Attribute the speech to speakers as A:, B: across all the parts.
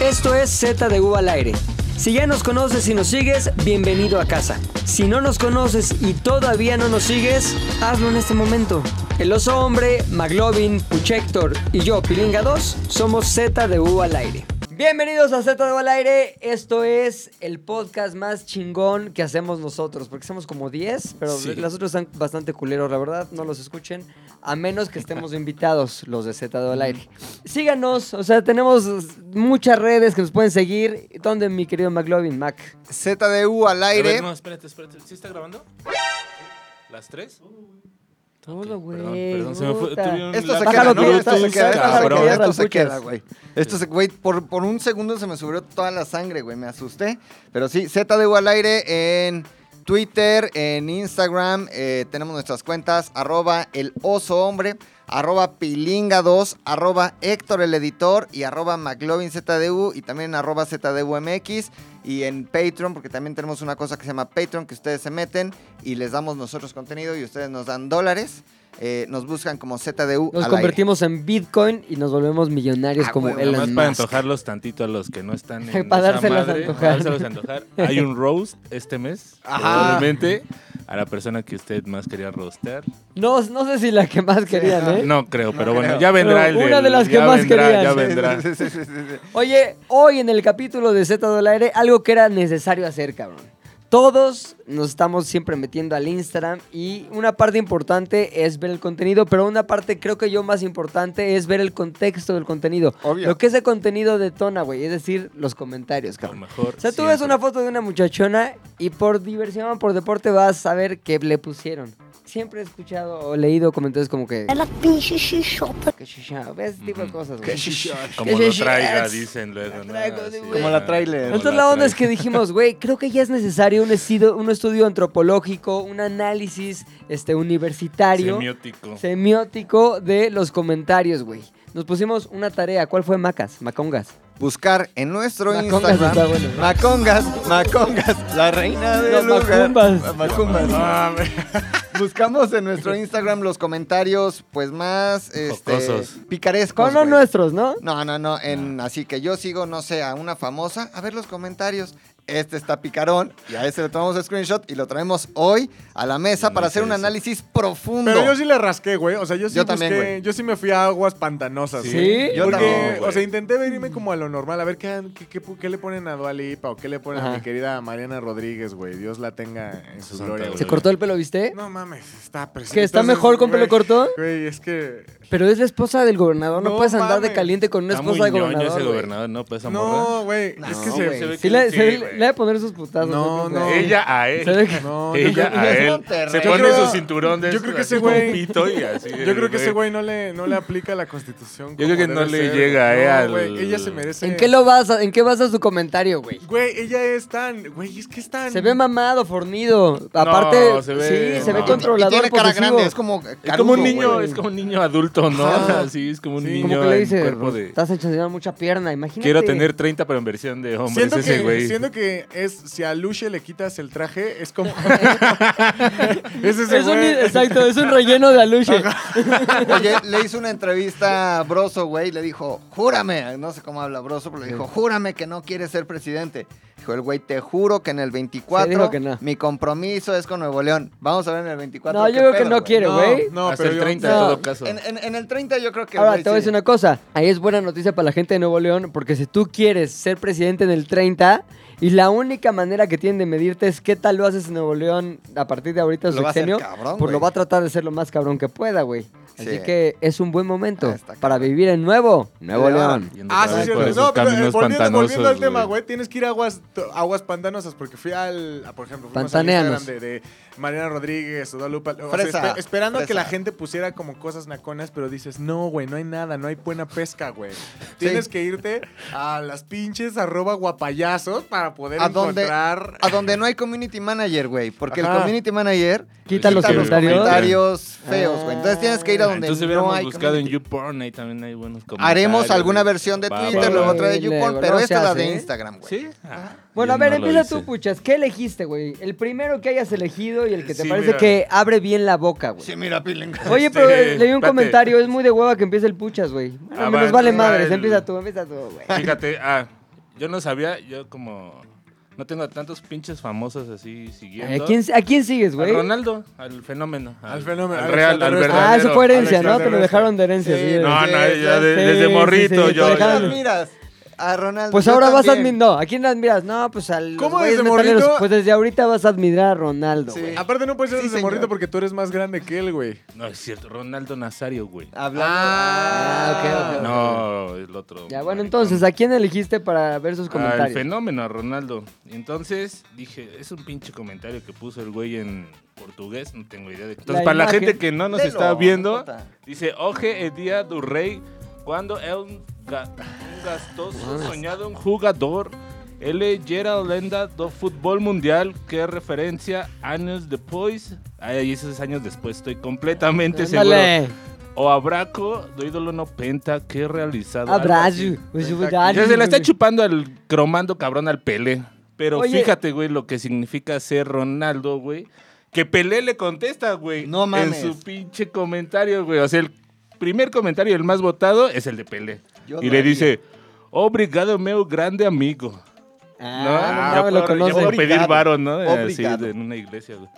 A: Esto es Z de U al aire. Si ya nos conoces y nos sigues, bienvenido a casa. Si no nos conoces y todavía no nos sigues, hazlo en este momento. El oso hombre, Maglovin, Puchector y yo, Pilinga 2, somos Z de U al aire. Bienvenidos a Z de U al aire. Esto es el podcast más chingón que hacemos nosotros, porque somos como 10, pero
B: Sí.
A: las otras están bastante culeros, la verdad, no los escuchen, a menos que estemos invitados los de Z de al aire. Síganos, o sea, tenemos muchas redes que nos pueden seguir. ¿Dónde, mi querido McLovin, Mac?
C: ZDU al
B: A ver,
C: aire.
B: no, espérate, espérate. ¿Sí está grabando? ¿Las tres?
A: Todo,
B: Ok,
A: güey.
B: Perdón, perdón, se me fue.
A: puta.
B: tuve un
C: Esto se
B: lapsus
C: queda,
A: Bájalo,
C: ¿no?
A: tú,
C: Esto se
A: estás-
C: queda,
A: estás-
C: esto se
A: cabrón.
C: queda, esto se
A: Escuchas.
C: queda, güey. Esto se, güey, por, por un segundo se me subió toda la sangre, güey, me asusté. Pero sí, ZDU al aire en Twitter, en Instagram, eh, tenemos nuestras cuentas, arroba el oso hombre, arroba pilinga 2, arroba Héctor el editor y arroba McLovin ZDU y también arroba ZDUMX y en Patreon, porque también tenemos una cosa que se llama Patreon, que ustedes se meten y les damos nosotros contenido y ustedes nos dan dólares. Eh, nos buscan como ZDU.
A: Nos
C: al aire.
A: convertimos en Bitcoin y nos volvemos millonarios
C: Ah,
A: como
C: güey,
B: Nada más
A: Elon
B: para
A: Musk.
B: antojarlos tantito a los que no están en
A: Para
B: esa
A: dárselas a
B: madre,
A: antojar.
B: para dárselos a antojar. Hay un roast este mes,
C: Ajá.
B: probablemente, a la persona que usted más quería roastear.
A: No, no sé si la que más querían, ¿eh?
B: No creo, pero
C: No
B: bueno,
C: creo.
B: ya vendrá
A: Pero
B: el
A: una
B: del-
A: de las que
B: ya
A: más
B: vendrá,
A: querías.
B: Ya
A: Sí,
B: vendrá.
C: Sí, sí, sí, sí, sí.
A: Oye, hoy en el capítulo de Z del aire, algo que era necesario hacer, cabrón. Todos nos estamos siempre metiendo al Instagram y una parte importante es ver el contenido, pero una parte creo que yo más importante es ver el contexto del contenido.
C: Obvio.
A: Lo que ese contenido detona, güey, es decir, los comentarios,
B: A lo
A: cabrón.
B: mejor.
A: O sea, tú ves
B: siempre.
A: una foto de una muchachona y por diversión, por deporte vas a saber qué le pusieron. Siempre he escuchado o leído comentarios como que...
D: Es la pinche shishota.
A: que shisha, ¿Ves? Ese tipo de
B: Ujú.
A: cosas, güey.
C: Que shishas.
B: Como lo
A: Sí, sí,
B: traiga,
A: es.
B: dicen luego.
A: La
B: ¿no?
A: traigo,
B: Así,
A: sí,
C: Como la trailer.
B: Como
A: Entonces
B: la
A: la onda es
B: trailer.
A: que dijimos, güey, creo que ya es necesario un estudio, un estudio antropológico, un análisis este, universitario,
B: Semiótico.
A: semiótico de los comentarios, güey. Nos pusimos una tarea. ¿Cuál fue Macas? Macongas.
C: Buscar en nuestro
A: Macongas está
C: Instagram.
A: bueno, ¿no?
C: Macongas, Macongas, la reina del
A: No,
C: lugar.
A: macumbas.
C: Macumbas.
B: Ah,
C: Buscamos en nuestro Instagram los comentarios, pues más este,
B: Jocosos.
C: picarescos.
A: Con los
C: güey.
A: nuestros, ¿no?
C: No, no, no. en- Así que yo sigo, no sé, a una famosa, a ver los comentarios. Este está picarón y a ese le tomamos screenshot y lo traemos hoy a la mesa
B: No
C: para
B: hice
C: hacer un
B: eso.
C: análisis profundo.
E: Pero yo sí le rasqué, güey. O sea, yo sí
C: Yo también,
E: busqué-
C: güey.
E: yo sí me fui a aguas pantanosas,
B: Sí.
E: güey.
A: ¿Sí?
C: Yo
E: Porque,
C: también,
B: güey.
E: o sea, intenté venirme como a lo normal, a ver qué, qué, qué pu- qué le ponen a Dua Lipa o qué le ponen
A: Ajá.
E: a mi querida Mariana Rodríguez, güey. Dios la tenga en su
B: Santa
E: gloria.
B: gloria.
A: Se
E: güey.
A: cortó el pelo, ¿viste?
E: No mames, está precioso.
A: Que está mejor con pelo corto.
E: Güey, es que.
A: Pero es la esposa del gobernador. No,
E: No
A: puedes andar de
E: mames.
A: caliente con una
B: Está muy
A: esposa del
B: ñoño
A: gobernador.
B: ese
A: güey.
B: gobernador, ¿no? Pues esa morra.
E: No, güey. es que
C: No,
E: se.
C: güey.
B: Se ve
A: Sí, le,
B: sí,
A: se-
B: güey.
A: le va a poner sus putazos.
E: No,
A: yo creo.
E: no.
B: Ella a
A: Se
B: él.
A: ve que-
E: No, yo
B: Ella
E: creo-
B: a
C: es
B: él.
C: Monterrey.
B: Se
C: Yo
B: pone
E: creo-
B: su cinturón de
E: yo creo que
B: así
E: ese
B: con
E: güey-
B: un pito y así.
E: Yo creo que ese güey no le, no le aplica la constitución.
B: Yo creo que
E: como
B: no
E: debe
B: le
E: ser.
B: llega, eh, al-
E: No, güey, ella se merece.
A: ¿En qué lo vas a- en qué basas tu comentario, güey?
E: Güey, ella es tan. Güey, es que es tan.
A: Se ve mamado, fornido. Aparte,
B: se ve-
A: sí, se ve
B: no.
A: controlador.
C: Y tiene cara
A: posesivo.
C: grande, es como
B: Es como un
C: carudo,
B: niño,
C: güey.
B: es como un niño adulto, ¿no?
E: Ajá.
B: Así es como un
E: Sí.
B: niño
A: Como que le
B: en
A: dice,
B: cuerpo
A: "Pues,
B: de
A: estás enseñando mucha pierna, imagínate.
B: quiero tener 30 pero en versión de hombre, es
E: Siento
B: ese
E: que,
B: güey.
E: siento que es si a Luche le quitas el traje, es como. es ese
A: Es un,
E: güey.
A: exacto, es un relleno de aluche.
C: Oye, le hizo una entrevista a Broso, güey, le dijo, júrame, no sé cómo habla Broso, pero le dijo, júrame que no quieres ser presidente. Dijo el güey, te juro que en el 24
A: Sí, dijo que no.
C: mi compromiso es con Nuevo León. Vamos a ver en el 24.
A: No,
C: qué
A: yo creo que
C: pedo,
A: no
C: güey".
A: quiere, güey.
E: No,
B: Hasta
E: pero
B: el
E: yo-
B: 30 en
A: no.
B: todo caso.
C: En, en- en el 30 yo creo que... el
A: Ahora,
C: güey
A: te voy a
C: sí.
A: decir una cosa. Ahí es buena noticia para la gente de Nuevo León, porque si tú quieres ser presidente en el 30, y la única manera que tienen de medirte es qué tal lo haces en Nuevo León a partir de ahorita de su
C: Lo va a hacer
A: sexenio,
C: cabrón,
A: pues lo
C: güey.
A: va a tratar de ser lo más cabrón que pueda, güey. Así
C: Sí.
A: que es un buen momento
C: Ah, está
A: para vivir en Nuevo, Nuevo
C: León.
A: León.
B: Yendo
E: Ah,
B: para
E: sí,
B: abajo
E: sí,
B: por
E: sí.
B: esos
E: No, pero eh,
B: caminos
E: volviendo, volviendo al
B: pantanosos,
E: tema, güey, tienes que ir a aguas, to- aguas pantanosas porque fui al, a, por ejemplo, fuimos al
A: Pantaneanos.
E: Instagram de, de Mariana Rodríguez o Dalupa. O sea,
C: Fresa,
E: espe- esperando a que
C: fresa.
E: la gente pusiera como cosas naconas, pero dices, no, güey, no hay nada, no hay buena pesca, güey. Tienes que irte a las pinches arroba guapayazos para poder
C: ¿A dónde,
E: encontrar...
C: a donde no hay community manager, güey, porque el
E: Ajá.
C: community manager...
A: Quita los
B: Sí,
A: comentarios.
C: comentarios feos, güey. Entonces tienes que ir a
B: Ah,
C: donde
B: Entonces
C: no
B: hubiéramos
C: hay
B: buscado en
C: community.
B: YouPorn, ahí también hay buenos comentarios.
C: Haremos alguna versión de
B: Va,
C: Twitter,
B: va, va.
C: luego otra de
A: Sí,
C: YouPorn,
A: luego,
C: pero
A: no se
C: esta es la de
A: hace, ¿eh?
C: Instagram, güey.
B: ¿Sí? Ah,
A: Bueno, a
B: yo
A: ver,
B: no lo
A: empieza
B: hice.
A: tú, puchas. ¿Qué elegiste, güey? El primero que hayas elegido y el que te
B: Sí,
A: parece
B: mira.
A: que abre bien la boca, güey.
C: mira, Pilen.
A: Oye, pero
B: Sí,
A: eh, leí un
B: espérate.
A: comentario, es muy de hueva que empiece el puchas, güey. Bueno,
B: Ah,
A: me
B: va,
A: nos vale
B: entonces va
A: madres,
B: el-
A: empieza tú, empieza tú, güey.
B: Fíjate, ah, Yo no sabía, yo como. No tengo a tantos pinches famosos así siguiendo.
A: ¿A Eh, quién, a quién sigues,
B: Al
A: güey?
B: Ronaldo, al fenómeno.
E: Al fenómeno,
B: Al
E: al
B: real, al
E: extraterrestre.
A: Ah,
B: verdadero.
A: eso fue herencia,
E: al
A: ¿no? Te lo
E: extraterrestre.
A: dejaron de herencia, sí.
E: Sí,
A: güey.
B: No, no,
C: Sí,
B: ya de-
A: sí,
B: desde
A: sí,
B: morrito
A: sí,
B: yo.
A: te
C: ¿A quién
A: dejaron.
B: ya-
C: admiras? A Ronaldo.
A: Pues
C: yo
A: ahora vas a
C: también.
A: admirar. No, ¿a quién admiras? No, pues al.
E: ¿Cómo desde morrito?
A: Pues desde ahorita vas a admirar a Ronaldo,
C: Sí.
A: güey.
E: Aparte no puedes ser
C: Sí,
E: ese
C: señor.
E: morrito porque tú eres más grande que él, güey.
B: No, es cierto, Ronaldo Nazario, güey.
C: Hablando.
A: Ah, ok, ok, ok.
B: No, el otro.
A: Ya, bueno,
B: maricón.
A: entonces, ¿a quién elegiste para ver sus
B: Al
A: comentarios?
B: fenómeno, a Ronaldo. Entonces dije, es un pinche comentario que puso el güey en portugués, no tengo idea de Entonces, para la
A: imagen-
B: gente que no nos
C: Léelo,
B: está
C: no
B: viendo,
C: importa.
B: dice, oje el día do rey, cuando é un, ga- un gastoso soñado un jugador, ele gera a lenda do fútbol mundial, que referencia años después, ay, esos años después, estoy completamente seguro.
A: Ándale.
B: O Abraco, do ídolo no penta, que realizado. algo
A: Abrazo.
B: así.
A: Pues,
E: Está aquí.
A: dale,
B: Ya se la está
A: güey.
B: chupando al cromando cabrón al Pelé. Pero
A: Oye.
B: fíjate, güey, lo que significa ser Ronaldo, güey. Que Pelé le contesta, güey.
C: No mames.
B: En su pinche comentario, güey. O sea, el primer comentario, el más votado, es el de Pelé.
C: Yo
B: y
C: no
B: le
C: haría.
B: dice, obrigado, meu grande amigo.
A: Ah,
B: ya
A: no, lo
B: puedo- ya
A: conoce.
B: puedo pedir
C: Obrigado.
B: varo, ¿no? Así,
C: Obrigado.
B: en una iglesia, güey.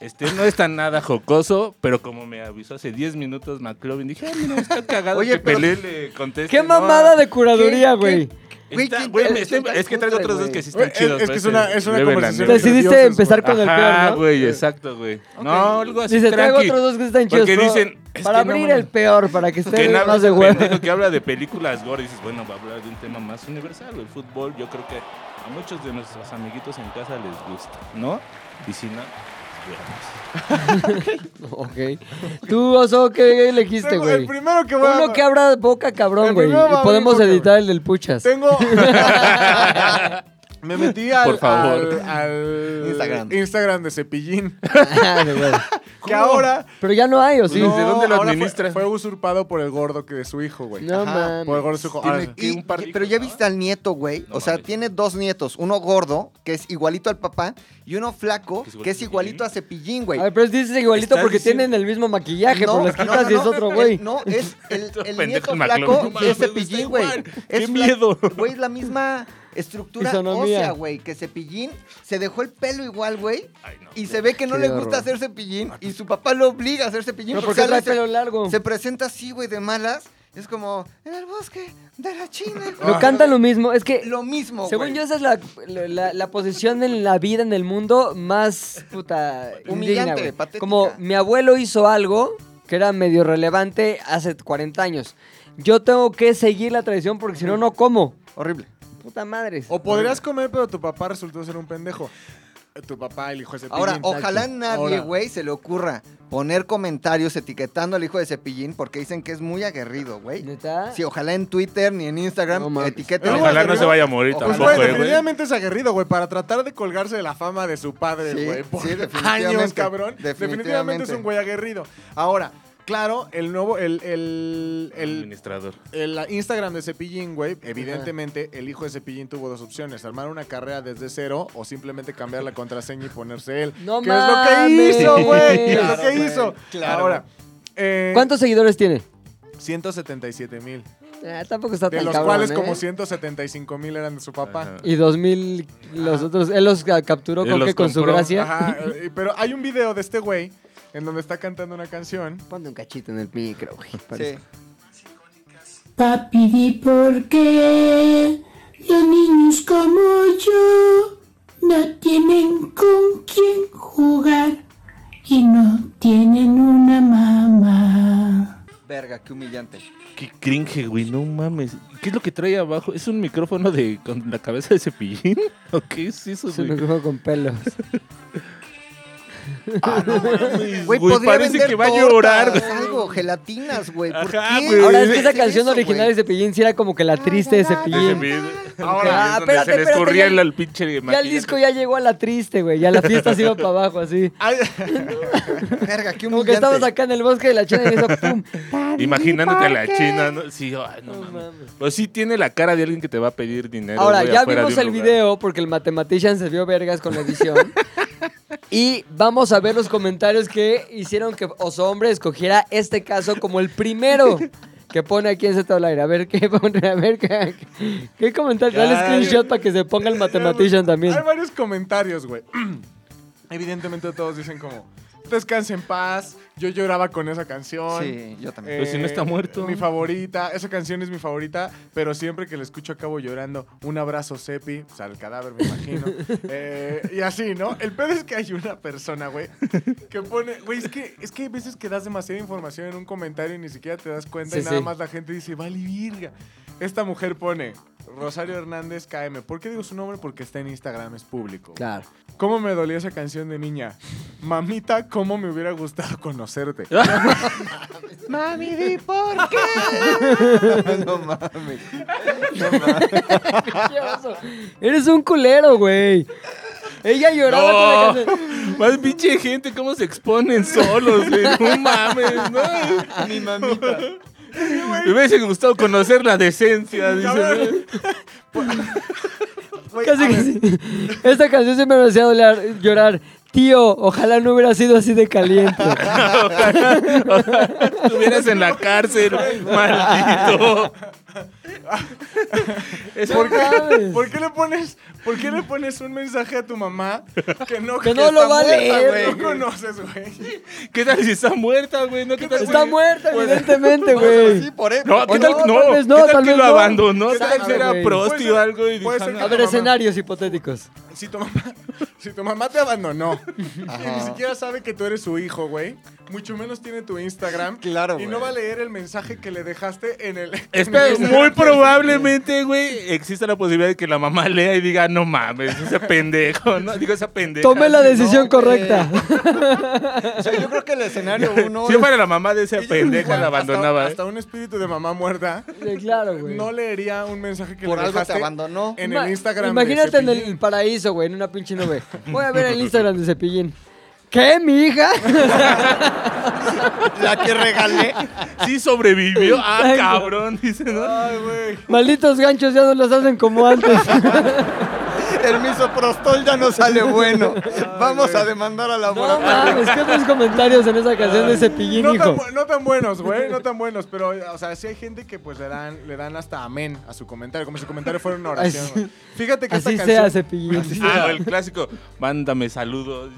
B: Este no es tan nada jocoso, pero como me avisó hace 10 minutos McLovin, dije, ah, mira, está cagado
C: Oye,
B: que
C: pero-
B: Pelé le conteste.
A: ¡Qué
B: ¿no?
A: mamada de curaduría, güey!
C: Güey,
B: Está-
C: qué
B: güey, me-
C: interacción
B: este- es que
C: tan
B: traigo
C: cutre,
B: otros dos que
C: güey.
B: sí están
E: Güey, es-
B: chidos.
E: es que
B: pues,
E: es una-
B: el
E: es una
B: Level
E: conversación.
B: and Level.
A: Decidiste
E: graciosos,
A: empezar con el
B: Ajá,
A: peor, ¿no?
B: güey, exacto, güey. No, algo así.
A: Dice, traigo
B: tranqui,
A: otros dos que están chidos.
B: Porque
A: pero-
B: dicen. es
A: para
B: que no
A: abrir
B: mames,
A: el peor, para que esté
B: Que no
A: más
B: hablas
A: de
B: de
A: huevo.
B: pendejo que habla de películas gore. Dices, bueno, va a hablar de un tema más universal, el fútbol. Yo creo que a muchos de nuestros amiguitos en casa les gusta, ¿no? Y si no, pues,
A: Ok. Tú, oso, ¿qué elegiste,
E: Tengo-
A: güey?
E: El primero que voy a-
A: Uno que abra boca, cabrón,
E: El
A: güey.
E: primero va a
A: Y
E: abrir
A: podemos
E: boca,
A: editar el del puchas.
E: Tengo. Me metí al,
B: Por favor.
E: al- al
C: Instagram.
E: Instagram de Cepillín.
A: Ah, de huevo.
E: Que ahora.
A: Pero ya no hay, ¿o sí?
B: No. ¿de dónde lo
E: ahora fue-
B: administra?
E: Fue, usurpado por el gordo que de su hijo, güey.
A: No
C: Ajá,
A: mames.
E: Por el gordo de su hijo. Ahora-
C: Tiene-
B: que
C: y-
B: un par de
C: pero
B: hijos,
C: ya
B: ¿no?
C: viste al nieto, güey.
B: No
C: o sea,
B: mames.
C: tiene dos nietos. Uno gordo, que es igualito al papá, y uno flaco,
B: Que es igualito
C: que es
B: a
C: igualito a Cepillín, güey.
A: A ver, pero dices igualito
B: Estás
A: porque
B: diciendo-
A: tienen el mismo maquillaje,
C: No,
A: pero les
C: no,
A: quitas
C: no,
A: y es
C: no,
A: otro
C: el-
A: güey.
C: no, es el,
B: Estos
C: el
B: pendejos
C: nieto
B: maclones. No
C: flaco
B: mames,
C: es
B: güey, está
C: Cepillín, güey.
B: igual.
C: Es
B: Qué
C: fla-
B: miedo.
C: Güey, es la misma estructura
A: Fisonomía.
C: ósea, güey, que Cepillín se dejó el pelo igual, güey.
B: ay, no.
C: Y se ve que no
A: Qué
C: le
A: horror.
C: gusta hacer cepillín y su papá lo obliga a hacer cepillín.
A: No,
C: porque
A: porque trae
C: sale-
A: pelo largo.
C: Se presenta así, güey, de malas. Es como, en el bosque de la China. güey.
A: Lo cantan lo mismo. Es que,
C: Lo mismo, Oh, güey.
A: según yo, esa es la, la, la posición en la vida, en el mundo, más puta
C: Humillante,
A: indigna, güey.
C: patética.
A: Como mi abuelo hizo algo que era medio relevante hace 40 años. Yo tengo que seguir la tradición porque si no, no como.
C: Horrible.
A: Puta madre.
E: O podrías comer, pero tu papá resultó ser un pendejo. Tu papá, el hijo de Cepillín.
C: Ahora, ojalá
E: Exacto.
C: nadie,
E: Ahora,
C: güey, se le ocurra poner comentarios etiquetando al hijo de Cepillín porque dicen que es muy aguerrido, güey.
A: ¿Neta?
C: Sí, ojalá en Twitter ni en Instagram
A: No mames.
C: etiqueten.
B: Ojalá no se vaya a morir
C: Ah. Ojalá.
E: Pues,
B: tampoco,
E: güey,
B: eh, güey.
E: definitivamente es aguerrido, güey, para tratar de colgarse de la fama de su padre,
C: Sí,
E: güey. por
C: sí, definitivamente.
E: años, cabrón.
C: Definitivamente.
E: Definitivamente. es un güey aguerrido. Ahora, claro, el nuevo, el, el, el,
B: Administrador.
E: el Instagram de Cepillín, güey, evidentemente el hijo de Cepillín tuvo dos opciones, armar una carrera desde cero o simplemente cambiar la contraseña y ponerse él.
A: ¡No
E: que es lo que
A: mames!
E: hizo, güey. que es
A: Claro,
E: lo que
C: güey,
E: hizo.
C: claro.
E: Ahora, eh,
A: ¿Cuántos seguidores tiene?
E: 177 mil,
A: Ah, tampoco está
E: de
A: tan
E: los
A: cabrón,
E: cuales
A: ¿eh?
E: como 175 mil eran de su papá.
B: Ajá.
A: Y 2000, los otros, él los ca- capturó
B: Él
A: con,
B: los
A: que con su
B: compró.
A: gracia.
E: Ajá, eh, pero hay un video de este güey en donde está cantando una canción.
A: Ponte un cachito en el micro, güey.
C: Sí.
A: parece.
D: Papi, di por qué los niños como yo no tienen con quién jugar y no tienen una mamá.
C: Verga, qué humillante.
B: Qué cringe, güey, no mames. ¿Qué es lo que trae abajo? ¿Es un micrófono de con la cabeza de cepillín? ¿O qué es eso,
A: Es un
B: güey?
A: micrófono con pelos.
B: Mames,
C: Güey,
B: Ah, güey,
C: podría
B: parece
C: vender
B: que va a
C: tortas,
B: llorar. güey.
C: Algo, gelatinas, güey. ¿Por
B: Ajá,
C: qué?
B: güey.
A: Ahora, es que esa
C: Hiciste
A: canción
C: eso,
A: original
C: güey.
A: de Cepillín sí era como que la triste de
B: De
A: Cepillín.
B: cepillín.
A: Ahora, ah,
B: es
A: espérate,
B: donde se le
A: espérate,
B: escurría
A: ya-
B: el, el pinche
A: Ya el
B: maquillaje.
A: disco ya llegó a la triste, güey. Ya la fiesta se iba para abajo, así.
B: Ah,
E: Ay,
C: Verga, qué humillante.
A: Como que estamos acá en el bosque de la China y eso, pum.
B: Imaginándote a la china, ¿no? Sí, ay, no, mames. Pues sí tiene la cara de alguien que te va a pedir dinero.
A: Ahora,
B: güey,
A: ya
B: afuera de
A: vimos
B: un
A: el
B: lugar.
A: video porque el Mathematician se vio vergas con la edición. y vamos a ver los comentarios que hicieron que Oso Hombre escogiera este caso como el primero. que pone aquí en Z al aire. A ver qué pone, a ver qué, qué comentario. Dale
E: Ay.
A: screenshot para que se ponga el matematician también.
E: Hay varios comentarios, güey. Evidentemente todos dicen como, descanse en paz, yo lloraba con esa canción.
C: Sí, yo también.
E: Eh,
B: Pues si no está muerto.
E: Mi favorita, esa canción es mi favorita, pero siempre que la escucho acabo llorando. Un abrazo, Sepi, o sea, al cadáver, me imagino. Eh, y así, ¿no? El pedo es que hay una persona, güey, que pone. Güey, es que, es que hay veces que das demasiada información en un comentario y ni siquiera te das cuenta
A: Sí,
E: y nada
A: sí.
E: más la gente dice, vale, virga. Esta mujer pone. Rosario Hernández KM. ¿Por qué digo su nombre? Porque está en Instagram, es público.
A: Claro.
E: ¿Cómo me dolió esa canción de niña? Mamita, ¿cómo me hubiera gustado conocerte?
B: Eh.
E: Mami, di por
C: no mames.
A: Qué oso. Eres un culero, güey. Ella lloraba con la canción.
B: Más pinche gente, ¿cómo se exponen solos? güey? No mames, no. Mi mamita. Me hubiese gustado conocer la decencia. dice,
E: Cabrón.
A: Casi, casi. Esta canción siempre me hacía doler- llorar. Tío, ojalá no hubiera sido así de caliente.
B: Estuvieras en la cárcel, maldito. Es
A: ¿Por qué?
E: ¿Por qué le pones, por qué le pones un mensaje a tu mamá que no,
A: Que no lo
E: está
A: va a leer,
E: güey,
A: güey.
E: No conoces, güey.
B: ¿Qué tal si está muerta, güey? ¿No? ¿Qué tal,
A: Está
B: güey?
A: muerta, evidentemente,
C: Sí,
A: güey.
C: por él.
B: No, ¿qué
A: O
B: tal,
A: no,
B: no,
A: tal vez no,
B: ¿qué tal
A: tal
B: que
A: vez
B: lo
A: no.
B: abandonó? ¿Qué tal
A: Exacto,
B: que era
A: güey.
E: Puede
B: prosti
E: ser-
B: o algo? Y
E: puede
B: dijo,
E: ser
B: "Ah,
A: A ver,
E: mamá.
A: escenarios hipotéticos.
E: Si tu mamá, si tu mamá te abandonó y ni siquiera sabe que tú eres su hijo, güey, mucho menos tiene tu Instagram.
C: Claro,
E: Y
C: güey.
E: no va a leer el mensaje que le dejaste en el. en
B: Esta
E: el
B: es
E: Instagram
B: muy
E: que-
B: probablemente, güey, existe la posibilidad de que la mamá lea y diga, no mames, ese pendejo, no, digo, esa pendeja.
A: Tome la decisión
C: no,
A: correcta.
C: O sea, yo creo que el escenario uno.
B: Si yo fuera la mamá de esa
E: Ella,
B: pendeja,
E: igual,
B: la abandonaba.
C: ¿eh?
E: Hasta, hasta un espíritu de mamá muerta.
A: Sí, claro, güey.
E: No leería un mensaje que
C: por
E: le
C: algo
E: dejaste
C: te abandonó.
E: en
A: Ma-
E: el Instagram. de
A: Imagínate en
E: Cepillín.
A: el paraíso, güey, en una pinche nube. Voy a ver el Instagram de Cepillín. ¿Qué, mi hija?
C: La que regalé.
B: ¿eh? Sí sobrevivió. Ah,
A: Exacto.
B: cabrón, dice, ¿no?
E: Ay, güey.
A: Malditos ganchos ya no los hacen como antes.
C: El misoprostol ya no sale bueno. Vamos
E: güey.
C: a demandar a la
A: No
C: abogada.
A: mames, qué buenos comentarios en esa canción de Cepillín,
E: No tan,
A: hijo.
E: bu- no tan buenos, güey, no tan buenos, pero, o sea, sí hay gente que pues le dan, le dan hasta amén a su comentario, como si su comentario fuera una oración.
A: Así-
E: güey. Fíjate que
A: Así
E: esta
A: sea,
E: canción...
A: Cepillín.
B: Ah, o el clásico, mándame saludos.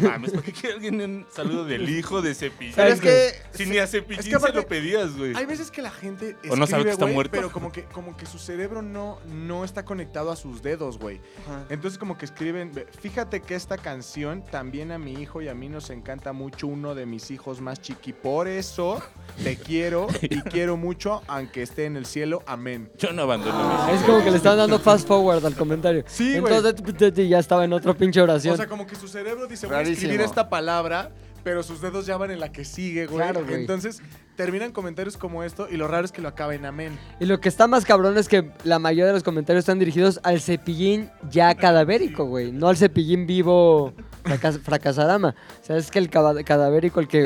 B: Mames, ¿por qué quiere alguien un saludo del hijo de Cepillín?
A: Pero es
C: que-
B: Si ni a Cepillín
E: es que
B: se
E: aparte-
B: lo pedías, güey.
E: Hay veces que la gente escribe,
B: O no sabe que está
E: güey,
B: muerto.
E: pero como que, como que su cerebro no, no está conectado a sus dedos, güey.
C: Ajá.
E: Entonces como que escriben, ve, fíjate que esta canción también a mi hijo y a mí nos encanta mucho uno de mis hijos más chiqui, por eso te quiero y quiero mucho aunque esté en el cielo, amén.
B: Yo no abandono a mis
A: Ah, Es como que le están dando fast forward al comentario.
E: Sí, güey.
A: Entonces t- t- t- ya estaba en otra pinche
E: O
A: oración.
E: sea, como que su cerebro dice, voy a
C: Rarísimo.
E: escribir esta palabra, pero sus dedos ya van en la que sigue, güey.
A: Claro, güey.
E: Entonces, terminan comentarios como esto y lo raro es que lo acaba en amén.
A: Y lo que está más cabrón es que la mayoría de los comentarios están dirigidos al cepillín ya cadavérico, güey. No al cepillín vivo fracas- fracasadama. O sea, es que el cava- cadavérico, el que...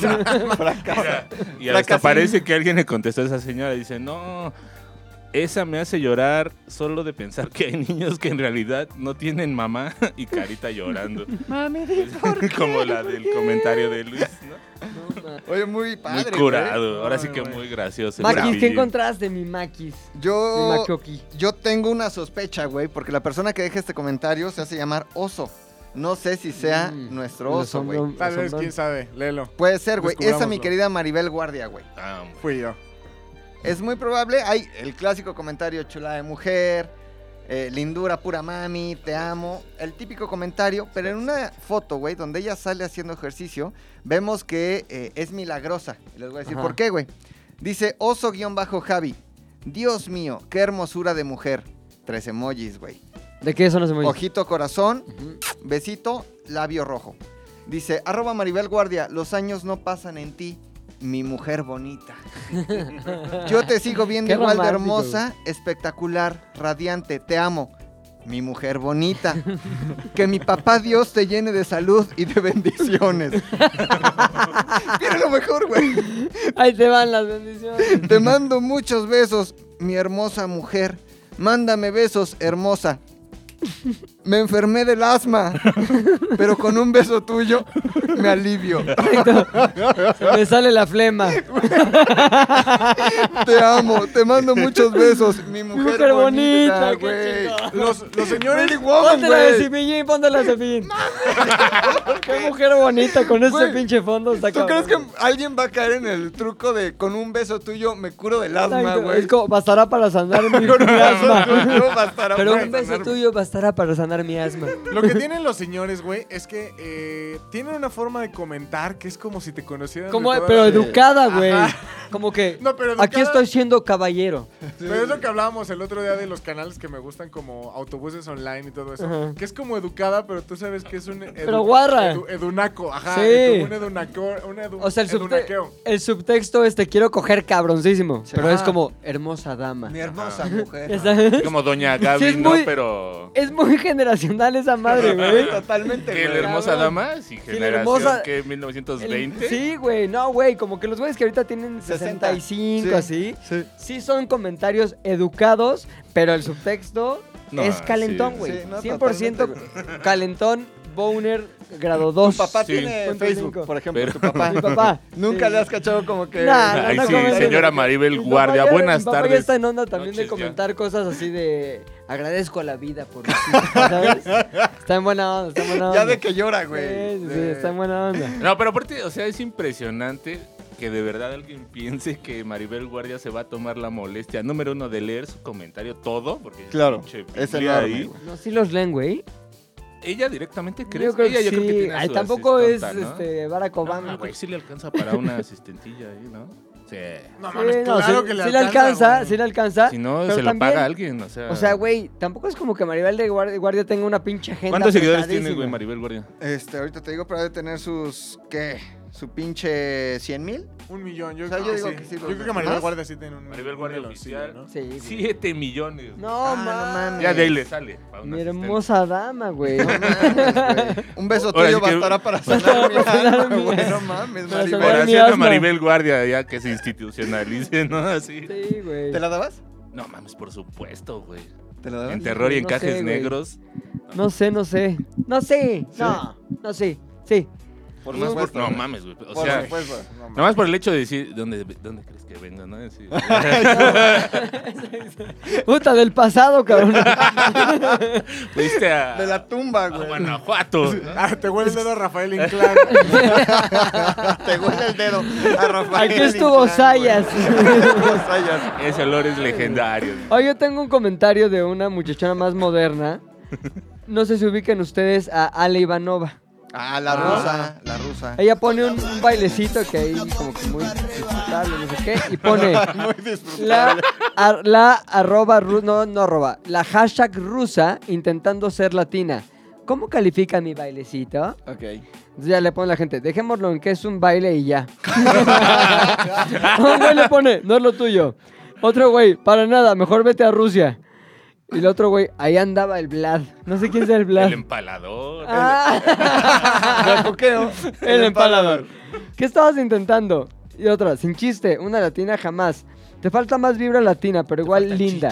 C: Fracasa.
B: Y hasta
C: Fracasín.
B: parece que alguien le contestó a esa señora y dice, no, esa me hace llorar solo de pensar que hay niños que en realidad no tienen mamá y carita llorando. Mami, Como la del comentario de Luis, ¿no?
C: Oye, muy padre.
B: muy
C: güey.
B: curado, ahora sí
E: Ay,
B: que
E: güey.
B: muy gracioso.
A: Maquis, ¿qué
B: Bravillo.
A: encontraste, mi Maquis? Mi
C: Yo.
A: Macoqui.
C: Yo tengo una sospecha, güey, porque la persona que deja este comentario se hace llamar oso. No sé si sea
A: Mm.
C: nuestro oso, güey.
A: Asombrón-
E: Tal vez,
A: asombrón.
E: quién sabe, léelo.
C: Puede ser, güey. Esa mi
E: Descubrámoslo.
C: querida Maribel Guardia, güey.
B: Ah, hombre.
E: Fui yo.
C: Es muy probable. Hay el clásico comentario chula de mujer, eh, lindura pura mami, te amo. El típico comentario, pero en una foto, güey, donde ella sale haciendo ejercicio, vemos que eh, es milagrosa. Y Les voy a decir
A: Ajá.
C: por qué, güey. Dice oso-javi. Dios mío, qué hermosura de mujer. Tres emojis, güey.
A: ¿De qué son los emojis?
C: Ojito corazón,
A: Ujú.
C: besito, labio rojo. Dice, arroba Maribel Guardia, los años no pasan en ti, mi mujer bonita. Yo te sigo viendo
A: Qué
C: igual de
A: romántico,
C: hermosa, espectacular, radiante, te amo. Mi mujer bonita. Que mi papá Dios te llene de salud y de bendiciones. Mira lo mejor, güey.
A: Ahí te van las bendiciones.
C: Te mando muchos besos, mi hermosa mujer. Mándame besos, hermosa. Me enfermé del asma, pero con un beso tuyo me alivio.
A: Me sale la flema.
C: Te amo, te mando muchos besos. Mi mujer,
A: Mujer bonita,
C: bonita,
A: qué
C: güey.
A: chingón.
E: Los, los señores.
C: Pretty Woman,
A: Póntela de
C: güey.
A: cepillín, póntela de cepillín. Qué mujer bonita con este
C: Güey,
A: pinche fondo. está
C: ¿Tú crees
A: cabrón.
C: que alguien va a caer en el truco de con un beso tuyo me curo del asma,
A: Exacto,
C: güey?
A: es como, bastará para sanar mi
C: Con un beso
A: asma.
C: tuyo bastará
A: Pero
C: para
A: un beso
C: sanar-
A: tuyo bastará para sanar mi asma.
E: Lo que tienen los señores, güey, es que eh, tienen una forma de comentar que es como si te conocieran. de
A: Como,
E: toda
A: pero
E: la-
A: educada, güey.
E: Ajá.
A: Como que
E: No, pero
A: aquí
E: educada-
A: estoy siendo caballero.
E: Pero es lo que hablábamos el otro día de los canales que me gustan como autobuses online y todo eso.
A: Ajá.
E: Que es como educada, pero tú sabes que es un... edu-
A: Pero guarra.
E: edu- edunaco, ajá.
A: Sí.
E: y como un edunaco, un edu-
A: O sea, el, subte-
E: edunaqueo.
A: el subtexto es te quiero coger cabroncísimo.
C: Sí.
A: Pero es
C: Ah.
A: como hermosa dama.
C: Mi hermosa mujer.
A: Ya sabes.
B: Como Doña Gaby,
A: ¿Eh? Sí, es
B: ¿no?
A: muy-
B: Pero.
A: Es muy generacional esa madre, este güey.
C: Totalmente,
B: Que la
C: güey.
B: hermosa
A: Cabrón.
B: dama, sí,
A: la
B: generación
A: hermosa-
B: que
A: El-
B: 1920.
A: Sí, güey, no, güey, como que los güeyes que ahorita tienen
C: 60.
A: 65,
C: Sí,
A: así,
C: sí.
A: sí son comentarios educados, pero el subtexto
B: No,
A: es calentón,
B: sí.
A: güey.
C: Sí, no,
A: 100% calentón, boner, grado 2.
C: Tu papá
B: Sí.
C: tiene
A: Punto
C: Facebook,
A: cinco.
C: por ejemplo,
B: Pero-
C: tu papá.
A: Mi papá.
C: Nunca
A: Sí.
C: le has cachado como que...
A: Nah,
B: Ay,
A: no, no
B: sí,
A: comenten.
B: señora Maribel
A: Mi papá
B: Guardia,
A: ya-
B: buenas
A: mi papá
B: tardes.
A: ya está en onda también
B: Noches
A: de
B: ya.
A: comentar cosas así de agradezco a la vida por los hijos", ¿sabes? Está en buena onda, está en buena onda.
C: Ya de que llora, güey.
A: Sí, sí, sí,
C: De-
A: está en buena onda.
B: No, pero aparte, o sea, es impresionante que de verdad alguien piense que Maribel Guardia se va a tomar la molestia, número uno, de leer su comentario todo, porque
C: Claro,
B: pinche
C: es
B: Biblia
C: enorme,
B: ahí.
C: güey.
A: No, sí los leen, güey.
B: Ella directamente cree.
A: Yo creo
B: ella
A: que
B: yo creo que
A: sí.
B: tiene a
A: Ay,
B: su
A: tampoco es
B: asistenta, ¿no?
A: este, Barack
B: No,
A: Obama,
B: yo creo
A: güey.
B: que sí le alcanza para una asistentilla ahí, ¿no? Sí.
E: No,
A: Sí,
E: mames,
A: no,
E: claro
A: sí-
E: que le
A: sí
E: alcanza, güey.
A: sí le alcanza.
B: Si no,
A: pero
B: se lo
A: también-
B: paga a alguien, o sea.
A: O sea, güey, tampoco es como que Maribel de Guardia, Guardia tenga una pinche agenda.
B: ¿Cuántos seguidores tiene,
A: apretadísima.
B: güey, Maribel Guardia?
C: Este, ahorita te digo, pero ha de tener sus, ¿qué? Su pinche 100 mil.
E: Un millón, yo,
C: O sea,
E: creo,
C: yo
E: que
C: digo
E: sí.
C: que sí,
E: Yo
C: los
E: creo que Maribel
C: demás.
E: Guardia sí tiene un
B: Maribel
E: un
B: Guardia
E: milloncillo,
B: oficial.
E: ¿no?
A: Sí, güey.
B: 7 millones.
A: No,
C: Ah, no
A: mames.
C: mames.
B: Ya de ahí le sale. para una
A: Mi
B: asistente.
A: hermosa dama, güey.
C: No mames, güey. Un beso
B: Ahora
C: tuyo
B: sí que-
C: bastará para sanar mi
A: sanar
C: alma,
A: mi-
C: güey. No mames,
A: para sanar
C: Maribel.
A: mi
B: Oración a
A: asma.
B: Maribel Guardia, ya que se institucionalice, ¿no? Así.
A: Sí, güey.
C: ¿Te la dabas?
B: No mames, por supuesto, güey.
C: ¿Te la dabas?
B: En terror y en
A: no
B: cajes
A: sé, güey.
B: negros.
A: No sé, no sé. No sé.
C: Sí.
A: No, no sé. Sí.
C: Por
B: Nomás por-
C: supuesto.
B: no
C: güey.
B: mames, güey. O
C: Por
B: sea,
C: supuesto. No mames.
B: nomás por el hecho de decir, ¿dónde, dónde crees que venga, no? Sí.
A: Puta, del pasado, cabrón.
B: Fuiste a,
C: De la tumba,
B: a
C: güey.
B: Guanajuato. ¿no?
E: Ah, te huele el dedo a Rafael Inclán.
C: Te huele el dedo a Rafael.
A: Aquí estuvo
C: Inclán,
A: Sayas.
C: güey. Aquí estuvo Sayas.
B: Ese olor es legendario.
A: Hoy yo tengo un comentario de una muchachona más moderna. No sé si ubican ustedes a Ale Ivanova.
C: Ah, la rusa, la rusa.
A: Ella pone un, un bailecito que ahí como que muy disfrutable, no sé qué, y pone
C: Muy disfrutable.
A: la, ar- la arroba, ru- no, no arroba, la hashtag rusa intentando ser latina. ¿Cómo califica mi bailecito?
C: Ok.
A: Entonces ya le pone la gente, dejémoslo en que es un baile y ya. un güey le pone, no es lo tuyo. Otro güey, para nada, mejor vete a Rusia. Y el otro güey, ahí andaba el Vlad. No sé quién es el Vlad.
B: El empalador.
A: Ah.
C: Me coqueo.
A: El empalador. ¿Qué estabas intentando? Y otra, sin chiste, una latina jamás. Te falta más vibra latina, pero igual linda.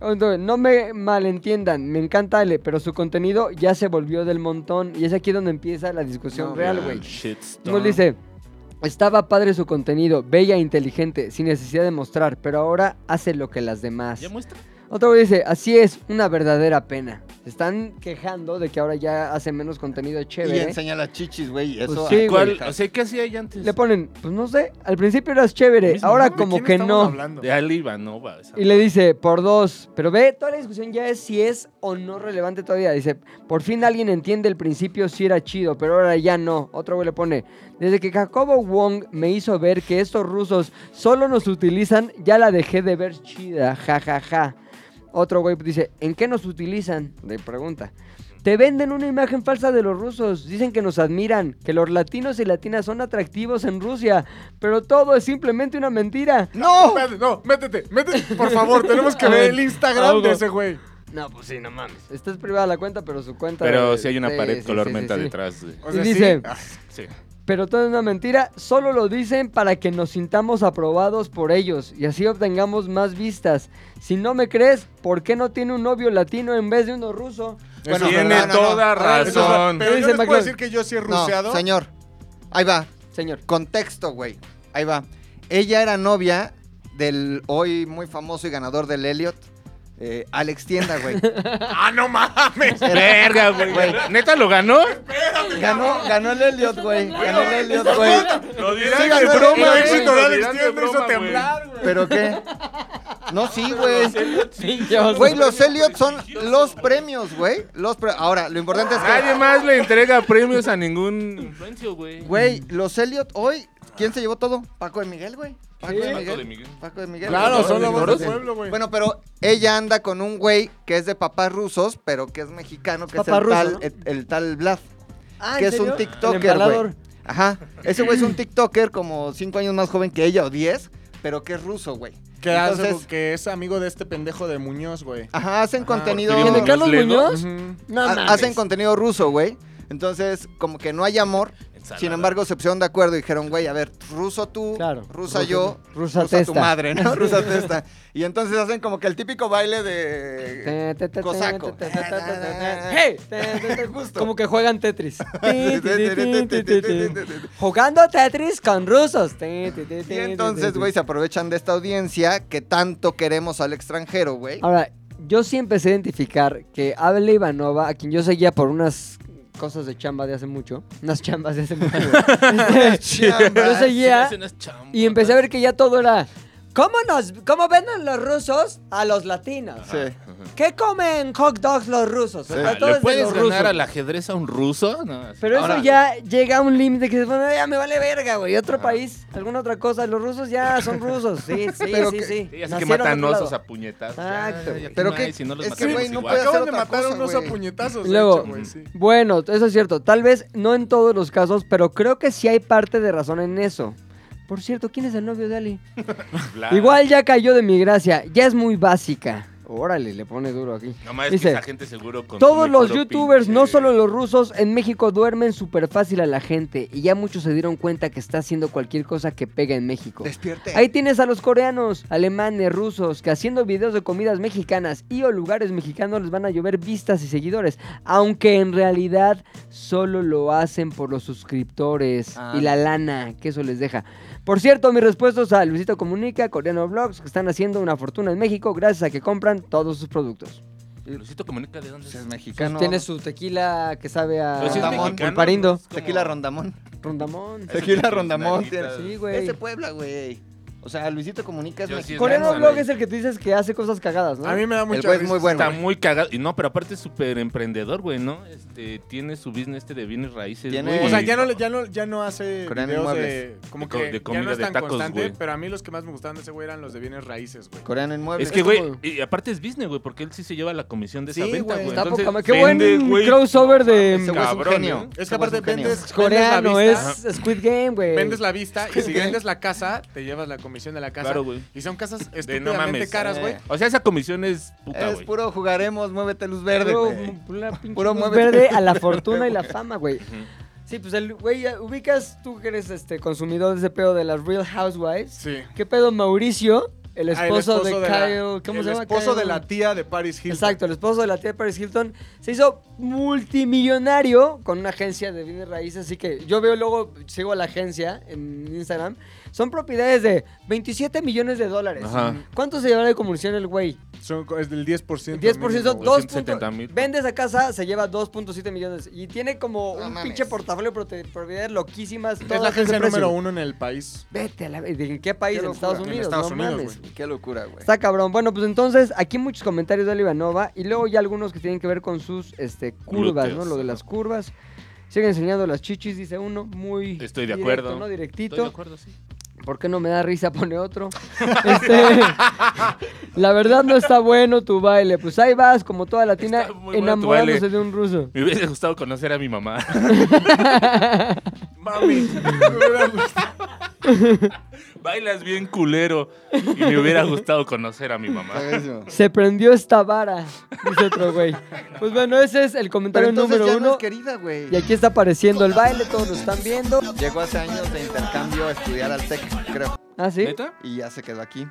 A: Entonces, No me malentiendan, me encanta Ale, pero su contenido ya se volvió del montón y es aquí donde empieza la discusión
C: No,
A: real, güey.
B: Shitstorm.
A: Nos dice, estaba padre su contenido, bella, e inteligente, sin necesidad de mostrar, pero ahora hace lo que las demás.
B: ¿Ya muestra?
A: Otro güey dice, así es, una verdadera pena. Se están quejando de que ahora ya hace menos contenido
C: Y
A: chévere.
C: enseña las chichis, güey. y
A: Pues
C: Eso.
A: sí,
B: ¿Cuál?
A: güey.
B: O sea, ¿qué hacía ella antes?
A: Le ponen, pues no sé, al principio eras chévere,
B: Mismo,
A: ahora
E: ¿De
A: como
E: quién
A: que
E: estamos
A: no.
E: hablando?
B: De Ali Ivanova. esa.
A: Y le dice, por dos. Pero ve, toda la discusión ya es si es o no relevante todavía. Dice, por fin alguien entiende el principio si era chido, pero ahora ya no. Otro güey le pone, desde que Jacobo Wong me hizo ver que estos rusos solo nos utilizan, ya la dejé de ver chida, jajaja. Otro güey dice, ¿en qué nos utilizan? De pregunta. Te venden una imagen falsa de los rusos. Dicen que nos admiran, que los latinos y latinas son atractivos en Rusia, pero todo es simplemente una mentira.
E: ¡No! Espérate, no, métete, métete, por favor, tenemos que
A: A
E: ver
A: ver,
E: el Instagram de
A: algo.
E: ese güey.
A: No, pues sí, no mames. Esta es privada la cuenta, pero su cuenta.
B: Pero
A: de-
B: si hay una
A: sí,
B: pared
A: sí,
B: color
A: sí,
B: menta
A: sí, sí.
B: detrás. de-
E: O
A: Y
E: sea,
A: dice-
E: sí. ah,
B: Sí.
A: Pero todo es una mentira, solo lo dicen para que nos sintamos aprobados por ellos y así obtengamos más vistas. Si no me crees, ¿por qué no tiene un novio latino en vez de uno ruso?
C: Bueno,
B: Tiene
C: no, no, no.
B: toda
C: A
A: Ah,
C: ver,
E: Eso es verdad,
B: razón.
E: Pero
A: Dice
E: yo les puedo
A: McLovin.
E: decir que yo sí he
C: No,
E: ruseado.
C: señor. Ahí va.
A: Señor.
C: Contexto, güey. Ahí va. Ella era novia del hoy muy famoso y ganador del Elliot, eh, Alex Tienda, güey.
E: ¡Ah, no mames!
B: Verga, güey. ¿Neta lo ganó?
C: Ganó, ganó el Elliot, güey. Ganó el Elliot, güey.
B: Lo
E: Sí,
B: dirán
E: ganó
B: de
E: el
B: broma, güey.
E: éxito de
B: Lo
E: Alex
B: dirán de
E: Tienda, me hizo
B: broma, güey.
E: temblar, güey.
C: ¿Pero qué? No, sí, güey.
A: Dios.
C: Güey, los Elliot son los premios, güey. Los pre- Ahora, lo importante es
B: Nadie
C: que...
B: más le entrega premios a ningún influencio, güey.
C: Güey, los Elliot hoy... ¿Quién se llevó todo? Paco de Miguel, güey. Paco de
B: Paco de
C: Miguel.
B: Miguel.
C: Paco de Miguel.
E: Claro,
C: güey.
E: son la voz del
B: Sí.
E: pueblo, güey.
C: Bueno, pero ella anda con un güey que es de papás rusos, pero que es mexicano, que es el
A: Papá ruso,
C: tal,
A: ¿no?
C: el, el tal Vlad.
A: Ah, ¿en
C: que es
A: serio?
C: un
A: El
C: TikToker, güey.
A: empalador.
C: Ajá. Ese güey es un TikToker como 5 años más joven que ella o 10, pero que es ruso, güey.
E: que, hace-
C: Entonces,
E: que es amigo de este pendejo de Muñoz, güey.
C: ajá, hacen contenido
B: porque
A: ¿El de
B: viene
A: Carlos
B: Lego?
A: Muñoz?
E: Ujú.
A: No,
C: ha-
A: mames.
C: hacen contenido ruso, güey. Entonces, como que no hay amor. Sin embargo, se pusieron de acuerdo y dijeron, güey, a ver, ruso tú,
A: Claro.
C: rusa
A: Ruso
C: yo,
A: tú. Rusa
C: rusa tu
A: testa.
C: madre, ¿no? Rusa testa. Y entonces hacen como que el típico baile de...
A: Te, te, te,
C: Cosaco.
A: te, te, te, te, te, te, te.
C: Hey.
A: ¡Hey! Te, te, te.
C: Justo.
A: Como que juegan Tetris. Ti, ti, ti, ti, ti, ti, ti. Jugando Tetris con rusos. Ti, ti, ti, ti,
C: Y entonces,
A: ti, ti.
C: güey, se aprovechan de esta audiencia que tanto queremos al extranjero, güey.
A: Ahora, yo sí empecé a identificar que Abel Ivanova, a quien yo seguía por unas cosas de chamba de hace mucho, unas chambas de hace mucho, güey. yo seguía y empecé a ver que ya todo era. ¿Cómo, nos, ¿Cómo venden los rusos a los latinos?
C: Sí.
A: ¿Qué comen hot dogs los rusos? O sea, todo es
B: ¿Le
A: de
B: puedes
A: los
B: ganar
A: rusos.
B: al ajedrez a un ruso? No, así.
A: Pero
B: Ahora,
A: eso ya llega a un límite que se pone, ya me vale verga, güey. Otro país, alguna otra cosa. Los rusos ya son rusos. Sí, sí,
C: Pero
A: sí,
C: que-
A: sí.
B: Sí, así que
A: Nacieron
B: matan
A: de otro
B: osos
A: lado.
B: a puñetazos.
A: Exacto.
B: Ay, aquí
C: Pero
B: no
C: qué-
B: hay, si no los
C: es que,
B: matamos
C: güey, no
B: igual.
C: puede hacer
E: Acaban de
C: otra
E: matar a
C: cosa,
E: unos
C: güey.
E: a puñetazos,
A: Y
E: de
A: luego-
E: hecho, güey, sí.
A: Bueno, eso es cierto. Tal vez no en todos los casos, pero creo que sí hay parte de razón en eso. Por cierto, ¿quién es el novio de Ali?
B: Bla.
A: Igual ya cayó de mi gracia. Ya es muy básica. Órale, le pone duro aquí.
B: No más
A: Dice,
B: que esa gente seguro consume
A: Todos los
B: puro
A: youtubers,
B: pinche-
A: no solo los rusos, en México duermen súper fácil a la gente y ya muchos se dieron cuenta que está haciendo cualquier cosa que pega en México.
C: Despierte.
B: Este.
A: Ahí tienes a los coreanos, alemanes, rusos, que haciendo videos de comidas mexicanas y o lugares mexicanos les van a llover vistas y seguidores, aunque en realidad solo lo hacen por los suscriptores
C: Ah.
A: y la lana que eso les deja. Por cierto, mis respuestas a Luisito Comunica, Coreano Blogs, que están haciendo una fortuna en México gracias a que compran todos sus productos.
B: Luisito Comunica, ¿de dónde
C: Pues
B: es?
C: Es mexicano.
A: Tiene su tequila que sabe a
B: Pero si es
C: Rondamón.
B: mexicano, pues,
A: pulparindo.
B: es como-
C: Tequila Rondamón.
A: Rondamón.
B: Es
C: Tequila
B: una
C: Rondamón.
B: naranjita.
A: Sí,
C: Es
A: güey.
C: de Puebla, güey. O sea, Luisito Comunica es
B: Yo sí
C: mexicano.
A: Coreano
B: Lanza,
A: Blog
B: güey.
A: es el que tú dices que hace cosas cagadas, ¿no?
E: A mí me da mucha
C: güey es
E: risa
C: muy bueno.
B: Está muy cagado. Y no, pero aparte es súper emprendedor, güey, ¿no? Este, tiene su business este de bienes raíces.
C: Tiene-
B: güey.
E: O sea, ya no, le- ya no, ya no hace
C: Coreano
E: videos de,
C: Inmuebles.
E: como
B: De co-
E: que
B: de
E: ya
B: comida
E: no es
B: de
E: tan
B: tacos,
E: constante,
B: güey.
E: pero a mí los que más me gustaban de ese güey eran los de bienes raíces, güey.
C: Coreano inmueble.
B: Es que, güey,
A: como-
B: y aparte es business, güey, porque él sí se lleva la comisión de esa
E: Sí,
B: venta,
E: güey.
B: güey.
A: Está
B: Entonces,
A: poca madre. Qué
B: vende,
A: buen
B: güey.
A: crossover de
C: Ese güey es un
B: Cabrón,
C: genio.
B: ¿eh?
E: Es
C: Ese
E: que
C: güey
E: aparte
C: un genio.
E: vendes, vendes
A: Coreano
E: la vista,
A: es Squid Game, güey.
E: vendes la vista y si vendes la casa, te llevas la comisión de la casa.
B: Claro, güey.
E: Y son casas
B: De
E: estúpidamente
B: no mames.
E: caras, güey.
C: Eh.
B: O sea, esa comisión es puta,
C: Es
B: güey.
C: puro jugaremos, muévete luz verde,
A: Puro-
C: güey.
A: pura pinche
C: Puro
A: luz
C: muévete.
A: verde a la fortuna y la fama, güey. Sí, pues el güey, ya ubicas tú que eres este consumidor de ese pedo de las Real Housewives.
E: Sí.
A: ¿Qué pedo Mauricio, el
E: Ah, el
A: esposo, de,
E: la-
A: Kyle, ¿cómo
E: el
A: se llama?
E: esposo
A: Kyle-
E: de la tía de Paris Hilton.
A: Exacto, el esposo de la tía de Paris Hilton se hizo multimillonario con una agencia de bienes raíces, así que yo veo luego, sigo a la agencia en Instagram, son propiedades de 27 millones de dólares.
B: Ajá.
A: ¿Cuánto se llevará de comisión el güey?
E: Son, co- es del 10%.
A: El 10%
E: mínimo,
A: son
E: güey.
A: 2.
B: dos. 270 mil.
A: Vende esa casa, se lleva 2.7 millones y tiene como
C: No
A: un
C: mames.
A: pinche portafolio de propiedades loquísimas.
E: Es
A: todas
E: la
A: de
E: agencia
A: ese precio.
E: número uno en el país.
A: Vete a la... ¿En qué país?
C: Qué
A: en
C: locura.
A: Estados
C: En
A: Unidos.
E: Estados
A: no
E: Unidos,
A: mames.
E: güey.
C: Qué locura, güey.
A: Está cabrón. Bueno, pues entonces, aquí muchos comentarios de Olivanova y luego ya algunos que tienen que ver con sus este, curvas,
B: Glúteos,
A: ¿no? Lo de
B: ajá.
A: las curvas. Siguen enseñando las chichis, dice uno, muy.
B: Estoy de
A: directo,
B: acuerdo.
A: ¿no?
B: Estoy de
A: Directito.
B: acuerdo, sí.
A: ¿Por qué no me da risa? Pone otro. Este, la verdad no está bueno tu baile. Pues ahí vas, como toda latina,
B: Está muy bueno tu
A: enamorándose
B: baile.
A: de un ruso.
B: Me hubiese gustado conocer a mi mamá.
E: Mami. me hubiera gustado.
B: Bailas bien culero. Y me hubiera gustado conocer a mi mamá.
C: Cagadísimo.
A: Se prendió esta vara, dice otro güey. Pues bueno, ese es el
C: Pero
A: comentario
C: entonces
A: número
C: ya
A: uno.
C: no es querida, güey.
A: Y aquí está apareciendo el baile, todos lo están viendo.
C: Llegó hace años de intercambio a estudiar al TEC, creo.
A: Ah, sí.
B: ¿Neta?
C: Y ya se quedó aquí.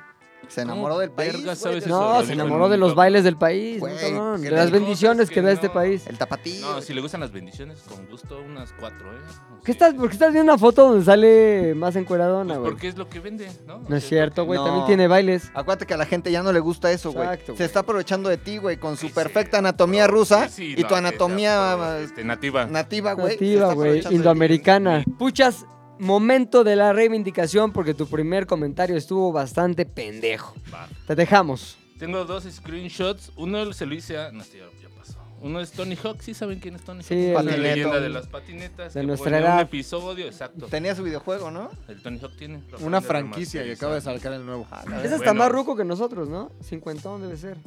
C: Se
B: ¿Cómo
C: enamoró del país.
B: vergas
C: güey,
B: sabes
C: de-
B: eso?
A: No,
B: lo
A: se
B: dijo
A: enamoró
B: el
A: de los
B: papá.
A: bailes del país, ¿no,
C: Güey, pues,
A: cabrón?
C: qué
A: de las
C: cosas
A: bendiciones
B: que
A: que da este
B: no.
A: país.
C: El tapatío.
B: No,
C: güey.
B: si le gustan las bendiciones, con gusto unas cuatro, ¿eh? O
A: ¿Qué
B: sea,
A: estás, ¿Por qué estás viendo una foto donde sale más
B: pues
A: encueradona, güey?
B: porque es lo que vende, ¿no?
A: No es cierto, güey,
C: No.
A: también tiene bailes.
C: Acuérdate que a la gente ya no le gusta eso, güey.
A: Exacto,
C: Se
A: güey.
C: está aprovechando de ti, güey, con su
B: Sí, sí,
C: perfecta anatomía
B: bro.
C: rusa
B: Sí, sí,
C: y
B: no,
C: tu
B: esa,
C: anatomía
B: este, nativa.
C: nativa, Ah, güey. se
A: Nativa, güey,
C: está aprovechando de ti.
A: indoamericana. Puchas, momento de la reivindicación porque tu primer comentario estuvo bastante pendejo.
B: Va.
A: Te dejamos.
B: Tengo dos screenshots. Uno se lo hice a. No, este ya, ya pasó. Uno es Tony Hawk, ¿sí saben quién es Tony Hawk?
A: Sí, el-
B: la
C: Patineto.
B: leyenda de las patinetas.
A: De
B: que
A: nuestra
B: pone
A: edad.
B: Un episodio, exacto.
C: Tenía su videojuego, ¿no?
B: El Tony Hawk tiene. lo acaban
E: Una
B: de
E: franquicia y acaba de
B: remasterizar.
E: sacar el nuevo.
A: Ese está
B: Bueno.
A: más ruco que nosotros, ¿no? Cincuentón debe ser.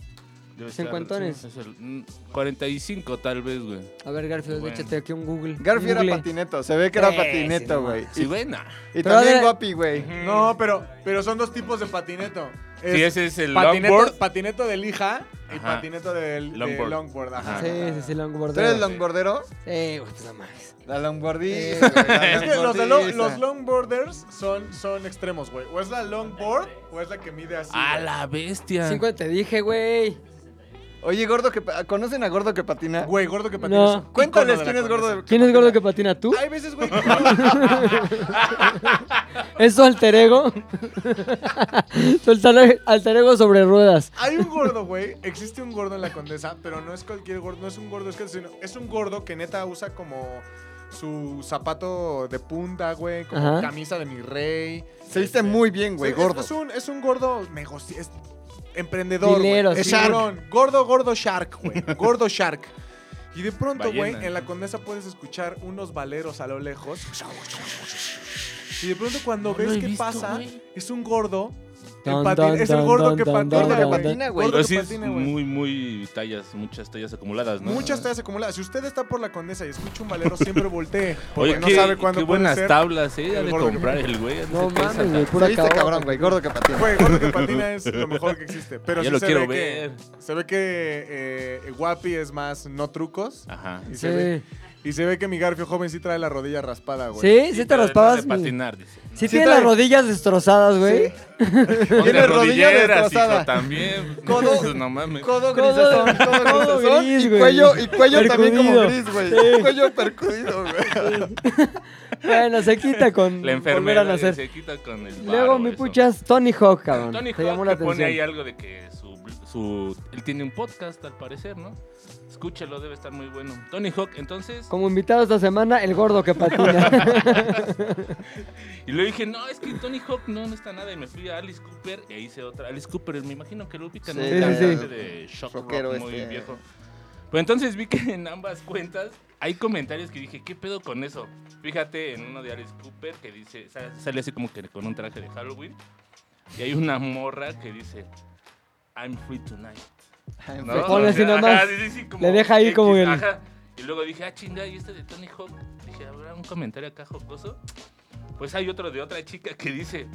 B: Debe estar-
A: Cincuentones.
B: sí, es el- mm, 45 tal vez, güey.
A: A ver, Garfield,
B: Bueno.
A: échate aquí un Google.
C: Garfield era
A: Google.
C: patineto. Se ve que era
A: Sí, sí,
C: patineto,
A: no
C: güey.
B: Sí, buena.
C: Y
A: Pero
C: también
A: de-
C: guapi, güey.
E: No, pero, pero son dos tipos de patineto.
B: Sí, ese es el
E: patineto,
B: longboard.
E: patineto de lija y
B: Ajá.
E: patineto del de
B: Longboard.
E: longboard. ajá.
A: Sí, sí, sí,
C: ¿Tú eres
A: longboardero.
C: longboardero?
A: Sí, güey, pues no mames.
C: La longboardista.
E: Es que los, de lo- los longboarders son, son extremos, güey. O es la longboard o es la que mide así.
B: A
E: güey.
B: la bestia.
A: Cinco te dije, güey.
C: Oye, gordo que pa- ¿conocen a gordo que patina?
E: Güey, gordo que patina.
A: No.
E: es un ícono
C: Cuéntales
E: de la
C: quién es gordo. de-
A: ¿Quién es gordo que patina? ¿Tú?
E: condesa. Hay veces, güey, que-
A: ¿Es su alter ego? su alter, alter ego sobre ruedas.
E: hay un gordo, güey. Existe un gordo en la condesa, pero no es cualquier gordo. No es un gordo, es que sino- es un gordo que neta usa como su zapato de punta, güey. Como
A: Ajá.
E: camisa de mi rey. Este,
C: Se viste muy bien, güey,
E: Sí,
C: gordo.
E: Es, es un, es un gordo negocio, es emprendedor, güey.
A: Dilero,
E: Es
A: sí.
E: shark. Gordo, gordo shark, güey. Gordo shark. Y de pronto, güey,
B: Ballena.
E: en la condesa puedes escuchar unos valeros a lo lejos. Y de pronto cuando
B: No lo
E: ves
B: he
E: que
B: visto,
E: pasa,
B: güey.
E: es un gordo. en
A: Dun,
E: patin-
A: dun,
E: es el
A: dun,
E: gordo
A: dun,
E: que
A: dun,
E: patina,
A: dun, dun,
C: Gordo que
A: dun.
C: patina, güey.
E: Gordo
B: Pero
E: que
B: sí es
E: patina, güey.
B: muy, muy tallas, muchas tallas acumuladas, ¿no?
E: Muchas tallas acumuladas. Si usted está por la condesa y escucha un valero, siempre voltee. Porque
B: Oye,
E: no
B: qué,
E: sabe cuándo
B: qué
E: puede
B: buenas
E: ser.
B: tablas, ¿eh? Ha
E: el
B: de
E: gordo que-
B: comprar el güey. ha de
A: No
B: ser que
A: mames,
B: esa-
A: güey,
C: Se
A: pura
C: viste
A: cabrón.
C: cabrón, güey, gordo que patina.
E: Güey, gordo que patina es lo mejor que existe. Pero
B: Ya
E: sí
B: lo
E: se
B: quiero
E: ve
B: ver.
E: que se ve que eh, Guapi es más no trucos.
B: Ajá.
E: Y, se ve,
A: Sí.
E: y se ve que mi Garfio joven sí trae la rodilla raspada, güey.
A: ¿Sí? ¿Sí te
B: Pero no
A: raspabas?
B: de patinar, dice.
A: ¿Sí
C: Sí
A: tiene
C: trae-
A: las rodillas destrozadas, güey?
B: Ponte
C: Tiene rodilla
B: rodilleras, hijo,
C: destrozada.
B: también.
C: Codo-
B: no mames.
C: Codo grisazón,
A: Codo
C: codo grisazón.
A: gris,
C: y
A: güey.
C: cuello, y cuello también como
A: Percudido.
C: gris, güey. Cuello percudido, güey.
A: Bueno, se quita con
B: La
A: volver a
B: enfermera
A: nacer.
B: se quita con el
A: Luego
B: varo,
A: mi
B: eso.
A: puchas Tony Hawk, cabrón.
B: Tony
A: Te llamó
B: Hawk
A: la
B: que pone ahí
A: atención.
B: algo de que su, su... Él tiene un podcast, al parecer, ¿no? Escúchelo, debe estar muy bueno. Tony Hawk, entonces...
A: Como invitado esta semana, el gordo que patina.
B: Y le dije, no, es que Tony Hawk no, no está nada. Y me fui a Alice Cooper e hice otra. Alice Cooper, me imagino que lo ubican.
C: Sí,
B: ¿no?
C: sí,
B: Un cantante
C: sí.
B: de shock
C: Rockero
B: rock muy
C: este.
B: viejo. Pues entonces vi que en ambas cuentas hay comentarios que dije, ¿qué pedo con eso? Fíjate en uno de Alice Cooper que dice, sa- sale así como que con un traje de Halloween. Y hay una morra que dice, I'm free tonight.
A: free Ponle así nomás.
B: ajá, sí, sí, sí, como
A: Le deja ahí como el-
B: ajá. Y luego dije, ah, chinga, ¿y este de Tony Hawk? Dije, ¿habrá un comentario acá jocoso? Pues hay otro de otra chica que dice,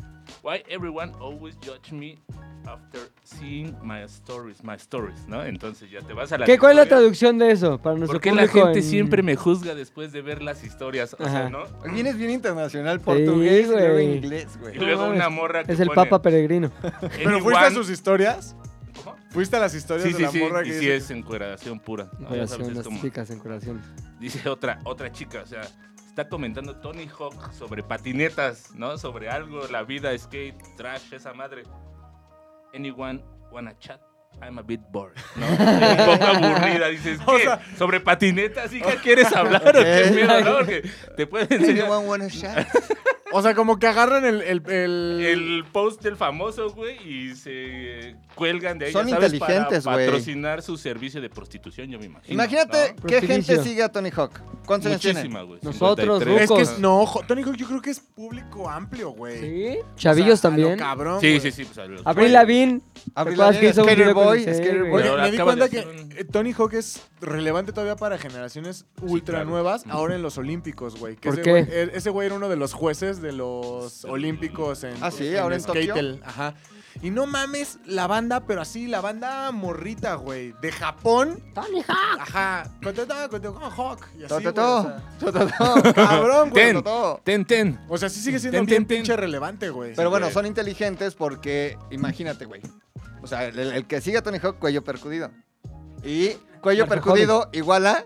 B: Why everyone always judge me after seeing my stories, my stories, ¿no? Entonces ya te vas a la...
A: ¿Qué, ¿Cuál es la
B: historia.
A: traducción de eso? Para nuestro
B: ¿Por qué la
A: público
B: gente
A: en-
B: siempre me juzga después de ver las historias? O
A: Ajá.
B: sea, ¿no?
C: Vienes bien internacional, portugués y
A: güey.
C: luego inglés,
B: Y
C: güey.
B: luego
A: mames.
B: una morra que
A: Es el
B: pone,
A: Papa Peregrino.
E: Pero
B: "Anyone-"
E: fuiste a sus historias.
B: ¿Cómo?
E: Fuiste a las historias
B: Sí,
E: de
B: sí,
E: la
B: sí,
E: morra
B: y
E: que
B: sí
E: dice-
B: es encueración pura. ¿no? Ya sabes,
A: Encueración,
B: es
A: las
B: como-
A: chicas encueración.
B: dice otra, otra chica, o sea, está comentando Tony Hawk sobre patinetas, ¿no? Sobre algo, la vida, skate, trash, esa madre. Anyone wanna chat? I'm a bit bored, ¿no? Estoy Un poco aburrida, dices, ¿qué? ¿Sobre patinetas? ¿Y qué quieres hablar o qué
C: Ok.
B: miedo, no? Porque te pueden enseñar
C: Anyone wanna shot?
E: O sea, como que agarran el. el, el-
B: el post del famoso, güey, y se cuelgan de ahí,
C: Son
B: ya sabes,
C: inteligentes,
B: para
C: güey.
B: patrocinar su servicio de prostitución, yo me imagino.
C: Imagínate
B: ¿no?
C: qué
A: Prestigicio.
C: gente sigue a Tony Hawk. ¿Cuántos años tiene?
B: Muchísima, güey.
A: Nosotros,
B: 53.
E: Es que
A: rucos.
E: es. No, jo- Tony Hawk, yo creo que es público amplio, güey. O
A: ¿Sí?
E: sea,
A: Chavillos
E: a lo
A: también.
E: Cabrón.
B: Sí,
E: güey.
B: sí, sí. Pues, a los-
A: Abril Lavín.
C: Abril
A: ¿Te acuerdas
C: Lavigne,
A: que hizo un
C: Skater
A: video con
C: boy,
A: ese,
C: Skater
A: güey?
C: boy.
E: Oye,
B: Pero
E: me di
B: acaba de
E: cuenta que
B: hacer un-
E: eh, Tony Hawk es relevante todavía para generaciones ultra
B: claro.
E: nuevas,
B: Ujú.
E: ahora en los Olímpicos, güey. que
A: ¿Por
E: ese
A: qué?
E: güey- e- ese güey era uno de los jueces medallas de los Olímpicos en,
C: Ah, sí, ahora en Tokio.
E: Skeitel, Ajá. Y no mames la banda, pero así, la banda morrita, güey. De Japón.
D: Tony Hawk.
E: Ajá. Contenta, contenta, con Hawk. Y así, güey, o
C: Tototó.
E: sea,
C: Tototó.
E: Cabrón, güey.
B: Ten,
C: Tototó.
B: ten, ten.
E: O sea, sí sigue siendo
B: Ten,
E: bien
B: ten, ten.
E: pinche relevante, güey.
C: Pero bueno,
B: güey.
C: son inteligentes porque, imagínate, güey. O sea, el, el que sigue a Tony Hawk, cuello percudido. Y cuello
A: Marco
C: percudido igual a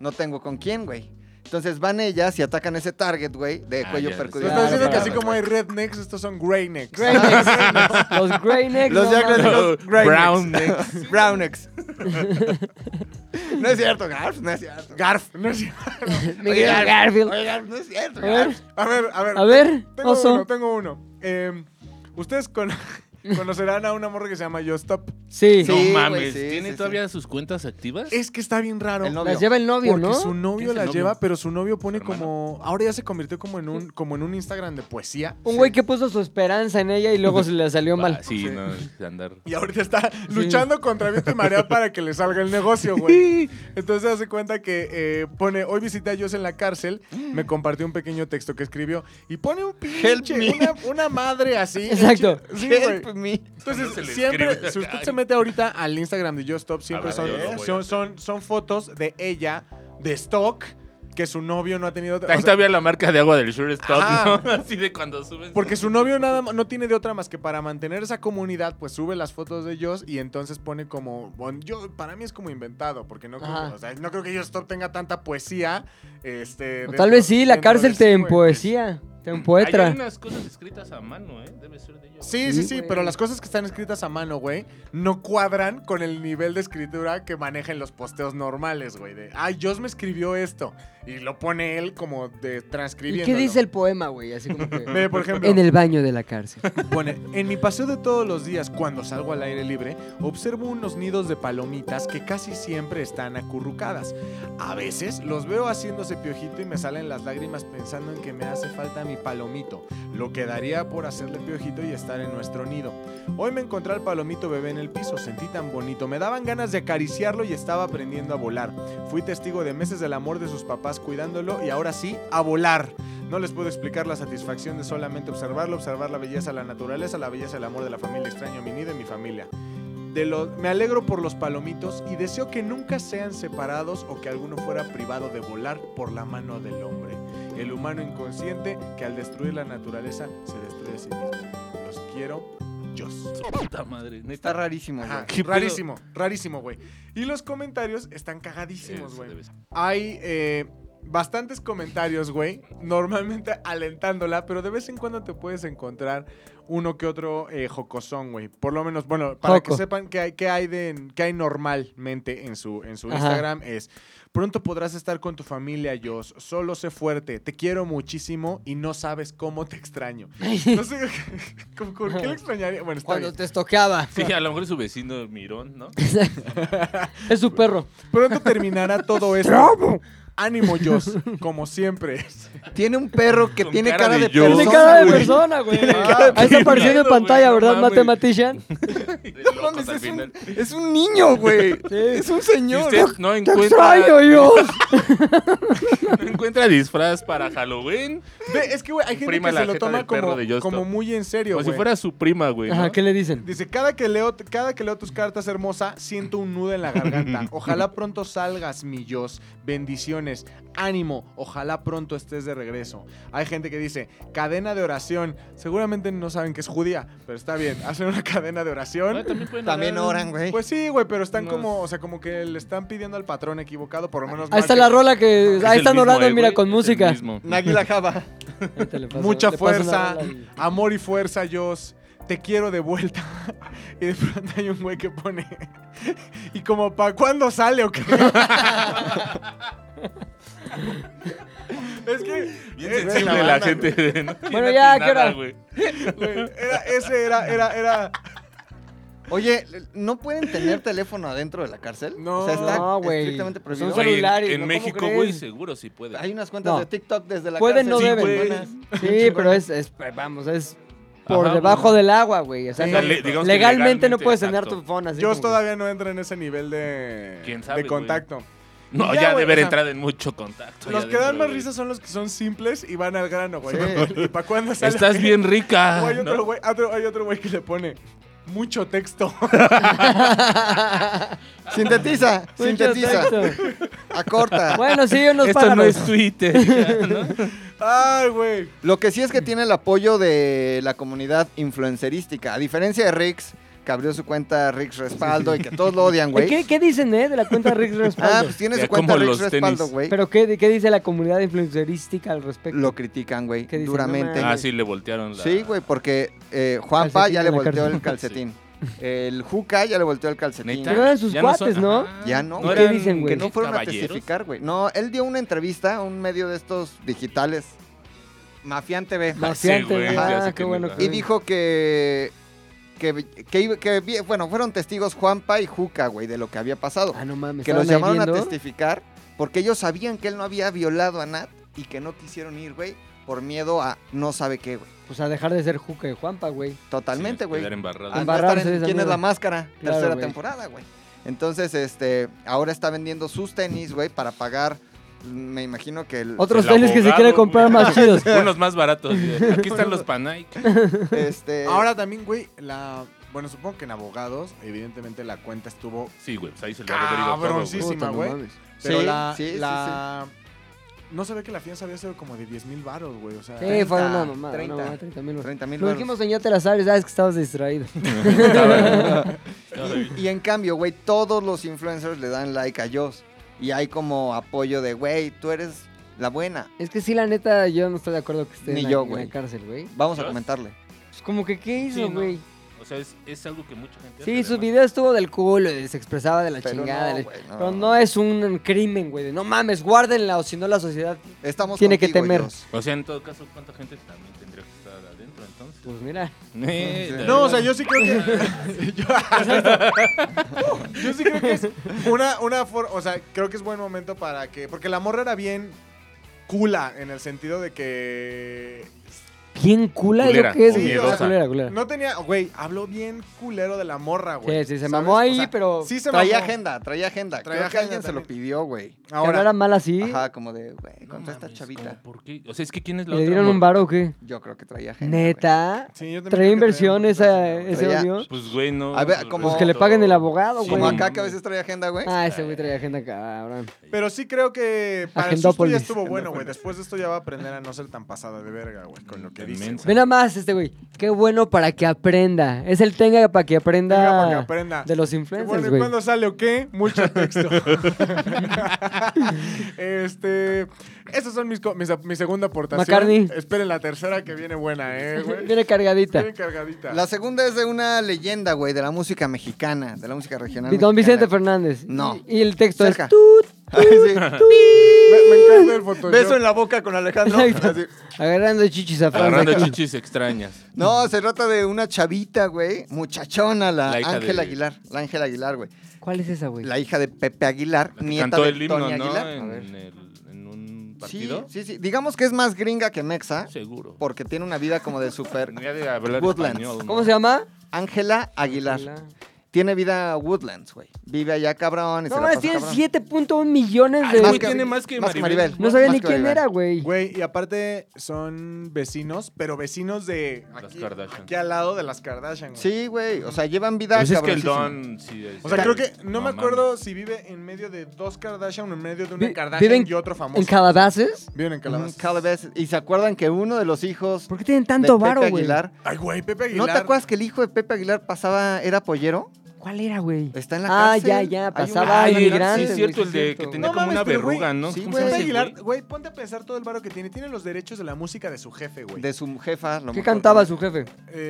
C: no tengo con quién, güey. Entonces van ellas y atacan ese target, güey, de
B: Ah,
C: cuello
B: ya,
E: Pero
C: percudido.
E: estás diciendo que
B: claro,
E: así como hay rednecks, estos son greynecks.
A: Greynecks. los Greynecks.
C: Los
A: no
C: Jack-
A: mames.
C: Los Greynecks.
B: Brown necks.
C: Brown ex. no es cierto, Garf, no es cierto.
E: Garf. No es cierto.
A: Miguel Garfield.
C: Oye, Garf, no es cierto,
A: A ver,
C: Garf.
E: A ver, a ver.
A: a ver,
E: Tengo
A: oso.
E: uno, tengo uno. Eh, Ustedes con- conocerán a una morra que se llama Yo Stop.
A: Sí.
B: No
C: Sí, güey,
B: mames,
C: sí,
B: ¿tiene
C: sí,
B: todavía sus cuentas activas?
E: Es que está bien raro.
C: El novio.
A: Las lleva el novio,
E: porque
A: ¿no?
E: su novio
B: es el
E: la
B: novio?
E: lleva, pero su novio pone
B: ¿Su hermano?
E: como. Ahora ya se convirtió como en un, como en un Instagram de poesía.
A: Un güey que puso su esperanza en ella y luego se le salió
B: Ah,
A: mal.
B: Sí,
E: Sí.
B: no, es andar.
E: Y ahorita está luchando contra viento y marea para que le salga el negocio, güey. Entonces hace cuenta que eh, pone, hoy visité a Joss en la cárcel, me compartió un pequeño texto que escribió y pone un pinche,
C: me.
E: una, una madre así.
A: Exacto.
E: Sí,
A: pues,
E: güey.
C: Help me.
E: Entonces,
B: No se le
E: siempre,
B: escribe.
E: si usted se mete ahorita al Instagram de Yo Stop, siempre
B: A ver,
E: son,
B: yo lo voy a
E: son,
B: hacer.
E: son, son fotos de ella, de stock, que su novio no ha tenido... o
B: Ahí
E: sea,
B: todavía la marca de agua del Sure Stop,
E: Ajá.
B: ¿no? Así de cuando subes.
E: Porque su novio nada ma- no tiene de otra más que para mantener esa comunidad, pues sube las fotos de ellos y entonces pone como bon- yo para mí es como inventado, porque no creo,
A: Ajá.
E: o sea, no creo que ellos top tenga tanta poesía, este
A: O
E: dentro-
A: Pues, tal vez sí, la
E: dentro de
A: cárcel
E: sí,
A: te
E: güey. pues.
A: empoesía, te
B: Ahí Hay
A: empoetra.
B: unas cosas escritas a mano, ¿eh? Debe ser de ellos.
E: Sí, sí,
A: Sí,
E: sí,
A: güey.
E: pero las cosas que están escritas a mano, güey, no cuadran con el nivel de escritura que manejan los posteos normales, güey. De, ay, Dios me escribió esto. Y lo pone él como de
A: ¿Y
E: transcribiendo.
A: qué dice el poema, güey? Así como que...
E: Ve, por ejemplo.
A: En el baño de la cárcel.
E: Pone, en mi paseo de todos los días cuando salgo al aire libre, observo unos nidos de palomitas que casi siempre están acurrucadas. A veces los veo haciéndose piojito y me salen las lágrimas pensando en que me hace falta mi palomito, lo que daría por hacerle piojito y estar en nuestro nido. Hoy me encontré al palomito bebé en el piso, sentí tan bonito, me daban ganas de acariciarlo y estaba aprendiendo a volar. Fui testigo de meses del amor de sus papás cuidándolo y ahora sí, a volar. No les puedo explicar la satisfacción de solamente observarlo, observar la belleza, de la naturaleza, la belleza, el amor de la familia extraño, mi nido y mi familia. De lo- me alegro por los palomitos y deseo que nunca sean separados o que alguno fuera privado de volar por la mano del hombre. El humano inconsciente que al destruir la naturaleza se destruye a sí mismo. Los quiero, Dios.
B: Puta madre, neta.
C: Está rarísimo, güey.
E: Ajá,
B: ¿Qué pedo?
E: rarísimo, rarísimo, güey. Y los comentarios están cagadísimos,
B: Eso Este,
E: güey.
B: debe ser.
E: Hay eh, bastantes comentarios, güey. Normalmente alentándola, pero de vez en cuando te puedes encontrar uno que otro eh, jocosón, güey. Por lo menos, bueno, para que
A: Joco.
E: sepan qué hay, qué hay, de, qué hay normalmente en su, en su
A: Ajá.
E: Instagram es... Pronto podrás estar con tu familia, Jos. Solo sé fuerte. Te quiero muchísimo y no sabes cómo te extraño. No sé, ¿con, con qué le extrañaría? Bueno, está
A: Cuando
E: bien.
A: te estoqueaba.
B: Sí, a lo mejor es su vecino Mirón, ¿no?
A: Es su perro.
E: Pronto terminará todo esto. Ánimo, Jos, como siempre.
C: Tiene un perro que
B: Con
C: tiene
B: cara
C: cara
B: de
C: de,
B: yo.
A: Tiene
B: Persona,
A: cara de
B: güey.
A: persona, güey. Ah,
B: cara de
A: Ahí está apareciendo en
B: persona,
A: pantalla,
B: güey, no
A: ¿verdad,
B: mames.
A: Mathematician?
B: De
C: No
B: locos
C: mames,
B: al
C: es un,
B: final.
C: es un niño, güey. Es un
B: Si
C: señor.
B: usted no
A: ¡Te
B: encuentra,
A: extraño, Dios!
B: no encuentra disfraz para Halloween,
E: Ve, es que, güey, hay gente
B: Imprima
E: que
B: la
E: se lo
B: jeta
E: toma
B: del perro
E: como,
B: de Just
E: como
B: Stop.
E: muy en serio,
B: como si
E: güey.
B: fuera su prima, güey. ¿no?
A: Ajá, ¿qué le dicen?
E: Dice, cada que, leo, cada que leo tus cartas, hermosa, siento un nudo en la garganta. Ojalá pronto salgas, mi Jos. Bendiciones, ánimo, ojalá pronto estés de regreso. Hay gente que dice, cadena de oración. Seguramente no saben que es judía, pero está bien. Hacen una cadena de oración.
B: Ah, también pueden
C: También
B: hablar.
C: oran, güey.
E: Pues sí, güey, pero están
B: No.
E: como, o sea, como que le están pidiendo al patrón equivocado, por lo menos.
A: Ahí está
E: Mark-
A: la rola que...
B: Es
A: Ahí
B: el
A: están
B: mismo,
A: orando,
B: eh,
A: mira,
B: güey,
A: con
B: es el
A: música.
B: mismo.
C: Águila Java.
A: Ahí te le paso-
E: Mucha
A: le paso una
E: fuerza,
A: rola y-
E: amor y fuerza, Jos. Te quiero de vuelta. Y de pronto hay un güey que pone. ¿Y como para cuándo sale o qué? es que.
B: Bien
E: eh,
B: sensible
C: la
B: la,
C: banda,
B: gente. ¿no? Bien
A: Bueno, ya, ¿qué
B: atinada,
A: hora?
B: güey.
E: güey, era, ese era, era, era.
C: Oye, ¿no pueden tener teléfono adentro de la cárcel?
E: No.
C: O sea, está
A: No, güey. Pues
C: estrictamente prohibido.
A: Son
B: Güey, en-
A: celulares,
B: en
A: ¿no? ¿Cómo
B: México, güey,
A: crees?
B: seguro sí puede.
C: Hay unas cuentas
A: No.
C: de TikTok desde la
A: Pueden,
C: cárcel.
A: no
C: Sí,
A: deben.
C: güey.
B: Buenas.
A: Sí, pero es, es- vamos, es por
B: Ajá,
A: debajo
B: güey.
A: del agua, güey. O sea,
E: Sí,
A: no-
E: le-
B: digamos que
A: legalmente no
B: legalmente,
A: puedes tener
B: exacto.
A: tu phone así.
E: Jos
A: como que-
E: todavía no entra en ese nivel de.
B: ¿Quién sabe,
E: de
B: güey?
E: contacto.
B: No,
E: Ya,
B: ya,
E: güey,
B: de haber
E: o sea,
B: entrado en mucho contacto.
E: Los
B: ya
E: que dan
B: dentro,
E: más
B: güey.
E: risa son los que son simples y van al grano, güey.
C: Sí.
E: ¿Y para cuándo sale?
B: Estás bien rica.
E: O hay
B: ¿no?
E: otro güey otro- hay otro güey que le pone mucho texto.
C: Sintetiza,
A: Mucho
C: sintetiza,
A: texto.
C: acorta.
A: Bueno, sí, unos
B: Esto no
A: pájaros.
B: es Twitter. ya, ¿no?
E: Ay, güey.
C: Lo que sí es que tiene el apoyo de la comunidad influencerística. A diferencia de Rix, que abrió su cuenta Rix Respaldo y que todos lo odian, güey.
A: ¿Qué, qué dicen, eh, de la cuenta Rick
C: Ah,
A: Respaldo?
C: pues tiene
B: Ya
C: su cuenta
B: como
C: Rix
B: los
C: Respaldo,
B: tenis.
C: güey.
A: ¿Pero qué, qué dice la comunidad influencerística al respecto?
C: Lo critican, güey,
A: ¿Qué dicen?
C: duramente.
A: No
B: Ah, sí, le voltearon la...
C: Sí, güey, porque eh, Juanpa
A: Calcetín
C: ya
A: en
C: le
A: la
C: volteó
A: cárcel.
C: el calcetín. El Juca ya le volteó el calcetín.
B: Neta,
A: Pero eran sus
B: ya no son-
A: cuates, ¿no?
B: Ajá.
C: Ya no.
A: ¿Y qué
B: eran
A: dicen, güey?
C: Que no fueron a
B: caballeros?
C: testificar, güey. No, él dio una entrevista a un medio de estos digitales, Mafián TV,
A: Maciante,
B: Sí, güey, ya
A: ah,
B: sé
A: qué
B: quién
A: bueno.
B: es,
A: que-
C: y dijo que... Que, que, iba- que vi- bueno, fueron testigos Juanpa y Juca, güey, de lo que había pasado.
A: Ah, no mames.
C: que los
A: estaban ahí
C: llamaron a
A: viendo.
C: testificar porque ellos sabían que él no había violado a Nat y que no quisieron ir, güey, por miedo a no sabe qué, güey.
A: Pues a dejar de ser Juca y Juanpa, güey.
C: Totalmente,
B: Sí,
C: güey.
B: quedar embarrado.
C: a no
A: Embarrarse
C: estar en
A: de esa
C: ¿Quién es la
A: mierda.
C: máscara?
A: Claro,
C: Tercera
A: güey.
C: temporada, güey. Entonces, este, ahora está vendiendo sus tenis, güey, para pagar, me imagino que el,
A: Otros
B: El
A: tenis que se
B: abogado,
A: quiere comprar
B: güey.
A: más chidos.
B: Unos más baratos. güey. Aquí están los Panay.
C: este,
E: Ahora también, güey, la. Bueno, supongo que en abogados, evidentemente la cuenta estuvo.
B: Sí, güey, pues ahí se lo averiguó todo, güey.
E: Cabroncísima,
A: Puta, no
E: güey.
A: mames.
E: Pero
C: Sí,
E: la.
C: sí, sí,
E: la- No sabía que la fianza había sido como de 10 mil baros, güey. O sea.
A: Sí, fue
C: 30,
A: una mamada.
C: 30,
A: 30 mil.
C: 30 mil
A: Lo
C: varos.
A: dijimos en Ya te la sabes, sabes que estabas distraído.
C: Y, y en cambio, güey, todos los influencers le dan like a Joss. Y hay como apoyo de, güey, tú eres la buena.
A: Es que sí, la neta, yo no estoy de acuerdo que esté
C: Ni
A: en, la-
C: yo,
A: en la,
C: güey.
A: cárcel, güey.
C: Vamos a
B: ¿Joss?
C: comentarle.
A: Pues como que, ¿qué
B: Sí,
A: hizo,
B: no.
A: güey?
B: O sea, es, es algo que mucha gente...
A: Sí,
B: hace,
A: su
B: además.
A: video estuvo del culo, y se expresaba de la
C: Pero
A: chingada.
C: no,
A: de-
C: güey, no.
A: Pero no es un crimen, güey. de, No mames, guárdenla o si no la sociedad.
C: Estamos
A: Tiene que
C: contigo,
A: temer.
C: Joss.
B: O sea, en todo caso, ¿cuánta gente también tendría que estar adentro entonces? Eh,
A: Pues mira.
B: Neta.
E: No, o sea, yo sí creo que. yo, yo sí creo que es una, una for- O sea, creo que es buen momento para que. Porque la morra era bien cula en el sentido de que.
A: Bien cula, es lo
B: Culera,
A: que es.
E: sí,
A: güey.
E: o sea,
A: culera, culera.
E: No tenía. Güey, habló bien culero de la morra, güey.
A: Sí, sí, se mamó ahí, pero
E: Sí, se
C: Traía
E: mamó.
C: agenda, traía agenda.
E: Traía
C: Creo que
E: agenda
C: alguien se lo
E: también.
C: pidió, güey.
A: que
E: Ahora.
A: hablara mal así.
C: Ajá, como de, güey,
B: No
C: contra esta
B: mames,
C: chavita.
B: ¿cómo? ¿Por qué? O sea, es que ¿quién es la
A: ¿Le
B: otra
A: dieron un
B: morra?
A: bar o qué?
C: Yo creo que traía agenda. güey.
A: Neta.
E: Sí, yo también creo
A: ¿Trae
E: que
A: inversión
E: traía
A: esa,
E: inversión,
A: ese
C: Traía-
A: odio?
B: Pues, güey, no.
C: A ver,
B: pues,
C: como-
A: Pues que le paguen el abogado,
B: Sí,
A: güey.
C: Como
B: no
C: acá
B: mames.
C: que a veces trae agenda, güey.
A: Ah, ese güey traía agenda cabrón.
E: Pero sí creo que para el susto ya
A: Agendópolis.
E: estuvo bueno, güey. Después de esto ya va a aprender a no ser tan pasada de verga, güey, con lo que dice.
B: Inmensa.
A: Ve nada más este güey. Qué bueno para que aprenda. Es el tenga para que aprenda,
E: Tenga para que aprenda.
A: de los
E: Qué
A: influencers,
E: bueno, ¿y
A: güey.
E: cuándo sale o qué? Mucho texto. este, esas son mis, co- mis ap- mi segunda aportación.
A: McCartney.
E: Esperen la tercera que viene buena, eh, güey.
A: Viene cargadita.
E: Bien cargadita.
C: La segunda es de una leyenda, güey, de la música mexicana, de la música regional.
A: Y Don
C: mexicana.
A: Vicente Fernández.
C: No.
A: Y, y el texto
C: Cerca.
A: es tut,
C: Ay, sí.
E: me, me encanta el Photoshop.
C: Beso en la boca con
E: Ah,
C: Alejandro.
A: Ahí está.
C: Así.
A: agarrando chichis a Francia.
B: Agarrando chichis extrañas.
C: No, se trata de una chavita, güey. Muchachona, la,
B: La hija de-
C: Ángela Aguilar. La Ángela Aguilar, güey.
A: ¿Cuál es esa, güey?
C: La hija de Pepe Aguilar,
B: La que
C: nieta
B: Cantó
C: de
B: el himno,
C: Tony
B: ¿no?
C: Aguilar. A ver.
B: En, el- en un
C: Sí,
B: partido.
C: sí, sí. Digamos que es más gringa que mexa,
B: Seguro.
C: porque tiene una vida como de super...
B: Tenía de hablar
C: Woodlands.
B: español, ¿no?
A: ¿Cómo se llama?
C: Ángela Aguilar.
A: Ángela.
C: Tiene vida Woodlands, güey. Vive allá, cabrón. Y
A: No
C: se la
A: mames,
C: pasa
A: tiene
C: cabrón.
A: 7.1 millones
B: Ay,
E: Ah,
A: de.
B: güey, tiene más que Maribel.
A: no sabía
C: Más
A: ni
C: que
A: quién
C: Maribel.
A: era, güey.
E: Güey, y aparte son vecinos, pero vecinos de aquí,
B: Kardashian.
E: aquí al lado de las Kardashian, güey.
C: Sí, güey. O sea, llevan vida.
B: Pues es que el
C: cabroncísima.
B: Don. sí es-
E: O sea, creo que
B: No
E: no, me
B: mames.
E: acuerdo si vive en medio de dos Kardashian o en medio de
A: Vi-
E: una Kardashian
A: viven
E: y otro famoso.
A: ¿En Calabazas?
E: Viven en
C: Ujú,
E: Calabazas.
C: Calabazas. Y se acuerdan que uno de los hijos.
A: ¿Por qué tienen tanto
C: de Pepe
A: varo, güey?
C: Aguilar.
E: Ay, güey, Pepe Aguilar.
C: ¿No te acuerdas que el hijo de Pepe Aguilar pasaba, era pollero?
A: ¿Cuál era, güey?
C: Está en la
A: Ah,
C: cárcel.
A: ya, ya.
C: Hay
A: Pasaba
C: un-
B: Ay,
A: a
B: era-
A: inmigrantes.
B: sí,
A: güey,
B: es cierto, el de que
A: güey.
B: tenía
E: No
B: como
E: mames,
B: una
E: pero, güey,
B: verruga, ¿no?
C: sí,
B: ¿Cómo se
C: güey.
B: llama
E: Pepe
B: ese
E: Aguilar, güey, ponte a pensar todo el varo que tiene. Tiene los derechos de la música de su jefe, güey.
C: De su jefa. a lo
A: ¿Qué
C: mejor.
A: cantaba su jefe?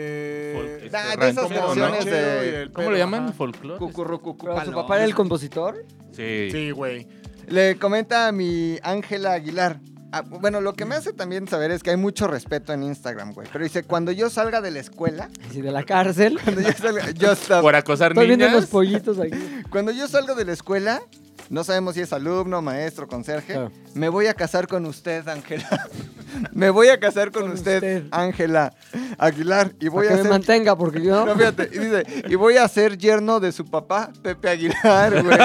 E: Eh,
B: Este,
C: Ah, de
B: rancho,
C: esas
B: ¿cómo, no?
C: canciones
E: Ranchero y
C: de.
E: el
B: ¿Cómo
E: pedo,
B: le llaman?
E: ajá.
B: ¿Folclore?
C: Cucurrucucu,
A: Pero su
C: paloma.
A: papá era el compositor.
B: Sí.
E: Sí, güey.
C: Le comenta a mi Ángela Aguilar. Ah, bueno, lo que me hace también saber es que hay mucho respeto en Instagram, güey. Pero dice, cuando yo salga de la escuela,
A: Sí, de la cárcel.
C: cuando yo salga, yo estaba-
B: Por acosar
A: Estoy viendo los
B: niñas.
A: pollitos aquí.
C: Cuando yo salgo de la escuela, no sabemos si es alumno, maestro, conserje,
A: Claro.
C: me voy a casar con usted, Ángela. me voy a casar con,
A: Con
C: usted,
A: usted.
C: Ángela. Aguilar y voy
A: Para
C: a
A: que me
C: ser...
A: mantenga, porque yo.
C: No, fíjate, y dice, y voy a ser yerno de su papá, Pepe Aguilar, güey.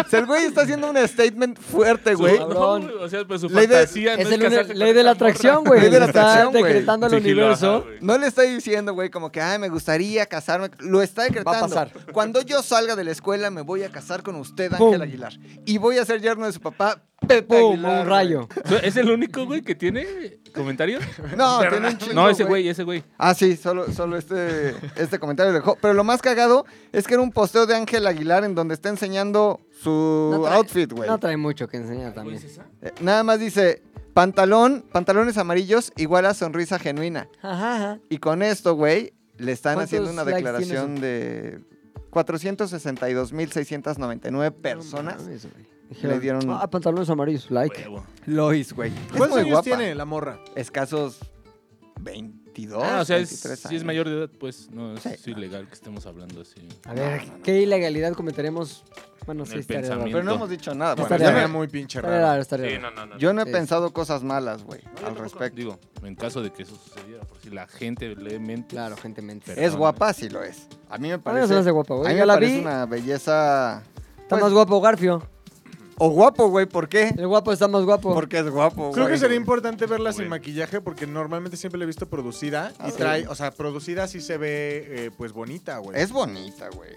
C: o sea, el güey está haciendo un statement fuerte, güey.
A: Su-
B: Cabrón. o sea, pues su
C: Ley de-
B: fantasía no
A: es el
B: casarse
A: uni-
B: con
A: ley de la
B: esa morra.
A: atracción, güey.
C: Ley de la
A: Está
C: atracción, güey.
A: decretando el
B: Sí, sí, lo ajá,
A: universo.
B: güey.
C: No le está diciendo, güey, como que, ay, me gustaría casarme. Lo está decretando.
A: Va a pasar.
C: Cuando yo salga de la escuela, me voy a casar con usted,
A: Pum.
C: Ángel Aguilar. Y voy a ser yerno de su papá, Pepe
A: ¡Pum!
C: Aguilar.
A: Un rayo.
B: ¿Es el único, güey, que tiene comentario?
C: güey. No, tiene un chingo,
B: No, ese güey, ese güey.
C: Ah, sí, solo, solo este, este comentario dejó. Pero lo más cagado es que era un posteo de Ángel Aguilar en donde está enseñando su
A: No trae-
C: outfit, güey.
A: No trae mucho que enseñar también.
C: Eh, Nada más dice, pantalón, pantalones amarillos igual a sonrisa genuina.
A: Ajá, ajá.
C: Y con esto, güey, le están
A: ¿Cuántos
C: haciendo una
A: likes
C: declaración de 462.699 personas.
A: Dijeron,
C: dieron-
A: Ah, pantalones amarillos, like.
B: Huevo.
C: Lois, güey. Es
E: ¿Cuántos
C: muy
E: años
C: guapa.
E: tiene la morra?
C: Escasos 22,
B: Ah, o sea, es-
C: 23
B: si es
C: años.
B: mayor de edad, pues no es
C: Sí.
B: ilegal que estemos hablando así.
A: A ver, ¿qué ilegalidad cometeremos? Bueno, sí,
B: El
A: estaría raro.
B: pensamiento.
C: Pero no hemos dicho nada.
A: Está
E: Bueno,
C: Bueno,
A: bien.
E: ya
C: yo,
E: era
C: no,
E: muy pinche
A: Estaría
E: raro.
A: raro, estaría
F: Sí,
A: raro.
F: no, no, no.
C: yo no he
A: Sí.
C: pensado cosas malas, güey, al respecto.
B: Digo, en caso de que eso sucediera, por si la gente le mente.
A: Claro, gente mente.
B: Pero-
C: Es guapa, sí lo es. A mí me
A: A mí Ah, no se
C: parece...
A: me hace guapa,
C: a
A: güey.
C: mí
A: Yo
C: me
A: la
C: parece
A: vi.
C: una belleza...
A: Está
C: pues,
A: más guapo Garfio.
C: O guapo, güey, ¿por qué?
A: El guapo está más guapo.
C: Porque es guapo, güey.
E: Creo que sería importante verla sin
B: Güey.
E: maquillaje porque normalmente siempre la he visto producida
C: Ah,
E: y
C: sí.
E: trae, o sea, producida sí se ve eh, pues bonita, güey.
C: Es bonita, güey.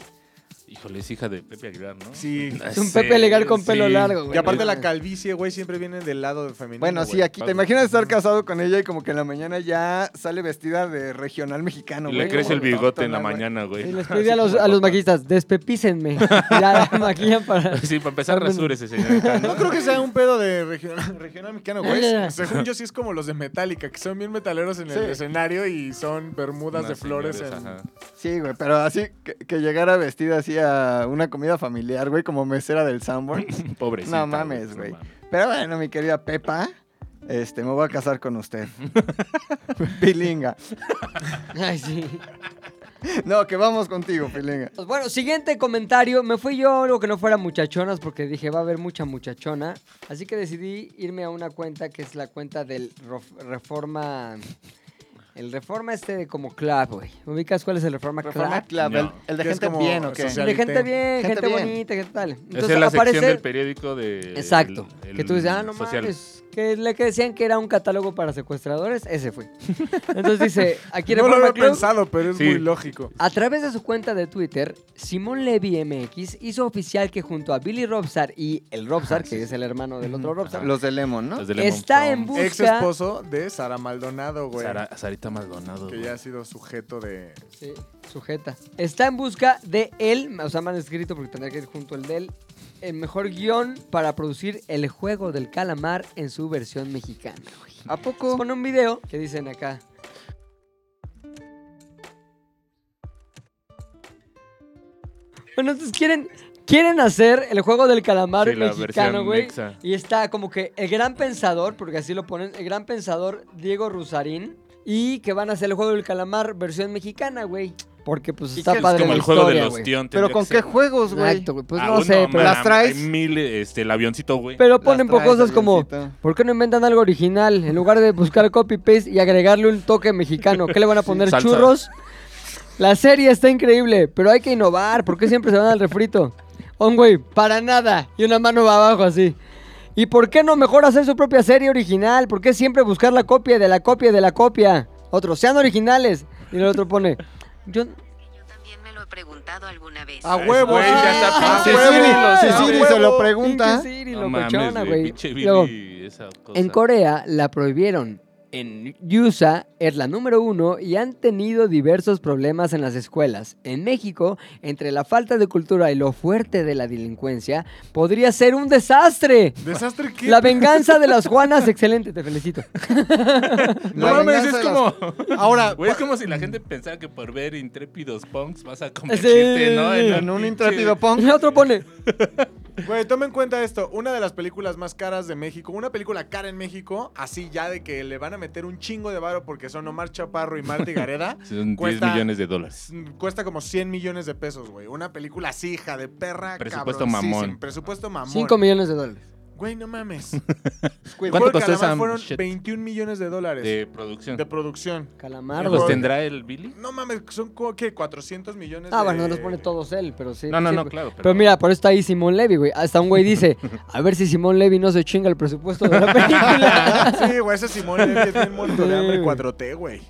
B: Híjole, es hija de Pepe Aguilar, ¿no?
E: Sí.
A: Es un Pepe legal con pelo largo, güey.
E: Y aparte la calvicie, güey, siempre viene del lado femenino.
C: Bueno, sí,
E: güey.
C: aquí te imaginas estar casado con ella y como que en la mañana ya sale vestida de regional mexicano,
B: Y
C: güey.
B: le crece el
C: como
B: bigote en la
C: autóctona,
B: mañana,
A: Y
B: güey.
A: les pedí a los, a los maquillistas, despepícenme. ya la maquillan para.
B: Sí, para empezar, rasúrese, señorita. ¿no?
E: No creo que sea un pedo de regional, regional mexicano, güey.
A: Ya, ya, ya.
E: Según yo, sí es como los de Metallica, que son bien metaleros en el
C: Sí.
E: escenario y son bermudas
B: Unas
E: de flores.
B: señores,
E: en-
B: ajá.
C: güey. Sí, güey, pero así que, que llegara vestida así a una comida familiar, güey, como mesera del Sanborns.
B: Pobrecita.
C: No mames, güey.
B: no mames.
C: pero bueno, mi querida Pepa, este, me voy a casar con usted. Pilinga.
A: Ay, sí.
C: No, que vamos contigo, Pilinga.
A: Pues Bueno, siguiente comentario. Me fui yo a algo que no fuera muchachonas porque dije va a haber mucha muchachona. Así que decidí irme a una cuenta que es la cuenta del Rof- Reforma. El Reforma este de como club, güey. ¿Ubicas cuál es el Reforma,
C: Reforma
A: Club?
C: Club, el,
B: No.
C: el de
E: Que es
C: gente
E: como
C: bien, ¿o qué?
E: social.
A: De gente bien,
C: Gente
A: gente,
C: bien.
A: bonita, gente tal.
B: Esa es la
A: al
B: sección
A: parecer-
B: del periódico de.
A: Exacto.
B: el-
A: que tú dices, ah, no
B: el social.
A: mames. Que le que decían que era un catálogo para secuestradores, ese fue. Entonces dice, aquí
E: No lo
A: Reforma
E: había
A: Club.
E: pensado, pero es
B: Sí.
E: muy lógico.
A: A través de su cuenta de Twitter, Simón Levy MX hizo oficial que junto a Billy Robsar y el
B: Ah,
A: Robsar, que es el hermano del otro Robsar,
C: Los de Lemon, ¿no?
B: Los de Lemon
A: está en
B: Prom.
A: busca...
E: Ex esposo de Sara Maldonado, güey.
B: Sara- Sarita Maldonado.
E: Que
B: güey.
E: ya ha sido sujeto de.
A: Sí, sujeta. Está en busca de él, o sea, mal escrito porque tendría que ir junto al de él, el mejor guión para producir el juego del calamar en su versión mexicana. güey.
C: ¿A
A: Les
C: poco?
A: pone un video que dicen acá. Bueno, entonces quieren, quieren hacer el juego del calamar
B: Sí, la
A: mexicano,
B: versión
A: güey.
B: mexa.
A: Y está como que el gran pensador, porque así lo ponen, el gran pensador Diego Rusarín. Y que van a hacer el juego del calamar versión mexicana, güey. Porque pues
C: ¿Y
A: está
C: qué es?
A: padre.
B: Es como
A: la
B: el juego de
A: historia,
B: los
A: güey.
B: tion.
C: ¿Pero
B: tendría
C: con
B: que
C: qué
B: ser-
C: juegos, güey?
A: Exacto, güey. Pues
B: Ah,
A: no
B: uno,
A: sé, pero
B: man,
C: ¿Las traes?
B: hay Mil, este, el avioncito, güey.
A: Pero
C: Las
A: ponen por
C: traes,
A: cosas como,
C: avioncito.
A: ¿por qué no inventan algo original? En lugar de buscar copy-paste y agregarle un toque mexicano, ¿qué le van a poner?
B: salsa.
A: ¿Churros? La serie está increíble, pero hay que innovar. ¿Por qué siempre se van al refrito? Un güey, para nada. Y una mano va abajo así. ¿Y por qué no mejor hacer su propia serie original? ¿Por qué siempre buscar la copia de la copia de la copia? Otro, sean originales. Y el otro pone, yo...
G: Yo también me lo he preguntado alguna vez.
C: A huevo,
B: Güey, ya está
C: Ah,
B: pinche
C: huevo.
B: Siri, lo
C: Si
B: sabe.
C: Siri se lo
A: Pinche
C: pregunta.
A: Siri,
B: No
A: locochona,
B: mames,
A: güey.
B: pinche
A: Luego,
B: Billy, esa cosa.
A: En Corea la prohibieron. En USA es la número uno y han tenido diversos problemas en las escuelas. En México, entre la falta de cultura y lo fuerte de la delincuencia, podría ser un desastre.
E: ¿Desastre qué?
A: La venganza de las Juanas, excelente, te felicito.
B: No
C: La
B: mames,
C: venganza
B: es
C: de las-
B: como.
C: Ahora,
B: Güey, es como si la gente pensara que por ver intrépidos punks vas a
A: Sí.
B: convertirte, ¿no?
C: en un
B: pinche-
C: intrépido
A: Y
C: punk.
A: el otro pone,
E: Güey, toma en cuenta esto. Una de las películas más caras de México, una película cara en México, así ya de que le van a meter un chingo de varo porque son Omar Chaparro y Marta Gareda.
B: Son 10
E: Cuesta-
B: millones de dólares.
E: Cuesta como 100 millones de pesos, güey. Una película así, hija de perra.
B: Presupuesto
E: cabroncísima,
B: mamón.
E: Presupuesto mamón.
A: 5 millones de dólares.
E: Güey, no mames.
B: ¿Cuánto
E: Fueron
B: costó esa
E: calamar, Fueron
B: shit?
E: 21 millones de dólares de,
B: de producción.
E: producción.
A: Calamardo.
B: ¿Los tendrá el Billy?
E: No mames, son como, ¿qué? 400 millones
A: Ah,
E: de...
A: bueno, no los pone todos él, pero sí.
B: No, no,
A: sí,
B: no,
A: güey.
B: claro,
A: Pero,
B: pero-
A: mira, por eso está ahí Simón Levy, güey. Hasta un güey dice, a ver si Simón Levy no se chinga el presupuesto de la película.
E: sí, güey, ese Simón Levy es bien muerto de hambre 4T, güey.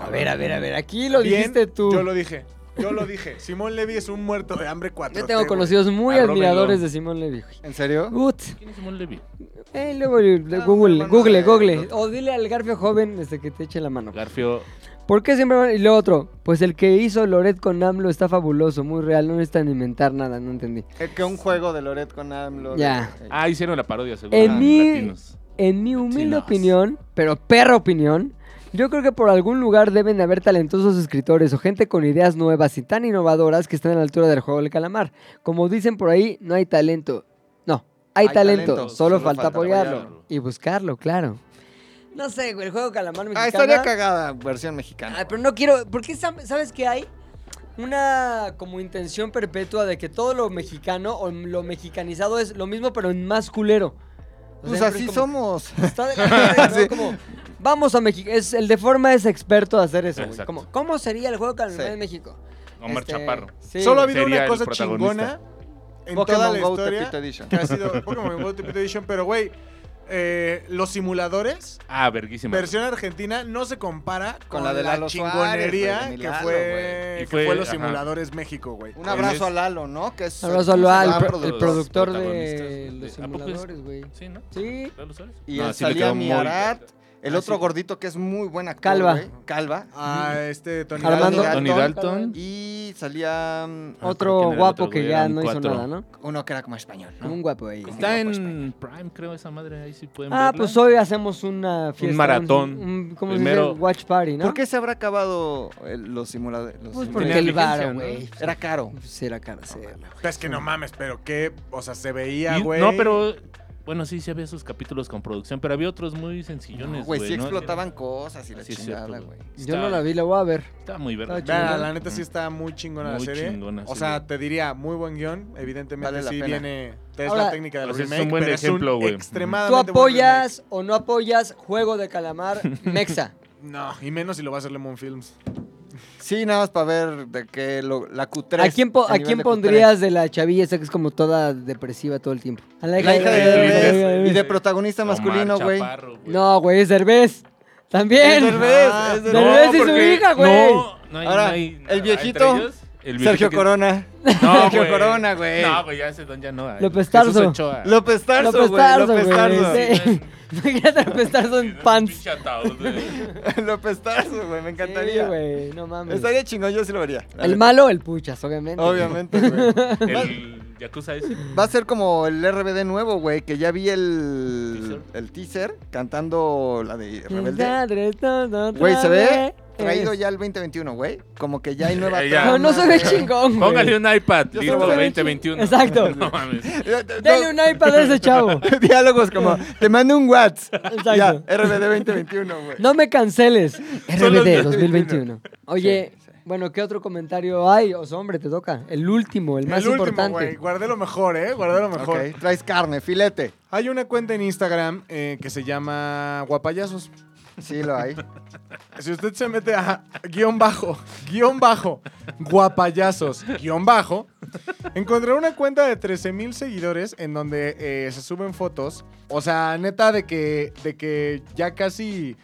A: a ver, a ver, a ver, aquí lo
E: Bien,
A: dijiste tú.
E: Yo lo dije. Yo lo dije. Simón Levy es un muerto de hambre 4T.
A: Yo tengo
E: güey.
A: conocidos muy
B: Arróbenlo.
A: admiradores de Simón Levy, güey.
C: ¿En serio?
A: Ut,
B: ¿Quién es Simón Levy?
A: eh, luego le- le-
C: Ah,
A: Google,
C: hermano
A: Google,
C: de-
A: Google. O dile al Garfio joven desde que te eche la
B: pues,
A: mano.
B: Garfio.
A: ¿Por qué siempre van- Y lo otro, pues el que hizo Loret con AMLO está fabuloso, muy real, no necesitan inventar nada, no entendí.
C: Es Eh, que un juego de Loret con AMLO.
A: Ya.
C: Eh,
B: Ah, hicieron la parodia, seguro.
A: En
B: Ah,
A: mi-
B: latinos.
A: En mi humilde
B: Latinos.
A: opinión, pero perra opinión, yo creo que por algún lugar deben de haber talentosos escritores o gente con ideas nuevas y tan innovadoras que estén a la altura del juego del calamar. Como dicen por ahí, no hay talento. No, hay,
C: Hay
A: talento,
C: talento,
A: solo, falta, apoyarlo.
B: apoyarlo.
A: Y buscarlo, claro. No sé, güey, el juego calamar mexicano.
C: Ah, estaría cagada, versión mexicana.
A: Ay, pero no quiero. ¿Por qué sab- sabes que hay? Una como intención perpetua de que todo lo mexicano o lo mexicanizado es lo mismo, pero en más culero. O
C: pues
A: sea,
C: así
A: es como-
C: somos.
A: Está de la verga, ¿no?
C: Sí.
A: Como, vamos a México. Es, el de forma es experto de hacer eso, güey.
B: Exacto.
A: Como, ¿Cómo sería el juego calamar
C: Sí.
A: en México?
B: Omar
A: Este,
B: Chaparro.
A: sí,
E: Solo ha
A: güey.
E: habido
B: Sería
E: una
B: el
E: cosa
B: protagonista.
E: chingona en toda la
C: Pokémon Go
E: historia
C: Tepito Edition.
E: que ha sido Pokémon Go Tepito Edition, pero güey, eh, los simuladores,
B: Ah, verguísima.
E: versión argentina, no se compara con,
C: la
E: la
C: de
E: de
C: Lalo
E: la chingonería
C: Suárez, güey, de
E: que,
C: Lalo,
E: fue,
B: güey. Y
E: que
B: fue,
E: fue los
B: ajá.
E: simuladores México, güey.
C: Un abrazo
B: Oye,
C: a Lalo, ¿no? Que es
A: Abrazo a Loal,
C: gran
A: el, pro- el productor
C: productor.
B: protagonistas
A: de
B: de-
A: los
B: ¿A poco es?
A: simuladores, güey.
B: Sí, ¿no?
A: Sí.
B: ¿Lalo Suárez?
C: Y
B: No,
C: el
B: sí le
C: salía
B: quedó muy-
C: Miarat. El
B: Ah,
C: otro
B: sí.
C: gordito que es muy buen actor.
A: Calva.
C: güey. Calva.
E: A este Tony
A: Armando.
E: Armando.
B: Tony Dalton.
C: Y salía
B: ¿quién
C: mm,
A: Otro
B: era el
A: guapo
B: otro,
A: que
B: güey?
A: ya
B: Eran
A: no hizo
B: cuatro.
A: nada, ¿no?
C: uno que era como español,
A: Como un
C: ¿no?
A: guapo ahí.
B: Está en Prime, creo, esa madre. Ahí sí pueden
A: Ah,
B: verla.
A: pues hoy hacemos una fiesta.
B: maratón.
A: un- ¿Cómo se
B: Primero-
A: dice? Watch party, ¿no?
C: ¿Por qué se habrá acabado eh, los simuladores? los
A: Pues
C: simuladores?
A: porque
B: Tenía
A: el
B: vigencia,
A: bar,
B: ¿no?
A: güey.
C: Era caro. Ah,
A: Pues era caro hacerlo.
E: Es que no mames, pero qué, o sea, se
B: Y-
E: veía, güey.
B: no, pero. Bueno, sí, sí había sus capítulos con producción, pero había otros muy sencillones.
C: No, Güey, sí
B: ¿no?
C: explotaban cosas y la
B: Sí, es
C: chingada,
B: cierto,
C: güey.
A: Yo
B: Está-
A: no la vi, la voy a ver.
B: Está muy verde.
A: Está
E: Vean,
A: chingona.
E: la neta sí está muy chingona
B: Muy
E: la serie.
B: chingona,
E: o
B: sí,
E: sea,
B: güey.
E: te diría, muy buen guión. Evidentemente
C: Vale la
E: sí
C: pena.
E: viene. Es
A: Ahora-
E: la técnica del
B: O sea, es un
E: remake,
B: buen
E: pero
B: ejemplo,
E: es
B: güey.
E: un
C: Ah,
A: ¿Tú
E: extremadamente buen remake.
A: apoyas o no apoyas Juego de Calamar Mexa?
E: No, y menos si lo va a hacer Lemon Films.
C: Sí, nada más para ver de qué lo- la Q3.
A: ¿A quién, po- ¿a
C: el nivel
A: quién
C: de Q3.
A: pondrías de la chavilla esa que es como toda depresiva todo el tiempo? A
C: La hija de
B: Sí,
C: Derbez
B: güey.
C: y de protagonista
B: Omar
C: masculino, güey.
B: Chaparro, güey.
A: No, güey, es Derbez. También.
C: Es Derbez,
A: Ah,
C: es Derbez.
A: Derbez y su
B: porque-
A: hija, güey.
B: No, no hay,
C: Ahora,
B: no hay-
C: el viejito,
B: entre ellos, el viejito
C: Sergio
B: que-
C: Corona.
B: No,
C: Sergio
B: güey.
C: Corona, güey.
B: No, güey, ya ese don ya no. eh.
A: López Tarso.
B: Jesús Ochoa.
C: López Tarso,
A: López
C: güey.
A: Tarso,
C: López Tarso.
A: güey. sí. Imagínate López Tarso en pants.
B: Pinche ataúd, güey.
C: López Tarso, güey. Me
A: Sí,
C: encantaría.
A: güey, no mames.
C: Estaría chingón, yo sí lo vería. la
A: El
C: neta.
A: malo, el puchas, obviamente.
C: Obviamente, güey.
B: El Yakuza ese.
C: Va a ser como el RBD nuevo, güey, que ya vi el, el teaser cantando la de Rebelde.
A: Desmadre, todo otra
C: Güey, se ve
A: vez.
C: traído ya el 2021, güey. Como que ya hay nueva.
B: Eh, ya.
A: No, no se ve
C: trama, güey.
A: chingón, güey.
B: Póngale un iPad,
C: Yo
B: listo,
C: solo-
B: 2021.
A: Exacto.
B: No mames.
A: Dale un iPad a ese chavo.
C: Diálogos como, te mando un WhatsApp.
A: Exacto.
C: Ya, RBD 2021, güey.
A: No me canceles. RBD 2021. Oye,
C: Sí, sí.
A: bueno, ¿qué otro comentario hay? Oso, hombre, te toca. El último, el más
E: el último,
A: importante.
E: güey. Guardé lo mejor, ¿eh? Guardé lo mejor.
C: Ok, traes carne, filete.
E: Hay una cuenta en Instagram eh, que se llama Guapayazos.
C: Sí, lo hay.
E: Si usted se mete a guión bajo, guión bajo, guapayazos, guión bajo, encontrará una cuenta de 13 mil seguidores en donde eh, se suben fotos. O sea, neta, de que, de que ya casi.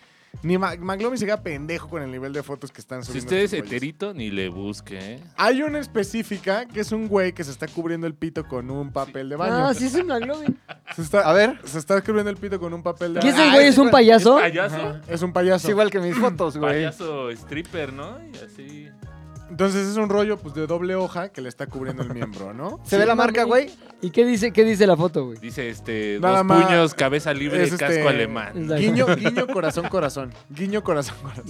E: Ni Ma- McLovin se queda pendejo con el nivel de fotos que están
B: Si
E: subiendo.
B: usted es
E: estos güeyes.
B: heterito, ni le busque. ¿eh?
E: Hay una específica que es un güey que se está cubriendo el pito con un papel de baño.
A: Ah, sí es un McLovin.
E: Se está-
C: A ver.
E: Se está cubriendo el pito con un papel de
A: ¿Qué
E: baño.
A: ese güey? ¿Es un payaso?
B: Payaso.
E: Es un payaso.
C: Es igual que mis fotos, güey.
B: Payaso stripper, ¿no? Y así.
E: Entonces es un rollo pues de doble hoja que le está cubriendo el miembro, ¿no?
C: ¿Se ve la
A: Sí,
C: marca,
A: mami.
C: güey?
A: ¿Y qué dice, qué dice la foto, güey?
B: Dice este.
E: Nada
B: dos
E: más-
B: puños, cabeza libre,
E: es,
B: casco
E: este,
B: alemán.
A: Exacto.
E: Guiño, guiño, corazón, corazón. Guiño, corazón, corazón.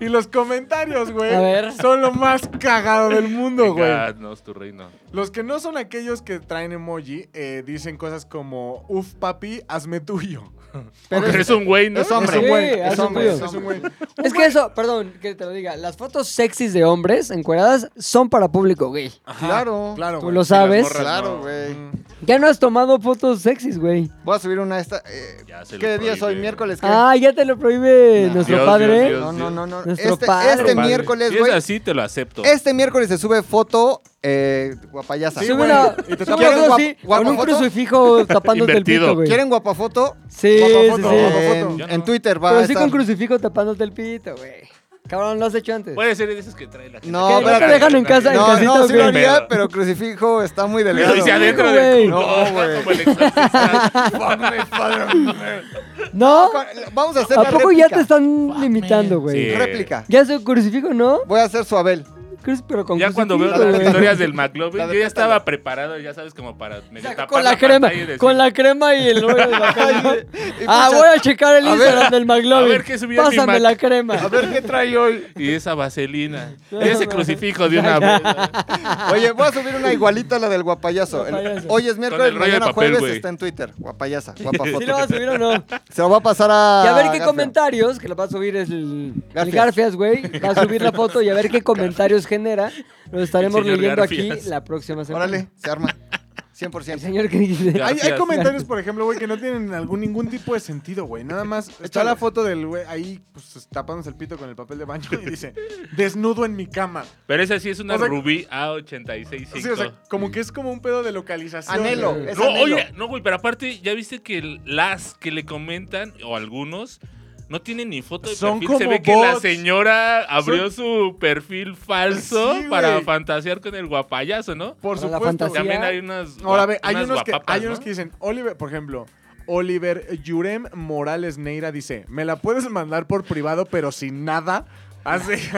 E: Y los comentarios, güey,
A: A ver.
E: son lo más cagado del
B: Oh
E: mundo, güey.
B: Venga, no, es tu reino.
E: Los que no son aquellos que traen emoji eh, dicen cosas como, uf, papi, hazme tuyo.
C: Pero
B: Pero
C: es-
B: es un güey, ¿no?
C: es hombre.
E: Es un güey,
A: Sí,
E: es
A: hazme
E: hombre,
A: tuyo.
E: es un güey.
A: Es que eso, perdón, que te lo diga. Las fotos sexys de hombres encueradas son para público gay.
C: Claro.
E: Claro,
A: Tú
E: güey.
A: lo sabes.
B: morras.
C: Claro,
B: No.
C: güey.
E: Mm.
A: Ya no has tomado fotos sexys, güey.
C: Voy a subir una esta. eh,
B: Ya se lo
C: ¿Qué día es hoy?
B: prohíbe.
C: ¿Miércoles? ¿qué?
A: Ah, ya te lo prohíbe
C: No.
A: nuestro
B: Dios,
A: padre.
B: Dios, Dios.
C: no, no, no, no.
A: Nuestro
C: Este,
A: padre.
C: este
A: Pero
B: Padre,
C: miércoles,
B: si
C: güey.
B: es así, te lo acepto.
C: Este miércoles se sube foto eh, guapayasa.
A: Sube
E: güey.
A: una,
E: Y te
A: sube
E: tapas
A: una
C: guap-
A: así,
C: guapa
A: con un
C: foto.
A: crucifijo tapándote el
B: Invertido.
A: pito, güey.
C: ¿Quieren guapafoto?
A: Sí, sí,
E: Guapafoto,
A: sí.
E: guapafoto.
C: En,
B: Yo no.
C: en Twitter va
A: Pero
C: a
A: sí
C: estar.
A: con crucifijo tapándote el pito, güey. Cabrón, lo has hecho antes.
B: Puede ser de esas que trae la gente.
C: No,
A: Que
B: pero
A: no te dejan en casa, en
C: No,
A: casita,
C: no, sí lo
A: güey.
B: haría.
C: haría, pero crucifijo está muy delgado.
B: Pero dice
C: güey.
B: adentro
A: güey.
B: del culo.
C: No, güey.
B: Como el exorcista.
A: ¿No?
C: Vamos a hacer
A: ¿A
C: la
A: poco
C: réplica.
A: ya te están limitando, güey?
B: Sí.
C: Réplica.
A: Ya soy crucifijo, ¿no?
C: Voy a hacer su Abel.
A: Cruz, pero con
B: Ya cuando veo
A: crucifijo,
B: las
A: güey.
B: historias del McLovin,
C: La de
B: yo ya
C: pétalo.
B: estaba preparado, ya sabes, como para medio tapar
A: Con la crema,
B: pantalla y decir,
A: con la crema y el hoyo de la cara.
C: Y
A: Ah,
C: pucha,
A: voy a checar el
C: a ver,
A: Instagram del McLovin.
B: a ver qué subí en mi
A: Pásame
B: Mac.
A: la crema.
E: A ver qué trae hoy.
B: Y esa vaselina.
A: No,
B: Y ese
A: no.
B: crucifijo de una vez.
C: Oye, voy a subir una igualita a la del guapayazo. El-
A: Guapayazo.
C: hoy es miércoles,
B: el rollo de papel,
C: mañana jueves
B: güey.
C: está en Twitter. Guapayasa,
A: ¿Sí
C: guapafoto.
A: lo vas a subir o no? Y
C: Se lo va a pasar
B: Ah,
C: a.
A: a ver qué
C: Garfio.
A: comentarios, que lo va a subir es el el
C: Garfias.
A: Garfias, güey. Va a subir la foto y a ver qué comentarios genera. Lo estaremos
B: El señor
A: leyendo aquí
B: Garfias.
A: la próxima semana.
C: Órale, se arma.
A: El
C: 100%.
A: señor que dice.
B: Ya.
E: Hay, hay
B: Gracias.
E: comentarios, por ejemplo, güey, que no tienen algún, ningún tipo de sentido, güey. Nada más está
C: Échale.
E: la foto del güey ahí pues, tapándose el pito con el papel de baño y dice, desnudo en mi cama.
B: Pero esa sí es una
E: O sea,
B: Rubí A865.
E: Sí, o sea, como que es como un pedo de localización.
C: Anhelo.
E: güey.
C: es
B: no,
C: anhelo.
B: oye, no, güey, pero aparte, ya viste que el- las que le comentan, o algunos, no tienen ni foto de
E: Son
B: perfil. Se
E: como
B: ve que la
E: bots.
B: señora abrió su perfil falso
E: Sí, güey.
B: para fantasear con el guapayazo, ¿no?
E: Por
A: Para la
E: supuesto.
A: fantasía.
E: güey.
B: También hay unas.
E: Ahora
B: guap-
E: ve, hay
B: unas
E: unos, que,
B: guapapas,
E: hay unos
B: ¿no?
E: que dicen, Oliver, por ejemplo, Oliver Yurem Morales Neira dice, me la puedes mandar por privado, pero sin nada. Así,
B: Sin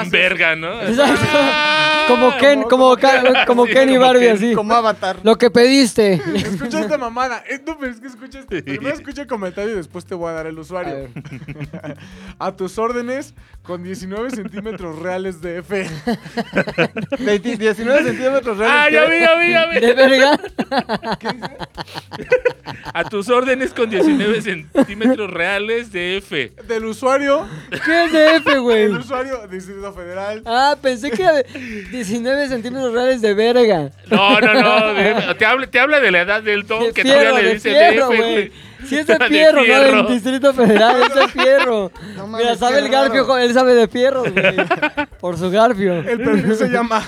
E: así-
B: verga, ¿no?
A: Exacto.
B: Ah,
A: Como Ken, como, Ca- como
B: Sí,
A: Ken y
B: como
A: Barbie,
B: Ken.
A: así.
C: Como avatar.
A: Lo que pediste.
E: Escucha esta mamada. Eh, No, pero es que escucha este.
B: Sí.
E: Primero escucha el comentario y después te voy a dar el
A: A
E: usuario.
A: ver.
E: A, tus órdenes con 19 centímetros reales de F.
C: 20 19 centímetros
B: Ah,
C: reales.
B: ya vi, ya vi, ya vi.
A: De verga.
B: A tus órdenes con 19 centímetros reales de F.
E: Del usuario,
A: ¿Qué es de F, güey?
E: el usuario, Distrito Federal.
A: Ah, pensé que era 19 centímetros reales de verga.
B: No, no, no. de- te, habla, te habla de la edad del don
A: De
B: que todavía
A: fierro,
B: le
A: de
B: dice de
A: fierro,
B: F,
A: güey.
B: güey.
A: Si es de fierro, no del Distrito Federal, es de fierro.
C: No mames,
A: Mira, sabe
C: qué
A: el garfio,
C: raro.
A: jo- él sabe de fierro, güey. Por su garfio.
E: El perfil se llama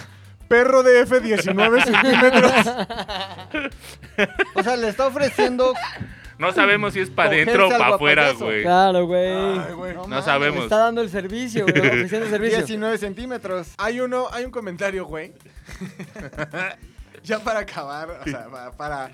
E: Perro de F 19 centímetros.
C: O sea, le está ofreciendo.
B: No sabemos si es para adentro o
C: Cogerse al
B: para afuera,
C: guapayazo.
B: güey.
A: Claro, güey.
E: Ay, güey.
B: No sabemos.
A: Está dando el servicio, güey. Ofreciendo servicio.
C: 19 centímetros.
E: Hay uno, hay un comentario, güey. ya para acabar, o sea, pa- para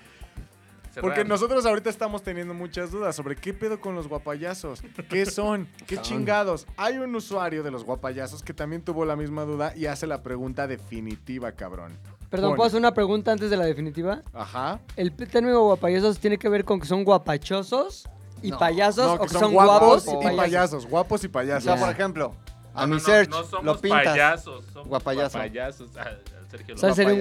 E: Porque
B: Cerrar.
E: nosotros ahorita estamos teniendo muchas dudas sobre qué pedo con los guapayazos, qué son, qué chingados. Hay un usuario de los guapayazos que también tuvo la misma duda y hace la pregunta definitiva, cabrón.
A: Perdón, ¿puedo
E: Pone,
A: hacer una pregunta antes de la definitiva?
E: Ajá.
A: ¿El término guapayosos tiene que ver con que son guapachosos y payasos
E: No,
A: o
E: que
A: que son, guapos, y payasos?
E: guapos y
C: O sea,
E: payasos.
A: Ya.
C: por ejemplo, a
B: No,
C: mi
B: no, no,
C: search
B: no somos
C: lo pintas.
B: payasos, somos
C: Guapayazo.
B: guapayazos. Ah, Sergio
A: O
B: lo
A: sea, sería un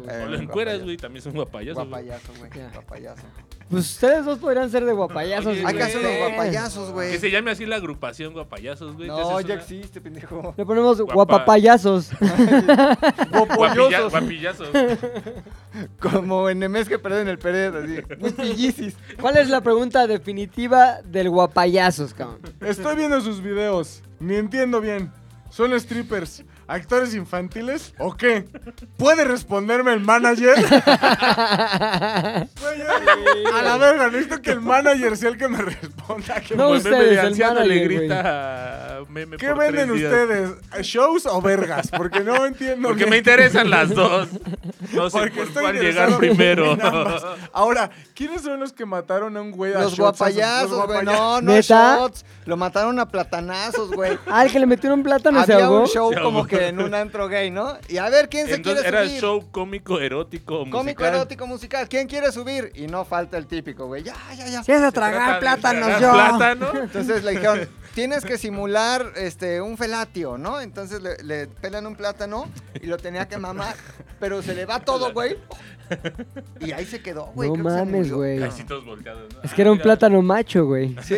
A: guapayazo, güey.
C: Eh,
B: O lo encueras, güey, también son guapayazos. güey.
C: Guapayazo, güey.
A: Ya.
C: Guapayazo.
A: Pues ustedes dos podrían ser de guapayazos.
B: Oye,
A: güey.
C: Hay que hacer unos
B: Eh.
C: guapayazos, güey.
B: Que se llame así la agrupación guapayazos, güey.
C: No,
B: Entonces es
C: ya
B: una-
C: existe, pendejo.
A: Le ponemos
B: Guapa-
A: guapapayazos.
B: Guapilla-
C: Guapollosos.
B: Guapillazos.
C: Como en Nemes que perden el Pérez, así. Muy pillisis.
A: ¿Cuál es la pregunta definitiva del guapayazos, cabrón?
E: Estoy viendo sus videos, ni entiendo bien. ¿Son strippers, actores infantiles o qué? ¿Puede responderme el manager? Güey, ya- a la verga, necesito que el manager sea el que me responda. que
A: No
B: Como el meme
A: ustedes,
B: de
A: el
B: anciano le
A: manager, güey.
B: grita a meme
E: ¿Qué
B: por
E: venden
B: tres días.
E: ustedes? ¿Shows o vergas? Porque no entiendo.
B: Porque
E: bien.
B: me interesan las dos. No sé
E: Porque
B: por
E: estoy
B: cuál llegar
E: interesado
B: primero.
E: en ambas. Ahora, ¿quiénes son los que mataron a un güey a
C: Los
E: shots a sus-
C: guapayazos, güey.
E: guapayazos?
C: No, no
A: ¿Neta?
C: shots. Lo mataron a platanazos, güey.
A: Ah, el que le metieron un plátano se
C: Había
A: ahogó.
C: un show
B: Se
C: como
B: ahogó.
C: que en un antro gay, ¿no? Y a ver, ¿quién se
B: Entonces
C: quiere
B: era
C: subir?
B: show cómico, erótico, musical.
C: Cómico erótico musical. ¿Quién quiere subir? Y no falta el típico, güey. Ya, ya, ya.
A: Si es a
B: Se trata
A: tragar
B: de
A: plátanos
B: tragar
A: yo.
B: plátano.
C: Entonces le dijeron, tienes que simular este, un felatio, ¿no? Entonces le, le pelan un plátano y lo tenía que mamar, pero se le va todo, güey. Y ahí se quedó, güey.
A: No
C: creo que se
A: mames,
C: murió.
A: güey.
B: Casitos volteados. ¿no?
A: Es que era un
B: Ah, mira.
A: plátano macho, güey.
C: Sí.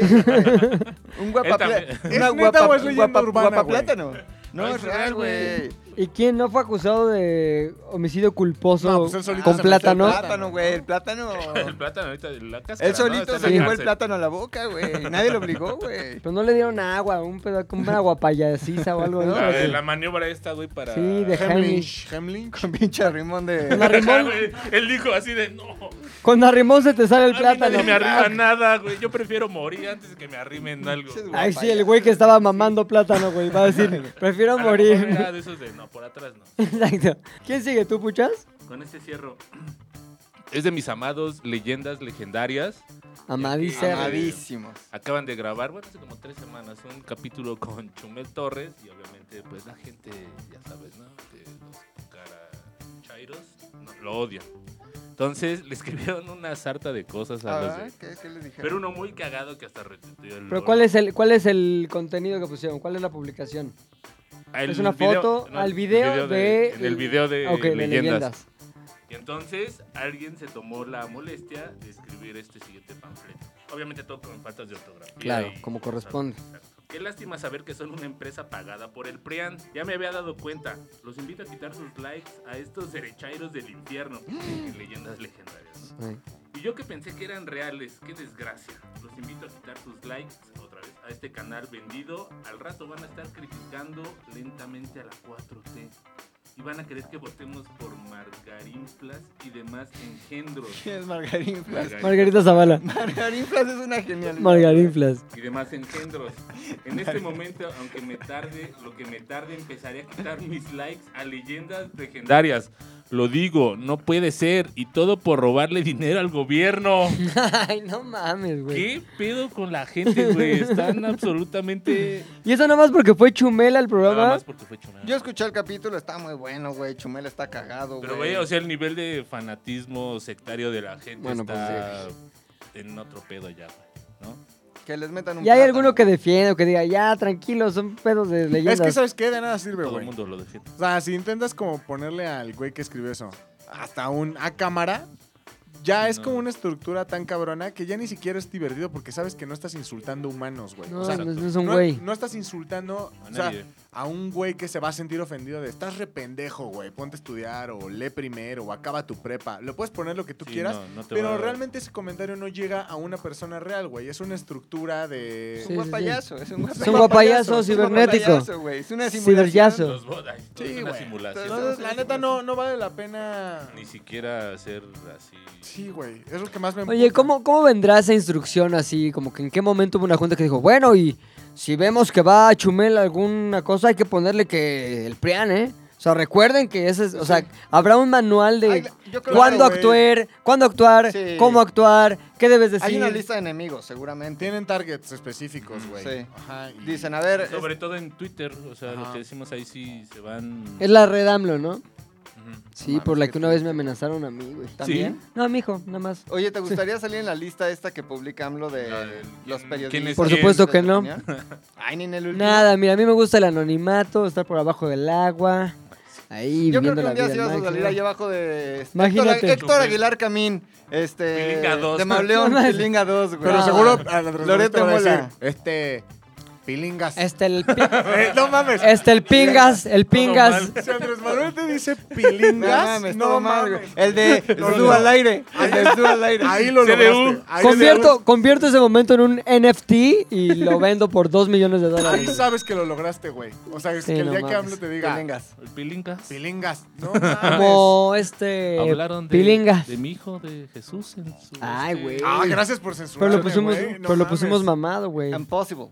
C: Un guapa,
B: Él también.
E: ¿Es neta o es leyenda urbana, güey?
C: plátano. No, es real, güey.
A: ¿Y quién no fue acusado de homicidio culposo
E: No, pues él solito
A: con
E: se metió el
A: plátano?
C: El plátano, güey, el plátano.
B: El plátano ahorita, la cáscara,
C: Él
B: ¿no?
C: solito
B: Está en
C: se
B: la
C: llevó el
B: cárcel.
C: plátano a la boca, güey. Nadie lo obligó, güey.
A: Pero no le dieron agua, un pedo como una guapayasiza o algo. ¿no?
B: La, de
A: Porque-
B: la maniobra esta, güey, para...
A: Sí, de Hamish.
E: Hemlich. Hemlich.
C: Con pinche
A: Con
C: arrimón de.
A: arrimón,
B: Güey, Él dijo así de, no,
A: con arrimón se te sale el
B: a mí nadie
A: plátano.
B: me arrima nada, güey. Yo prefiero morir antes de que me arrimen algo.
C: Pinches
A: Ay, sí, el güey que estaba mamando plátano, güey, va a decir, prefiero
B: A lo mejor
A: morir.
B: era de esos de, no, por atrás no.
A: Exacto. ¿Quién sigue tú, puchas?
B: Con este cierro. Es de mis amados leyendas legendarias.
A: Amadice.
C: Amadísimo.
B: Acaban de grabar, bueno, hace como tres semanas, un capítulo con Chumel Torres y obviamente, pues la gente, ya sabes, ¿no? De los cara chairos, no, lo odian. Entonces le escribieron una sarta de cosas a los
C: Ah,
B: de-
C: ¿Qué, ¿Qué les dijeron?
B: Pero uno muy cagado que hasta retuiteó el.
A: Pero ¿cuál es el cuál es el contenido que pusieron? ¿Cuál es la publicación?
B: El
A: es una
B: video-
A: foto
B: no,
A: al video, de,
B: en el video de,
A: Ah, Ok, de
B: Eh, leyendas. Y entonces alguien se tomó la molestia de escribir este siguiente panfleto. Obviamente todo con faltas de ortografía.
A: Claro,
B: y-
A: como corresponde.
B: Exacto. Qué lástima saber que son una empresa pagada por el PRIAN. Ya me había dado cuenta. Los invito a quitar sus likes a estos derechairos del infierno. En leyendas legendarias. ¿no?
A: Sí.
B: Y yo que pensé que eran reales. Qué desgracia. Los invito a quitar sus likes otra vez a este canal vendido. Al rato van a estar criticando lentamente a la 4T. Y van a querer que votemos por margarinflas y demás engendros.
C: ¿Quién es Margarín Flas?
B: Margarin-
A: Margarita Zavala.
C: Margarín Flas es una genialidad.
A: Margarinflas.
B: y demás engendros. En este momento, aunque me tarde, lo que me tarde, empezaré a quitar mis likes a leyendas legendarias. Lo digo, no puede ser. Y todo por robarle dinero al gobierno.
A: Ay, no mames, güey.
B: ¿Qué pedo con la gente, güey? Están absolutamente...
A: Y eso nada más porque fue Chumela al
B: Nada
A: programa.
B: más porque fue Chumel.
C: Yo escuché el capítulo, está muy bueno, güey. Chumel está cagado, güey.
B: Pero, güey, o sea, el nivel de fanatismo sectario de la gente
A: Bueno, pues,
B: está en otro pedo ya, güey, ¿no?
C: que les metan un
A: Y hay
C: plátano.
A: alguno que defiende o que diga, ya, tranquilo, son pedos de leyendas.
E: Es que, ¿sabes qué? De nada sirve,
B: Todo el
E: güey.
B: mundo lo defiende.
E: O sea, si intentas como ponerle al güey que escribió eso hasta un a cámara, ya es
B: No.
E: como una estructura tan cabrona que ya ni siquiera es divertido porque sabes que no estás insultando humanos, güey.
A: No,
E: o sea,
A: no, no es un
E: no-
A: güey.
E: no estás insultando
B: A
E: o sea,
B: nadie.
E: a un güey que se va a sentir ofendido de estás re pendejo, güey, ponte a estudiar o lee primero o acaba tu prepa. Lo puedes poner lo que tú
B: Sí,
E: quieras,
B: no, no te va
E: pero
B: a-
E: realmente ese comentario no llega a una persona real, güey. Es una estructura de...
C: Es
A: Sí,
C: un
A: sí, sí.
C: guapayazo, es un guapayazo.
A: un guapayazo
C: Es un
A: cibernético.
C: guapayazo, güey. Es una
A: Ciberyazo.
C: simulación.
B: Los bodas. todo
E: Sí,
B: es una
E: güey.
B: simulación.
E: Entonces, la neta no, no vale la pena...
B: Ni siquiera hacer así.
E: Sí, güey. Es lo que más me
A: Oye,
E: emputa.
A: ¿cómo, ¿cómo vendrá esa instrucción así? Como que en qué momento hubo una junta que dijo, bueno, y si vemos que va a Chumel alguna cosa, hay que ponerle que el PRIAN, ¿eh? O sea, recuerden que ese es, o sea, habrá un manual de
C: Ay, yo creo-
A: cuándo
E: Claro, güey.
A: actuar, cuándo actuar,
C: Sí.
A: cómo actuar, qué debes decir.
C: Hay una lista de enemigos, seguramente.
E: Tienen targets específicos, güey.
C: Sí.
E: Ajá. y-
C: Dicen, a ver,
B: Sobre todo en Twitter, o sea, lo
E: Ajá.
B: que decimos ahí sí se van.
A: Es la red AMLO, ¿no?
B: Ujú.
A: Sí,
C: Mames,
A: por la
C: qué
A: que una vez me amenazaron a mí, güey.
C: ¿también?
A: No, mijo, nada más.
C: Oye, ¿te gustaría salir en la lista esta que publica AMLO de
B: La del-
C: los
B: ¿quién- quién
C: periodistas?
B: es Por quién?
A: supuesto que no.
C: Ay, ni en el último.
A: Nada, mira, a mí me gusta el anonimato, estar por abajo del agua, ahí
C: Yo creo
A: viviendo
C: que
A: la
C: un día
A: vida.
C: sí vas a
A: al
C: salir
A: máximo.
C: ahí abajo de este,
A: Imagínate.
C: Héctor, Héctor
B: Chupel.
C: Aguilar Camín, este
B: Pilinga dos.
C: de Mauleón,
A: No, no.
C: Pilinga 2, güey.
E: Pero
A: Ah.
E: seguro a la
C: Loreto
E: Loreto va a decir,
C: Mola.
E: este, pilingas.
A: Este, el, pi-
E: Eh, no mames.
A: este, el pingas, el pingas.
E: Si Andrés Manuel te dice
C: No
E: pilingas,
C: mames,
E: no
C: todo
E: mames.
C: mal, güey. El de Estuvo al aire, el de Estuvo al aire.
E: Ahí lo
B: CDU.
E: lograste. Ahí
A: Convierto, convierto ese momento en un NFT y lo vendo por 2 millones de
E: Ahí
A: dólares.
E: sabes que lo lograste, güey. O sea, es
A: Sí,
E: que el
A: no
E: día que
A: mames.
E: AMLO te diga,
C: Pilingas.
B: El Pilingas.
A: Eh,
E: pilingas. No mames.
A: Como este.
B: Hablaron de,
A: Pilingas.
B: de mi hijo, de Jesús. En su,
A: Ay,
B: este,
A: güey.
E: Ah, gracias por
A: Pero
E: censurarme,
A: lo pusimos,
E: güey. No
A: pero lo pusimos
E: mames.
A: mamado, güey.
C: Impossible.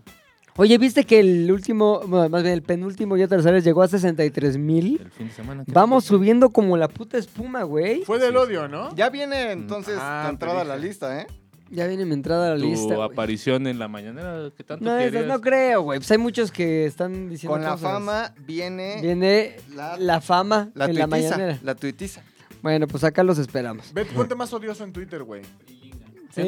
A: Oye, ¿viste que el último, bueno, más bien el penúltimo ya terceres llegó a 63 mil?
B: El fin de semana. que-
A: Vamos subiendo como la puta espuma, güey.
E: Fue del odio, ¿no?
C: Ya viene entonces
E: Ah,
C: la entrada a la
E: te dije.
C: lista, ¿eh?
A: Ya viene mi entrada a la
B: Tu
A: lista. güey.
B: aparición en la mañanera que tanto
A: No, esas
B: querías.
A: no creo, güey. Pues hay muchos que están diciendo.
C: Con la
A: cosas.
C: fama viene
A: Viene
C: la-
A: la, fama
C: la
A: en la
C: tuitiza,
A: mañanera.
C: la tuitiza.
A: Bueno, pues acá los esperamos.
E: Vete, ponte más odioso en Twitter, güey.
A: Sí.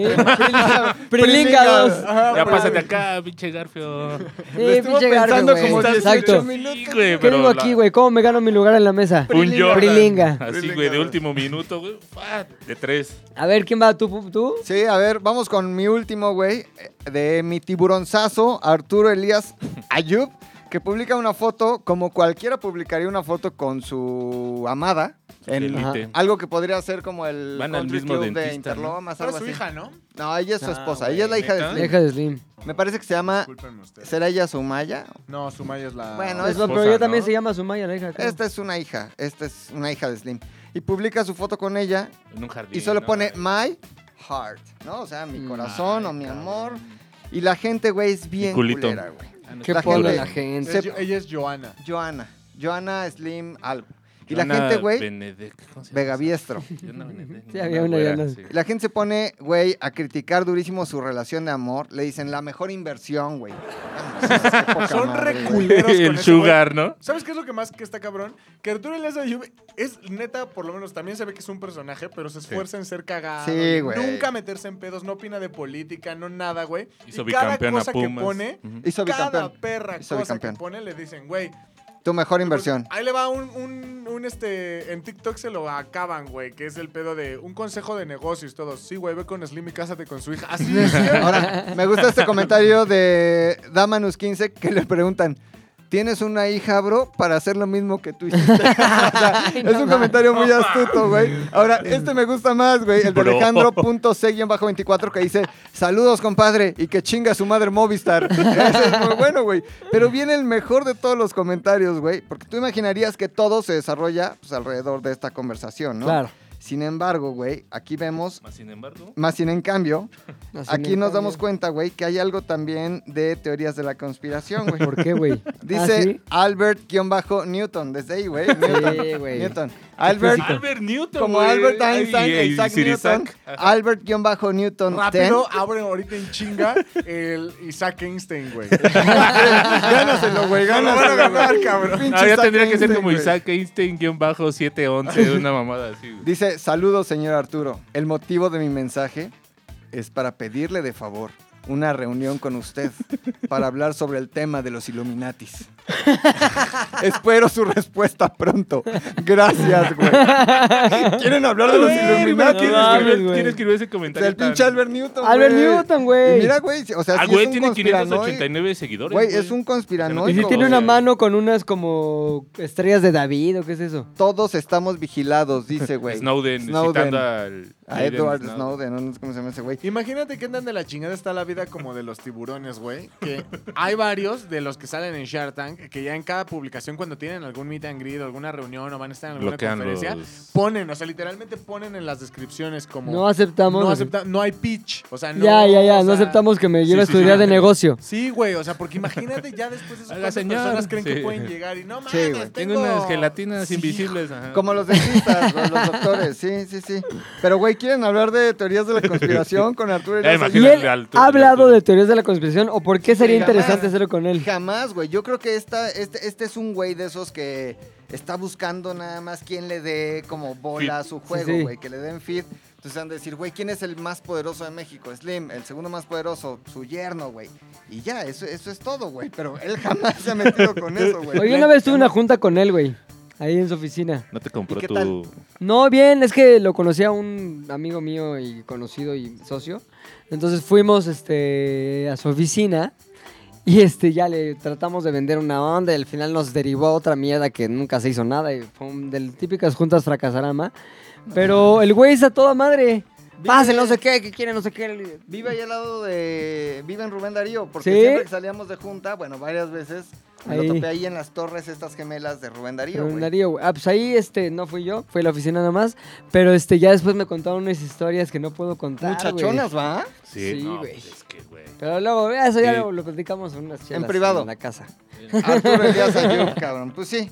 A: Prilingados.
B: ya pásate acá, pinche Garfio.
A: Sí,
C: Lo estuvo
A: pinche garfio,
C: pensando
A: güey.
C: como
A: Exacto.
C: 18 minutos.
B: Sí, güey,
A: ¿Qué
B: pero
A: digo
B: la-
A: aquí, güey? ¿Cómo me gano mi lugar en la mesa?
B: Un Jordan.
A: Prilinga.
B: Así, güey, de último minuto, güey. ¡fua! De tres.
A: A ver, ¿quién va? ¿Tú? pu- ¿Tú?
C: Sí, a ver, vamos con mi último, güey. eh, De mi tiburonzazo, Arturo Elías Ayub. que publica una foto como cualquiera publicaría una foto con su amada. En
B: Elite.
C: algo que podría ser como el
B: Van al
C: Country
B: mismo
C: Club de
B: dentista, ¿no?
C: Interlomas,
E: Pero
C: algo
E: Ah, su
C: así.
E: hija, ¿no?
C: No, ella es su
B: Ah,
C: esposa.
B: güey,
C: ella es la hija
B: ¿neta?
C: de Slim.
A: Deja de Slim.
C: Me parece que se llama
E: Discúlpenme ustedes.
C: ¿Será ella Sumaya?
E: No, Sumaya es la...
C: Bueno, No,
A: Pues,
C: es
A: pero
B: esposa,
A: ella también
B: ¿no?
A: se llama Sumaya, la hija. creo.
C: Esta es una hija, esta es una hija de Slim. Y publica su foto con ella
B: En un jardín.
C: y solo
B: ¿no?
C: pone my heart, ¿no? O sea, mi
A: Mm.
C: corazón o mi amor. Y la gente, güey, es bien
B: culito.
C: culera, güey.
B: Ah, no,
A: Qué
C: la
A: pobre
C: gente-
A: la gente.
E: Es
C: se-
E: Jo- ella es Joana.
C: Joana, Joana Slim algo. Y la
B: Joana
C: gente, güey,
B: Benedek, ¿cómo se llama?
C: Vegaviestro.
B: Joana Benedek,
A: Sí, había una
B: güera,
A: Joana.
B: sí.
C: Y La gente se pone, güey, a criticar durísimo su relación de amor. Le dicen la mejor inversión, güey. Vamos, qué poca
E: Son
C: madre, güey.
E: reculeros con
B: El
E: ese güey.
B: sugar, ¿no?
E: ¿Sabes qué es lo que más que está cabrón? Que Arturo Elías Ayub es neta, por lo menos también se ve que es un personaje, pero se esfuerza en ser cagado.
C: Sí,
E: en
C: güey.
E: Nunca meterse en pedos, no opina de política, no nada, güey.
B: Hizo
E: y cada
B: bicampeón a
E: cosa que
B: Pumas.
E: pone,
B: Ujú.
C: Hizo
E: cada
C: bicampeón.
E: perra
C: Hizo
E: cosa que
C: bicampeón.
E: pone le dicen, güey.
C: Tu mejor
E: pues,
C: inversión.
E: ahí le va un, un, un, este. En TikTok se lo acaban, güey, que es el pedo de un consejo de negocios, todo. Sí, güey, ve con Slim y cásate con su hija. Así es.
C: Ahora, me gusta este comentario de Damanus15 que le preguntan. ¿Tienes una hija, bro? Para hacer lo mismo que tú hiciste. O sea, es un comentario muy astuto, güey. Ahora, este me gusta más, güey. El de
B: Bro.
C: Alejandro.c-24 que dice, saludos, compadre, y que chinga su madre Movistar. Ese es muy bueno, güey. Pero viene el mejor de todos los comentarios, güey. Porque tú imaginarías que todo se desarrolla pues, alrededor de esta conversación, ¿no?
A: Claro.
C: Sin embargo, güey, aquí vemos,
B: Más sin embargo,
C: más sin en cambio,
A: Así
C: Aquí
A: me
C: nos
A: cambia.
C: damos cuenta, güey, que hay algo también de teorías de la conspiración, güey.
A: ¿Por qué, güey? ¿Ah,
C: Dice
A: sí?
C: Albert-Newton, desde ahí, güey. Newton,
A: Sí, güey.
C: Newton. Albert,
B: Albert Newton.
C: como
B: güey.
C: Albert
B: Ay,
C: Einstein,
B: y- y
C: Isaac
B: Sir
C: Newton,
B: Isaac. Ajá.
C: Albert-Newton.
E: Rápido, abren ahorita en chinga el Isaac Einstein, güey.
C: Gánaselo, güey,
E: Lo van a
C: gánaselo,
E: ganar,
C: güey.
E: cabrón.
C: Pinche
B: Ah, ya
C: Isaac
B: tendría que ser
C: Einstein,
B: como
C: güey.
B: Isaac Einstein-711, una mamada así. güey.
C: Dice, saludos, señor Arturo. El motivo de mi mensaje es para pedirle de favor una reunión con usted para hablar sobre el tema de los Illuminatis. Espero su respuesta pronto. Gracias, güey. ¿Quieren hablar de los
B: Güey,
C: Illuminatis?
B: ¿quién,
A: mames,
B: escribió,
A: güey.
B: quién escribió ese
C: O sea,
B: comentario?
C: el pinche
B: tan-
C: Albert Newton,
A: Albert
C: güey.
A: Newton,
C: Y
A: güey.
C: mira, güey, o sea,
B: Ah,
C: sí
B: güey,
C: es un
B: tiene
C: conspiranoico.
B: 589 seguidores.
C: Güey, es un
A: Y
C: conspiranoico.
A: si tiene
B: no,
C: güey.
A: una
B: güey.
A: mano con unas como estrellas de David o qué es eso.
C: Todos estamos vigilados, dice, güey.
B: Snowden, citando al...
C: A Edward Snowden, no sé cómo se llama ese güey.
E: Imagínate que andan de la chingada está la vida como de los tiburones, güey. Que hay varios de los que salen en Shark Tank que ya en cada publicación cuando tienen algún meet and greet, alguna reunión o van a estar en alguna
B: Bloquean
E: conferencia,
B: los-
E: ponen, o sea, literalmente ponen en las descripciones como
A: No aceptamos.
E: no, acepta- no hay pitch, o sea, no
A: ya, ya, ya.
E: o
A: no
E: sea,
A: aceptamos que me lleve
B: sí,
A: a estudiar
B: sí.
A: de negocio.
E: Sí, güey, o sea, porque imagínate ya después de esas
B: Oiga,
E: cuantas
B: señor.
E: personas creen que
B: Sí.
E: pueden llegar y no mames,
C: Sí, güey.
B: Tengo unas gelatinas invisibles. Ajá.
C: Como los dentistas, güey, los doctores, sí, sí, sí. Pero, güey, ¿quieren hablar de teorías de la conspiración con Arturo
B: Ya,
C: Elías?
A: ¿Y
B: Imagínale
A: él
B: al-
A: ha hablado
B: al-
A: de teorías de la conspiración o por qué sería
C: Sí, jamás.
A: interesante hacerlo con él?
C: Jamás, güey. Yo creo que esta, este, este es un güey de esos que está buscando nada más quién le dé como bola a su juego,
A: sí.
C: güey, que le den feed. Entonces van a decir, güey, ¿quién es el más poderoso de México? Slim, el segundo más poderoso, su yerno, güey. Y ya, eso, eso es todo, güey. Pero él jamás se ha metido con eso, güey.
A: Oye, una vez tuve una junta con él, güey. Ahí en su oficina.
B: No te compró
C: ¿Y qué
B: tu...
C: tal?
A: No, bien, es que lo conocía un amigo mío y conocido y socio. Entonces fuimos este, a su oficina y este, ya le tratamos de vender una onda. Y al final nos derivó a otra mierda que nunca se hizo nada. Y fue un de típicas juntas fracasarama. Pero el güey está toda madre. Pase, no sé qué, que quiere, no sé qué.
C: Vive ahí al lado de. Vive en Rubén Darío, porque
A: ¿Sí?
C: siempre que salíamos de junta, bueno, varias veces, me
A: Ahí.
C: lo topé ahí en las torres estas gemelas de Rubén Darío.
A: Pero
C: güey.
A: Darío, güey. Ah, pues ahí este, no fui yo, fue la oficina nada más. Pero este, ya después me contaron unas historias que no puedo contar. güey.
C: Muchachonas, ¿va?
B: Sí,
A: Sí,
B: no,
A: güey.
B: pues es que, güey.
A: Pero luego, vea, eso ya
B: Sí.
A: lo, lo platicamos en unas chelas
C: privado.
A: En la casa.
C: Arturo Elías Ayub, cabrón. Pues sí,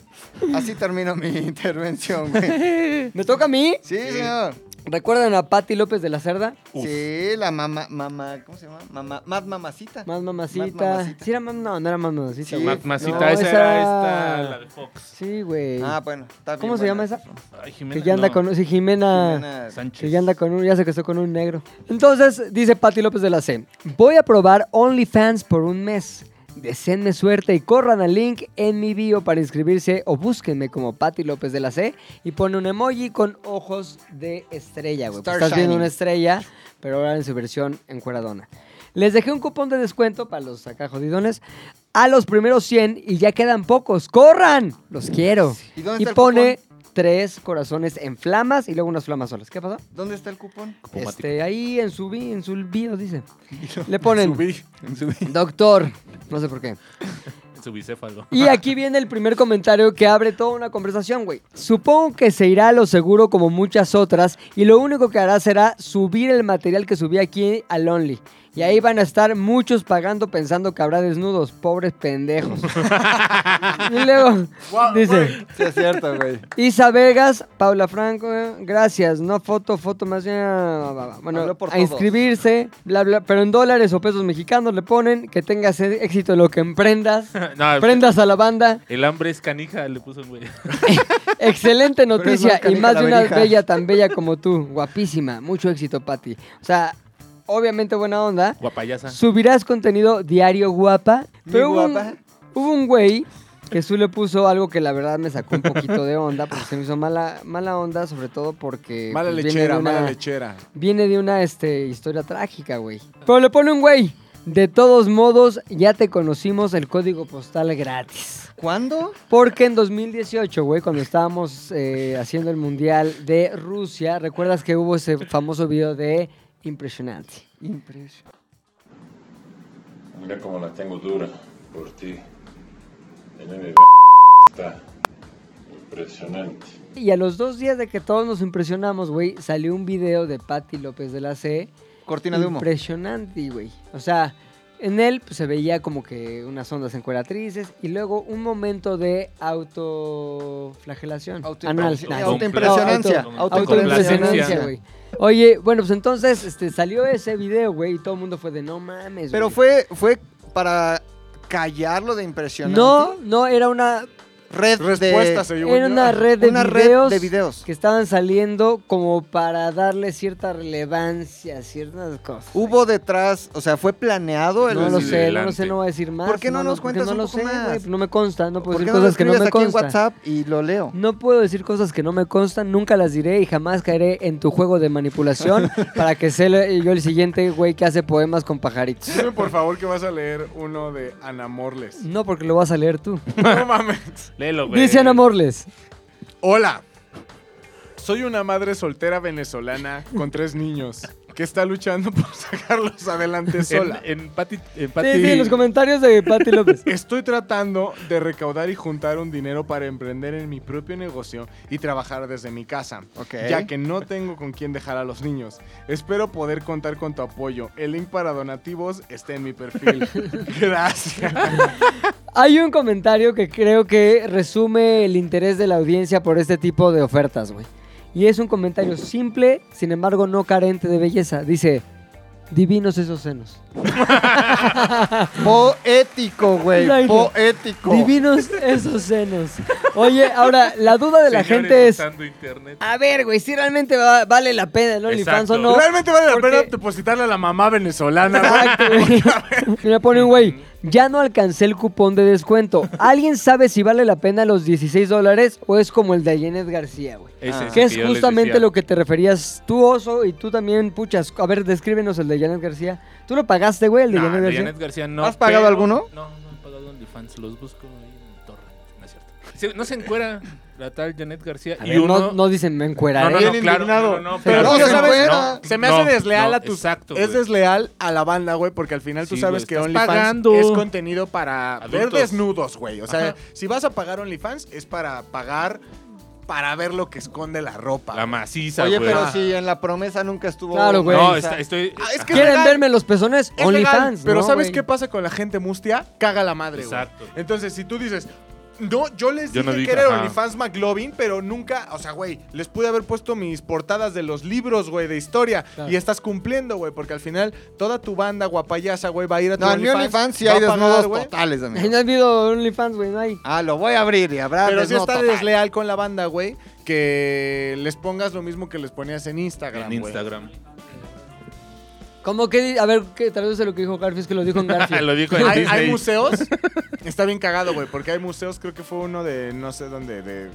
C: así termino mi intervención, güey.
A: ¿Me toca a mí?
C: Sí, señor.
A: ¿Recuerdan a Patti López de la Cerda?
B: Uf.
C: Sí, la mamá, mamá, ¿cómo se llama? Mamá, más mamacita.
A: Más
C: Más
A: mamacita.
C: mamacita.
A: Sí, era más, no, no era más mamacita.
C: Sí.
A: güey.
B: Más- Más
A: No,
B: cita, esa
A: esa-
B: era esta, la de Fox.
A: Sí, güey.
C: Ah, bueno, está bien.
A: ¿Cómo se llama Ah.
C: buena.
A: esa?
B: Ay, Jimena,
A: Que ya anda
B: no.
A: con. Sí, Jimena.
C: Jimena-
B: Sánchez.
A: Que ya anda con un. Ya se casó con un negro. Entonces, dice Patti López de la C. Voy a probar OnlyFans por un mes. Deseenme suerte y corran al link en mi bio para inscribirse o búsquenme como Patti López de la C y pone un emoji con ojos de estrella, güey. Pues
C: Star
A: estás viendo
C: shining.
A: una estrella, pero ahora en su versión encueradona. Les dejé un cupón de descuento para los acá jodidones a los primeros 100 y ya quedan pocos. ¡Corran! Los quiero.
C: ¿Y dónde
A: Y
C: está el
A: pone tres corazones en flamas y luego unas flamas solas. ¿Qué pasó?
C: ¿Dónde está el cupón?
A: Este, ahí en su, vi- en su bio dice. Le ponen,
E: Subí.
A: doctor, no sé por qué. este-
B: Su bicéfalo.
A: Y aquí viene el primer comentario que abre toda una conversación, güey. Supongo que se irá a lo seguro como muchas otras y lo único que hará será subir el material que subí aquí al Only. Y ahí van a estar muchos pagando pensando que habrá desnudos, pobres pendejos. y luego
E: Guau,
A: dice,
E: güey.
C: Sí, es cierto, güey.
A: Isa Vegas, Paula Franco, eh, gracias, no foto, foto más bien, ah, ah, ah, bueno,
C: Habló por
A: a
C: todos.
A: inscribirse, bla bla, pero en dólares o pesos mexicanos le ponen que tengas eh, éxito en lo que emprendas.
B: No,
A: Prendas a la banda.
B: El hambre es canija, le puso un güey.
A: Excelente
C: es
A: noticia
C: más
A: y
C: canija
A: más
C: la
A: de una
C: verija.
A: bella tan bella como tú. Guapísima. Mucho éxito, Patti. O sea, obviamente buena onda.
B: Guapayasa.
A: Subirás contenido diario guapa.
C: Mi
A: Pero hubo
C: guapa.
A: un, hubo un güey que su le puso algo que la verdad me sacó un poquito de onda porque se me hizo mala, mala onda, sobre todo porque
E: Mala
A: pues, viene
E: lechera,
A: de una-
E: mala lechera.
A: Viene de una este, historia trágica, güey. Pero le pone un güey. De todos modos, ya te conocimos el código postal gratis.
C: ¿Cuándo?
A: Porque en 2018, güey, cuando estábamos eh, haciendo el Mundial de Rusia, ¿recuerdas que hubo ese famoso video de Impresionante?
H: Mira cómo la tengo dura por ti. En el está impresionante.
A: Y a los dos días de que todos nos impresionamos, güey, salió un video de Patti López de la C.
C: Cortina de humo.
A: Impresionante, güey. O sea, en él pues, se veía como que unas ondas encueratrices y luego un momento de autoflagelación. Ah, Anal.
C: Autoimpresión-
A: Nah, sí.
C: Autoimpresionancia.
B: No, auto-
A: Autoimpresionancia,
B: Autocomplacencia.
A: güey. Oye, bueno, pues entonces este, salió ese video, güey, y todo el mundo fue de no mames.
C: Pero
A: güey".
C: fue, fue para callarlo de impresionante.
A: No, no, era una,
C: Red
E: Respuesta,
C: de...
E: según
A: era
E: yo.
A: una red de
C: Una red
A: videos.
C: de videos.
A: Que estaban saliendo como para darle cierta relevancia, ciertas cosas.
C: Hubo detrás, o sea, fue planeado el
A: No lo
B: Sí,
A: sé, no lo
B: delante.
A: sé, no voy a decir más.
C: ¿Por qué no nos
A: porque
C: cuentas
A: no
C: un
A: lo
C: poco
A: sé,
C: más?
A: güey, No me consta, no puedo
C: ¿Por qué
A: decir
C: no lo
A: cosas que no
C: escribes
A: me
C: aquí en
A: constan. Mm.
C: WhatsApp y lo leo?
A: No puedo decir cosas que no me constan, nunca las diré y jamás caeré en tu juego de manipulación para que sea le- yo el siguiente güey que hace poemas con pajaritos.
E: Dime por favor que vas a leer uno de Ana Morles.
A: No, porque lo vas a leer tú.
E: No mames.
B: Léelo, güey.
A: Dice Ana Morles.
E: Hola. Soy una madre soltera venezolana con tres niños que está luchando por sacarlos adelante
B: En,
E: sola.
B: en Pati.
A: Sí,
B: En Pati
A: sí, en los comentarios de Pati López.
E: Estoy tratando de recaudar y juntar un dinero para emprender en mi propio negocio y trabajar desde mi casa,
C: Ok.
E: ya que no tengo con quién dejar a los niños. Espero poder contar con tu apoyo. El link para donativos está en mi perfil. Gracias.
A: Hay un comentario que creo que resume el interés de la audiencia por este tipo de ofertas, güey. Y es un comentario simple, sin embargo no carente de belleza. Dice, divinos esos senos.
C: Poético, güey.
A: Exacto.
C: Poético.
A: Divinos esos senos. Oye, ahora, la duda de la gente es... Ah.
B: Internet.
A: A ver, güey, si realmente va- vale la pena el OnlyFans o no.
E: Realmente vale la
A: Porque-
E: pena depositarle a la mamá venezolana. güey.
A: Exacto, güey. Mira, pone un güey. Ya no alcancé el cupón de descuento. ¿Alguien sabe si vale la pena los 16 dólares o es como el de Janet García, güey?
B: Ese el
A: Que es
B: Ah, yo les
A: justamente
B: decía.
A: lo que te referías tú, Oso, y tú también, puchas. A ver, descríbenos el de Janet García. ¿Tú lo pagaste, güey, el de
B: Nah,
A: Janet
B: de
A: García?
B: Janet García no.
C: ¿Has pagado
B: pero-
C: alguno?
B: No, no he pagado OnlyFans. Los busco ahí en Torrent. No es cierto. Sí, No se encuera la tal Janet García.
A: A
B: y
A: ver,
B: uno.
A: no, no dicen, me
B: No,
A: encueraré.
B: no, no,
C: Bien
B: claro,
C: indignado.
B: no, no, no,
E: Pero
C: no
B: es
C: se
B: que-
C: puede.
B: no,
E: Se me
B: no,
E: hace desleal
B: no,
E: a tus.
B: Exacto.
E: es
B: güey.
E: desleal a la banda, güey, porque al final tú
B: Sí,
E: sabes
B: güey,
E: que
B: estás
E: OnlyFans
B: pagando.
E: es contenido para ver
B: Adultos.
E: desnudos, güey. O sea,
B: Ajá.
E: si vas a pagar OnlyFans es para pagar para ver lo que esconde la ropa.
B: La
E: güey.
B: maciza,
C: Oye,
B: güey.
C: pero si en la promesa nunca estuvo.
A: Claro, güey.
B: No,
A: o
B: está- estoy.
E: Ah, es que
A: ¿Quieren
E: es legal,
A: verme los pezones?
E: es legal,
A: OnlyFans.
E: Pero
A: ¿no,
E: ¿sabes
A: güey?
E: qué pasa con la gente mustia? Caga la madre, güey.
B: Exacto.
E: Entonces, si tú dices, no, yo les
B: Yo
E: dije
B: no dije,
E: que era
B: ajá.
E: OnlyFans McLovin, pero nunca, o sea, güey, les pude haber puesto mis portadas de los libros, güey, de historia.
A: Claro.
E: Y estás cumpliendo, güey, porque al final toda tu banda guapayasa, güey, va a ir a tu
C: No, en mi OnlyFans sí hay
E: va a pagar,
C: desnudos
E: güey.
C: totales,
A: No
C: amigo.
A: has visto OnlyFans, güey, no hay.
C: Ah, lo voy a abrir y habrá
E: Pero si
C: desnudo
E: está
C: total.
E: desleal con la banda, güey, que les pongas lo mismo que les ponías en Instagram,
B: En
E: güey.
B: Instagram.
A: ¿Cómo que? di- A ver, ¿qué, traduce lo que dijo Garfield, que lo dijo en Garfield.
B: Ah, Lo dijo en
E: Hay,
B: Disney.
E: hay museos. Está bien cagado, güey, porque hay museos, creo que fue uno de, no sé dónde, de...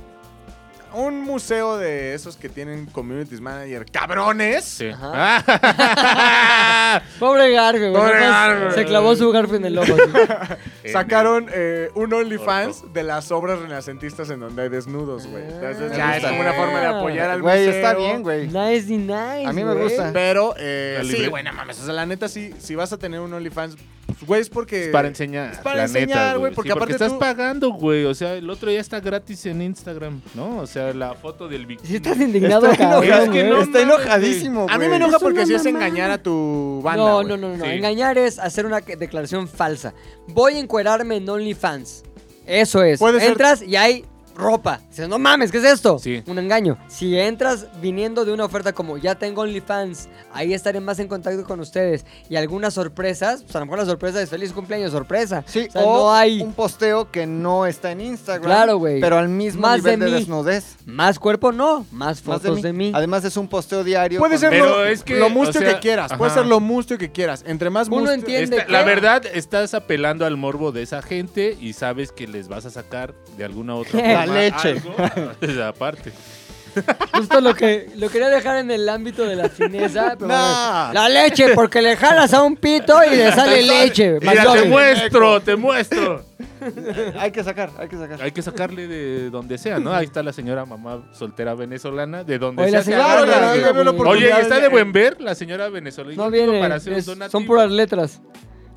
E: Un museo
B: Ah,
E: de esos que tienen communities manager cabrones.
B: Sí.
A: Ajá. Pobre Garfield, güey.
E: Pobre
A: Nomás
E: Garfield.
A: Se clavó su Garfield en el ojo. así.
E: Sacaron eh, un OnlyFans de las obras renacentistas en donde hay desnudos, güey. Entonces,
C: Me
E: ya es
C: gusta.
E: como una forma de apoyar al
C: Güey,
E: museo.
C: está bien, güey.
A: nice y nice.
C: A mí me
A: güey.
C: gusta.
E: Pero, eh,
B: La
E: sí,
B: libre-
E: güey, no mames. O sea, la neta, sí, si vas a tener un OnlyFans, pues, güey, es porque...
B: Para enseñar.
E: Es para
B: la
E: enseñar,
B: neta,
E: güey, porque
B: Sí,
E: aparte
B: estás
E: tú-
B: pagando, güey. O sea, el otro ya está gratis en Instagram, ¿no? O sea, la foto del bikini.
A: Si estás indignado, cabrón,
B: enojado,
A: güey.
B: es que no
C: está
B: mames,
C: enojadísimo, güey.
E: A mí me enoja
A: Es una
E: porque si es
A: mamá.
E: engañar a tu banda,
A: No,
E: güey.
A: no, no, no.
B: Sí.
A: Engañar es hacer una que- declaración falsa. Voy a encuerarme en OnlyFans. Eso es.
E: Puede ser-
A: entras y hay ropa. Dices, no mames, ¿qué es esto?
B: Sí.
A: Un engaño. Si entras viniendo de una oferta como ya tengo OnlyFans, ahí estaré más en contacto con ustedes. Y algunas sorpresas, pues a lo mejor la sorpresa es feliz cumpleaños, sorpresa.
C: Sí,
A: o, sea,
C: o
A: no hay
C: un posteo que no está en Instagram.
A: Claro, güey.
C: Pero al mismo
A: Más
C: nivel
A: de
C: de,
A: mí.
C: desnudez.
A: más cuerpo, no. Más
C: Más
A: fotos de mí.
C: Además es un posteo diario.
E: Puede
C: con-
E: ser
B: Pero
E: lo,
B: es que,
E: lo mustio
B: o sea,
E: que quieras. Puede
B: ajá.
E: ser lo mustio que quieras. Entre más
A: Uno
E: mustio-
A: entiende.
B: Esta-
A: ¿qué?
B: la verdad, estás apelando al morbo de esa gente y sabes que les vas a sacar de alguna otra
A: La
B: forma
C: leche.
B: algo, aparte.
A: Justo lo que lo quería dejar en el ámbito de la fineza. pero
C: Nah.
A: bueno. La leche, porque le jalas a un pito y le sale leche.
B: Mira, te
A: McLovin.
B: muestro, te muestro.
C: Hay que sacar, hay que sacar.
B: Hay que sacarle de donde sea, ¿no? Ahí está la señora mamá soltera venezolana, de donde
A: Oye,
B: sea.
A: la
B: que
A: señora
B: agarra,
A: venezolana,
B: güey.
A: ya veo la
B: Oye,
E: oportunidad
B: ¿y está
E: de-
B: de buen ver la señora venezolana?
A: No
B: Yo
A: viene.
B: para hacer un
A: es- son
B: donativo.
A: puras letras.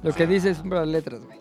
A: Lo que dice son puras letras, güey.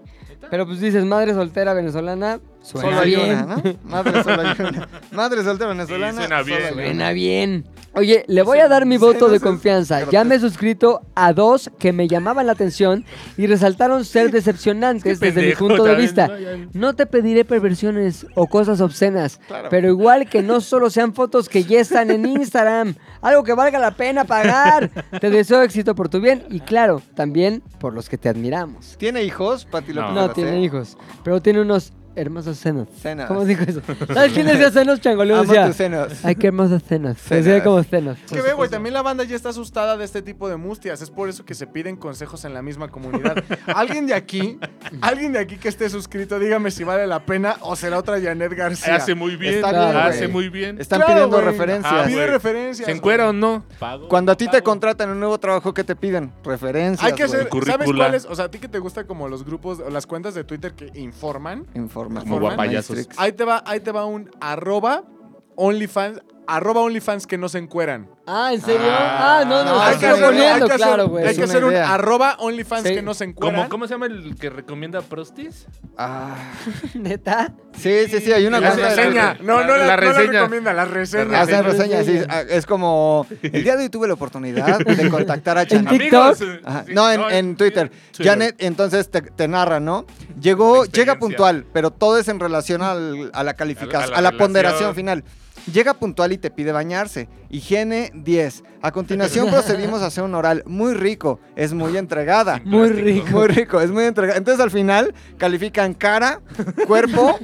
A: Pero pues dices, madre soltera venezolana, suena
C: Solo hay
A: bien.
C: una,
E: ¿Ah?
C: ¿no? Madre solo hay una. Madre soltera venezolana.
B: suena bien,
C: solo hay
B: güey.
C: una.
A: Suena bien. Oye, le voy a dar mi voto de confianza.
B: pues
A: Ya me he suscrito a dos que me llamaban la atención y resaltaron ser decepcionantes desde mi
B: pendejo,
A: punto de
B: también,
A: vista.
B: ¿no? Ya-
A: No te pediré perversiones o cosas obscenas, pero igual que no solo sean fotos que ya están en Instagram, algo que valga la pena pagar. Te deseo éxito por tu bien y claro, también por los que te admiramos.
C: ¿Tiene hijos, Pati
B: No.
C: López?
A: No
C: Veras,
A: tiene
C: eh?
A: hijos, pero tiene unos hermosos senos.
C: Senos.
A: ¿Cómo dijo eso? ¿Sabes quién decía senos, changoleo?
C: Amo
A: Decía,
C: tus senos.
A: ay, qué hermosos senos.
C: Senos.
A: Decía como senos.
E: Es que ve, güey, también la banda ya está asustada de este tipo de mustias. Es por eso que se piden consejos en la misma comunidad. Alguien de aquí, alguien de aquí que esté suscrito, dígame si vale la pena o será otra Janet García.
B: Hace muy bien,
C: Está bien,
B: hace
C: güey.
B: muy bien.
C: Están
E: Claro,
C: pidiendo
E: güey.
C: referencias.
B: Ajá,
E: Pide
B: güey.
E: referencias.
B: ¿Se encuera o no? Pago,
C: Cuando a ti te
B: pago.
C: contratan un nuevo trabajo, ¿qué te piden? Referencias.
E: Hay que
C: güey.
E: hacer, ¿sabes
B: Currícula.
E: cuáles? O sea, a ti que te gusta como los grupos o las cuentas de Twitter que informan.
C: Informa.
E: Como
B: guapayazos.
C: Matrix.
E: Ahí te va, ahí te va un arroba OnlyFans, arroba OnlyFans que no se encueran.
A: Ah, ¿en serio?
B: Ah,
A: Ah, no, no,
C: no,
A: lo
C: hay que
A: estoy
C: hacer-
A: poniendo,
E: hay que hacer-
A: claro,
E: Hay
A: güey.
E: que
C: Es una
E: hacer un
C: idea.
E: arroba OnlyFans
A: Sí.
E: que no se encueran.
B: ¿Cómo, ¿Cómo se llama el que recomienda Prostis?
C: Ah.
A: ¿Neta?
C: Sí, sí, sí, hay una
B: La
C: cuenta de-
B: reseña.
E: No, no la,
B: La
E: no la
B: reseña.
E: recomienda, la reseña.
C: Hacen
B: Reseña.
C: reseñas, sí. Ah, Es como. El día de hoy tuve la oportunidad de contactar a
A: En
C: Janet.
A: TikTok.
C: Ajá, No, en, en Twitter. Janet, entonces te, te narra, ¿no? Llegó,
B: Experiencia.
C: llega puntual, pero todo es en relación al- a la calificación, a la,
B: A la
C: ponderación
B: relación.
C: final. Llega puntual y te pide bañarse. Higiene 10. A continuación procedimos a hacer un oral muy rico. Es muy entregada.
A: Muy rico.
C: Muy rico, es muy entregada. Entonces al final califican cara, cuerpo,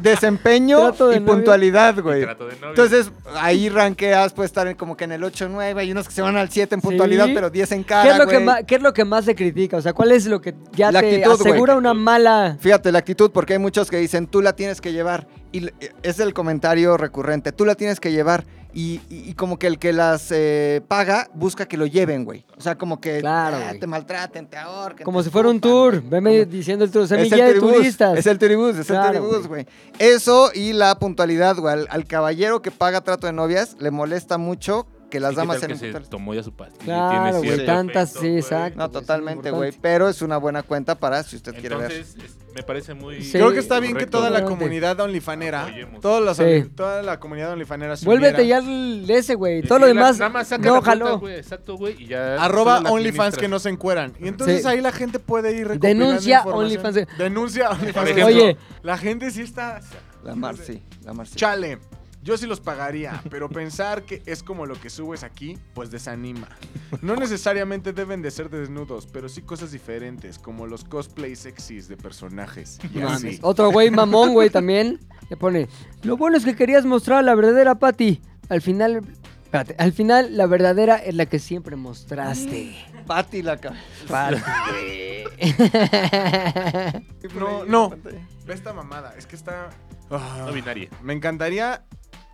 C: desempeño
A: Trato de
C: y
A: novio.
C: puntualidad, güey.
B: trato de novio.
C: Entonces ahí ranqueas, puedes estar en- como que en el 8-9. Hay unos que se van al 7 en puntualidad,
A: Sí.
C: pero 10 en cara.
A: ¿Qué es, lo que
C: güey.
A: más, ¿Qué es lo que más se critica? O sea, ¿cuál es lo que ya
C: La
A: te
C: actitud, güey.
A: asegura una mala...
C: Fíjate la actitud, porque hay muchos que dicen, tú la tienes que llevar. Y l- eh, es el comentario recurrente, tú la tienes que llevar. Y, y- y como que el que las eh, paga busca que lo lleven, güey. O sea, como que
A: Claro,
C: ah,
A: güey.
C: te maltraten, te ahorquen.
A: Como
C: te
A: si fuera un
C: escupan,
A: tour.
C: güey.
A: Veme
C: Como-
A: diciendo el tour. Se me
C: Es
A: guía
C: el
A: de
C: turibús,
A: turistas.
C: es el turibús, es
A: Claro,
C: el turibús,
A: güey.
C: güey. Eso y la puntualidad, güey. Al, al caballero que paga trato de novias le molesta mucho que las
B: ¿Y qué
C: damas
B: tal
C: sean
B: que se
C: puntuales.
B: tomó ya su pastilla. y tiene
A: Claro,
B: cierto
A: güey. Tantas,
B: efecto,
A: sí,
B: güey?
A: exacto.
C: No,
A: güey, es
C: totalmente, güey.
A: importante.
C: Pero es una buena cuenta para si usted quiere ver.
B: Entonces, es- me parece muy.
A: Sí.
E: Creo que está bien que
B: correcto.
E: toda la
A: Seguramente.
E: comunidad OnlyFanera,
B: Apoyemos.
E: todos los-
A: Sí.
E: toda la comunidad OnlyFanera se
A: Vuélvete ya
E: uniera.
A: al ese, güey.
B: Y
A: Todo lo
B: Eh, la-
A: demás...
B: Nada más saca
A: No,
B: la cuenta,
A: jaló.
B: güey, Exacto, güey. Y ya.
E: Arroba
B: solo la
E: OnlyFans que no
B: administras.
E: se encueran. Y entonces
A: Sí.
E: ahí la gente puede ir recopilando
A: Denuncia
E: información.
A: OnlyFans.
E: Denuncia OnlyFans.
B: ejemplo.
A: Oye.
E: La gente sí está...
C: La Marcy, la Marcy.
E: Chale, yo sí los pagaría, pero pensar que es como lo que subes aquí, pues desanima. No necesariamente deben de ser desnudos, pero sí cosas diferentes, como los cosplay sexys de personajes. Y
A: No
E: así.
A: mames. Otro güey mamón, güey, también. Le pone, lo bueno es que querías mostrar la verdadera Patty. Al final, espérate, al final la verdadera es la que siempre mostraste.
C: Patty la cabeza.
A: Patty.
E: No, no. Ve esta mamada, es que está... Ah,
B: No binaria.
E: me encantaría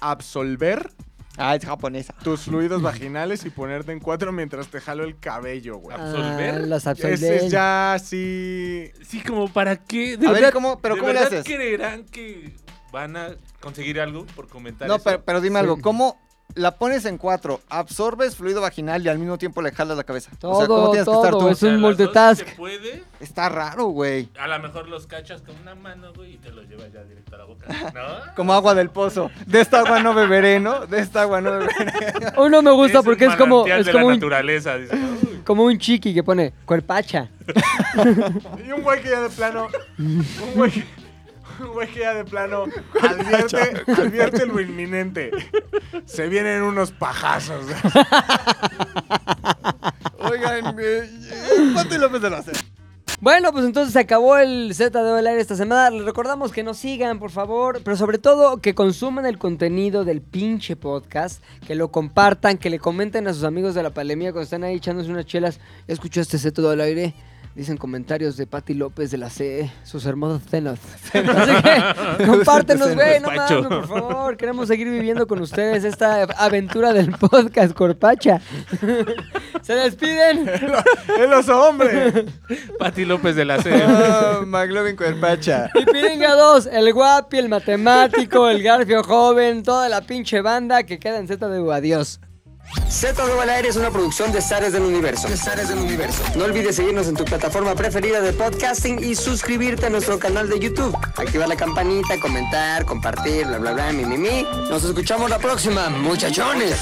E: absolver
C: Ah, es japonesa.
E: tus fluidos vaginales y ponerte en cuatro mientras te jalo el cabello, güey.
B: ¿Absolver?
A: Ah, las
E: Ese
A: absolver.
E: es ya así.
B: Sí, como para qué.
C: A ver, ¿cómo, pero
B: de
C: ¿cómo le
B: verdad
C: haces?
B: creerán que van a conseguir algo por comentar
C: No,
B: eso?
C: pero, pero dime
A: Sí.
C: algo, ¿cómo la pones en cuatro? Absorbes fluido vaginal y al mismo tiempo le jalas la cabeza. o sea, ¿cómo
A: Todo,
C: tienes que
A: todo,
C: estar tú?
A: es- pues, un
B: las dos
A: multitask.
B: se puede.
C: Está raro, güey.
B: A lo mejor los cachas con una mano, güey, y te los llevas ya directo a la boca. ¿No?
C: Como agua del pozo. De esta agua no beberé, ¿no? De esta agua no beberé.
A: Uno me gusta porque
B: un
A: es como,
B: manantial
A: es
B: de
A: como
B: la
A: un,
B: naturaleza. dice, uy.
A: como un chiqui que pone cuerpacha.
E: Y un güey que ya de plano. Un güey que, un güey que ya de plano advierte, advierte lo inminente. Se vienen unos pajazos.
C: Oigan, eh, eh, Pati López de la C.
A: Bueno, pues entonces se acabó el Z de al aire esta semana. Les recordamos que nos sigan, por favor, pero sobre todo que consuman el contenido del pinche podcast, que lo compartan, que le comenten a sus amigos de la pandemia cuando están ahí echándose unas chelas. ¿Ya escuchaste Z de al aire? Dicen comentarios de Patti López de la CE, sus hermosas cenas. Así que compártenos, güey, no
B: Corpacho.
A: mames, por favor. Queremos seguir viviendo con ustedes esta aventura del podcast, Corpacha. Se despiden.
E: ¡El oso hombre!
B: Pati López de la C.
C: Ah, McLovin Cuerpacha.
A: Y Piringa 2, el guapi, el matemático, el garfio joven, toda la pinche banda que queda en ZDU. Adiós.
I: Z2 al aire es una producción de Zares del Universo. del Universo. No olvides seguirnos en tu plataforma preferida de podcasting y suscribirte a nuestro canal de YouTube. Activar la campanita, comentar, compartir, bla, bla, bla, mi, mi, mi. Nos escuchamos la próxima, muchachones.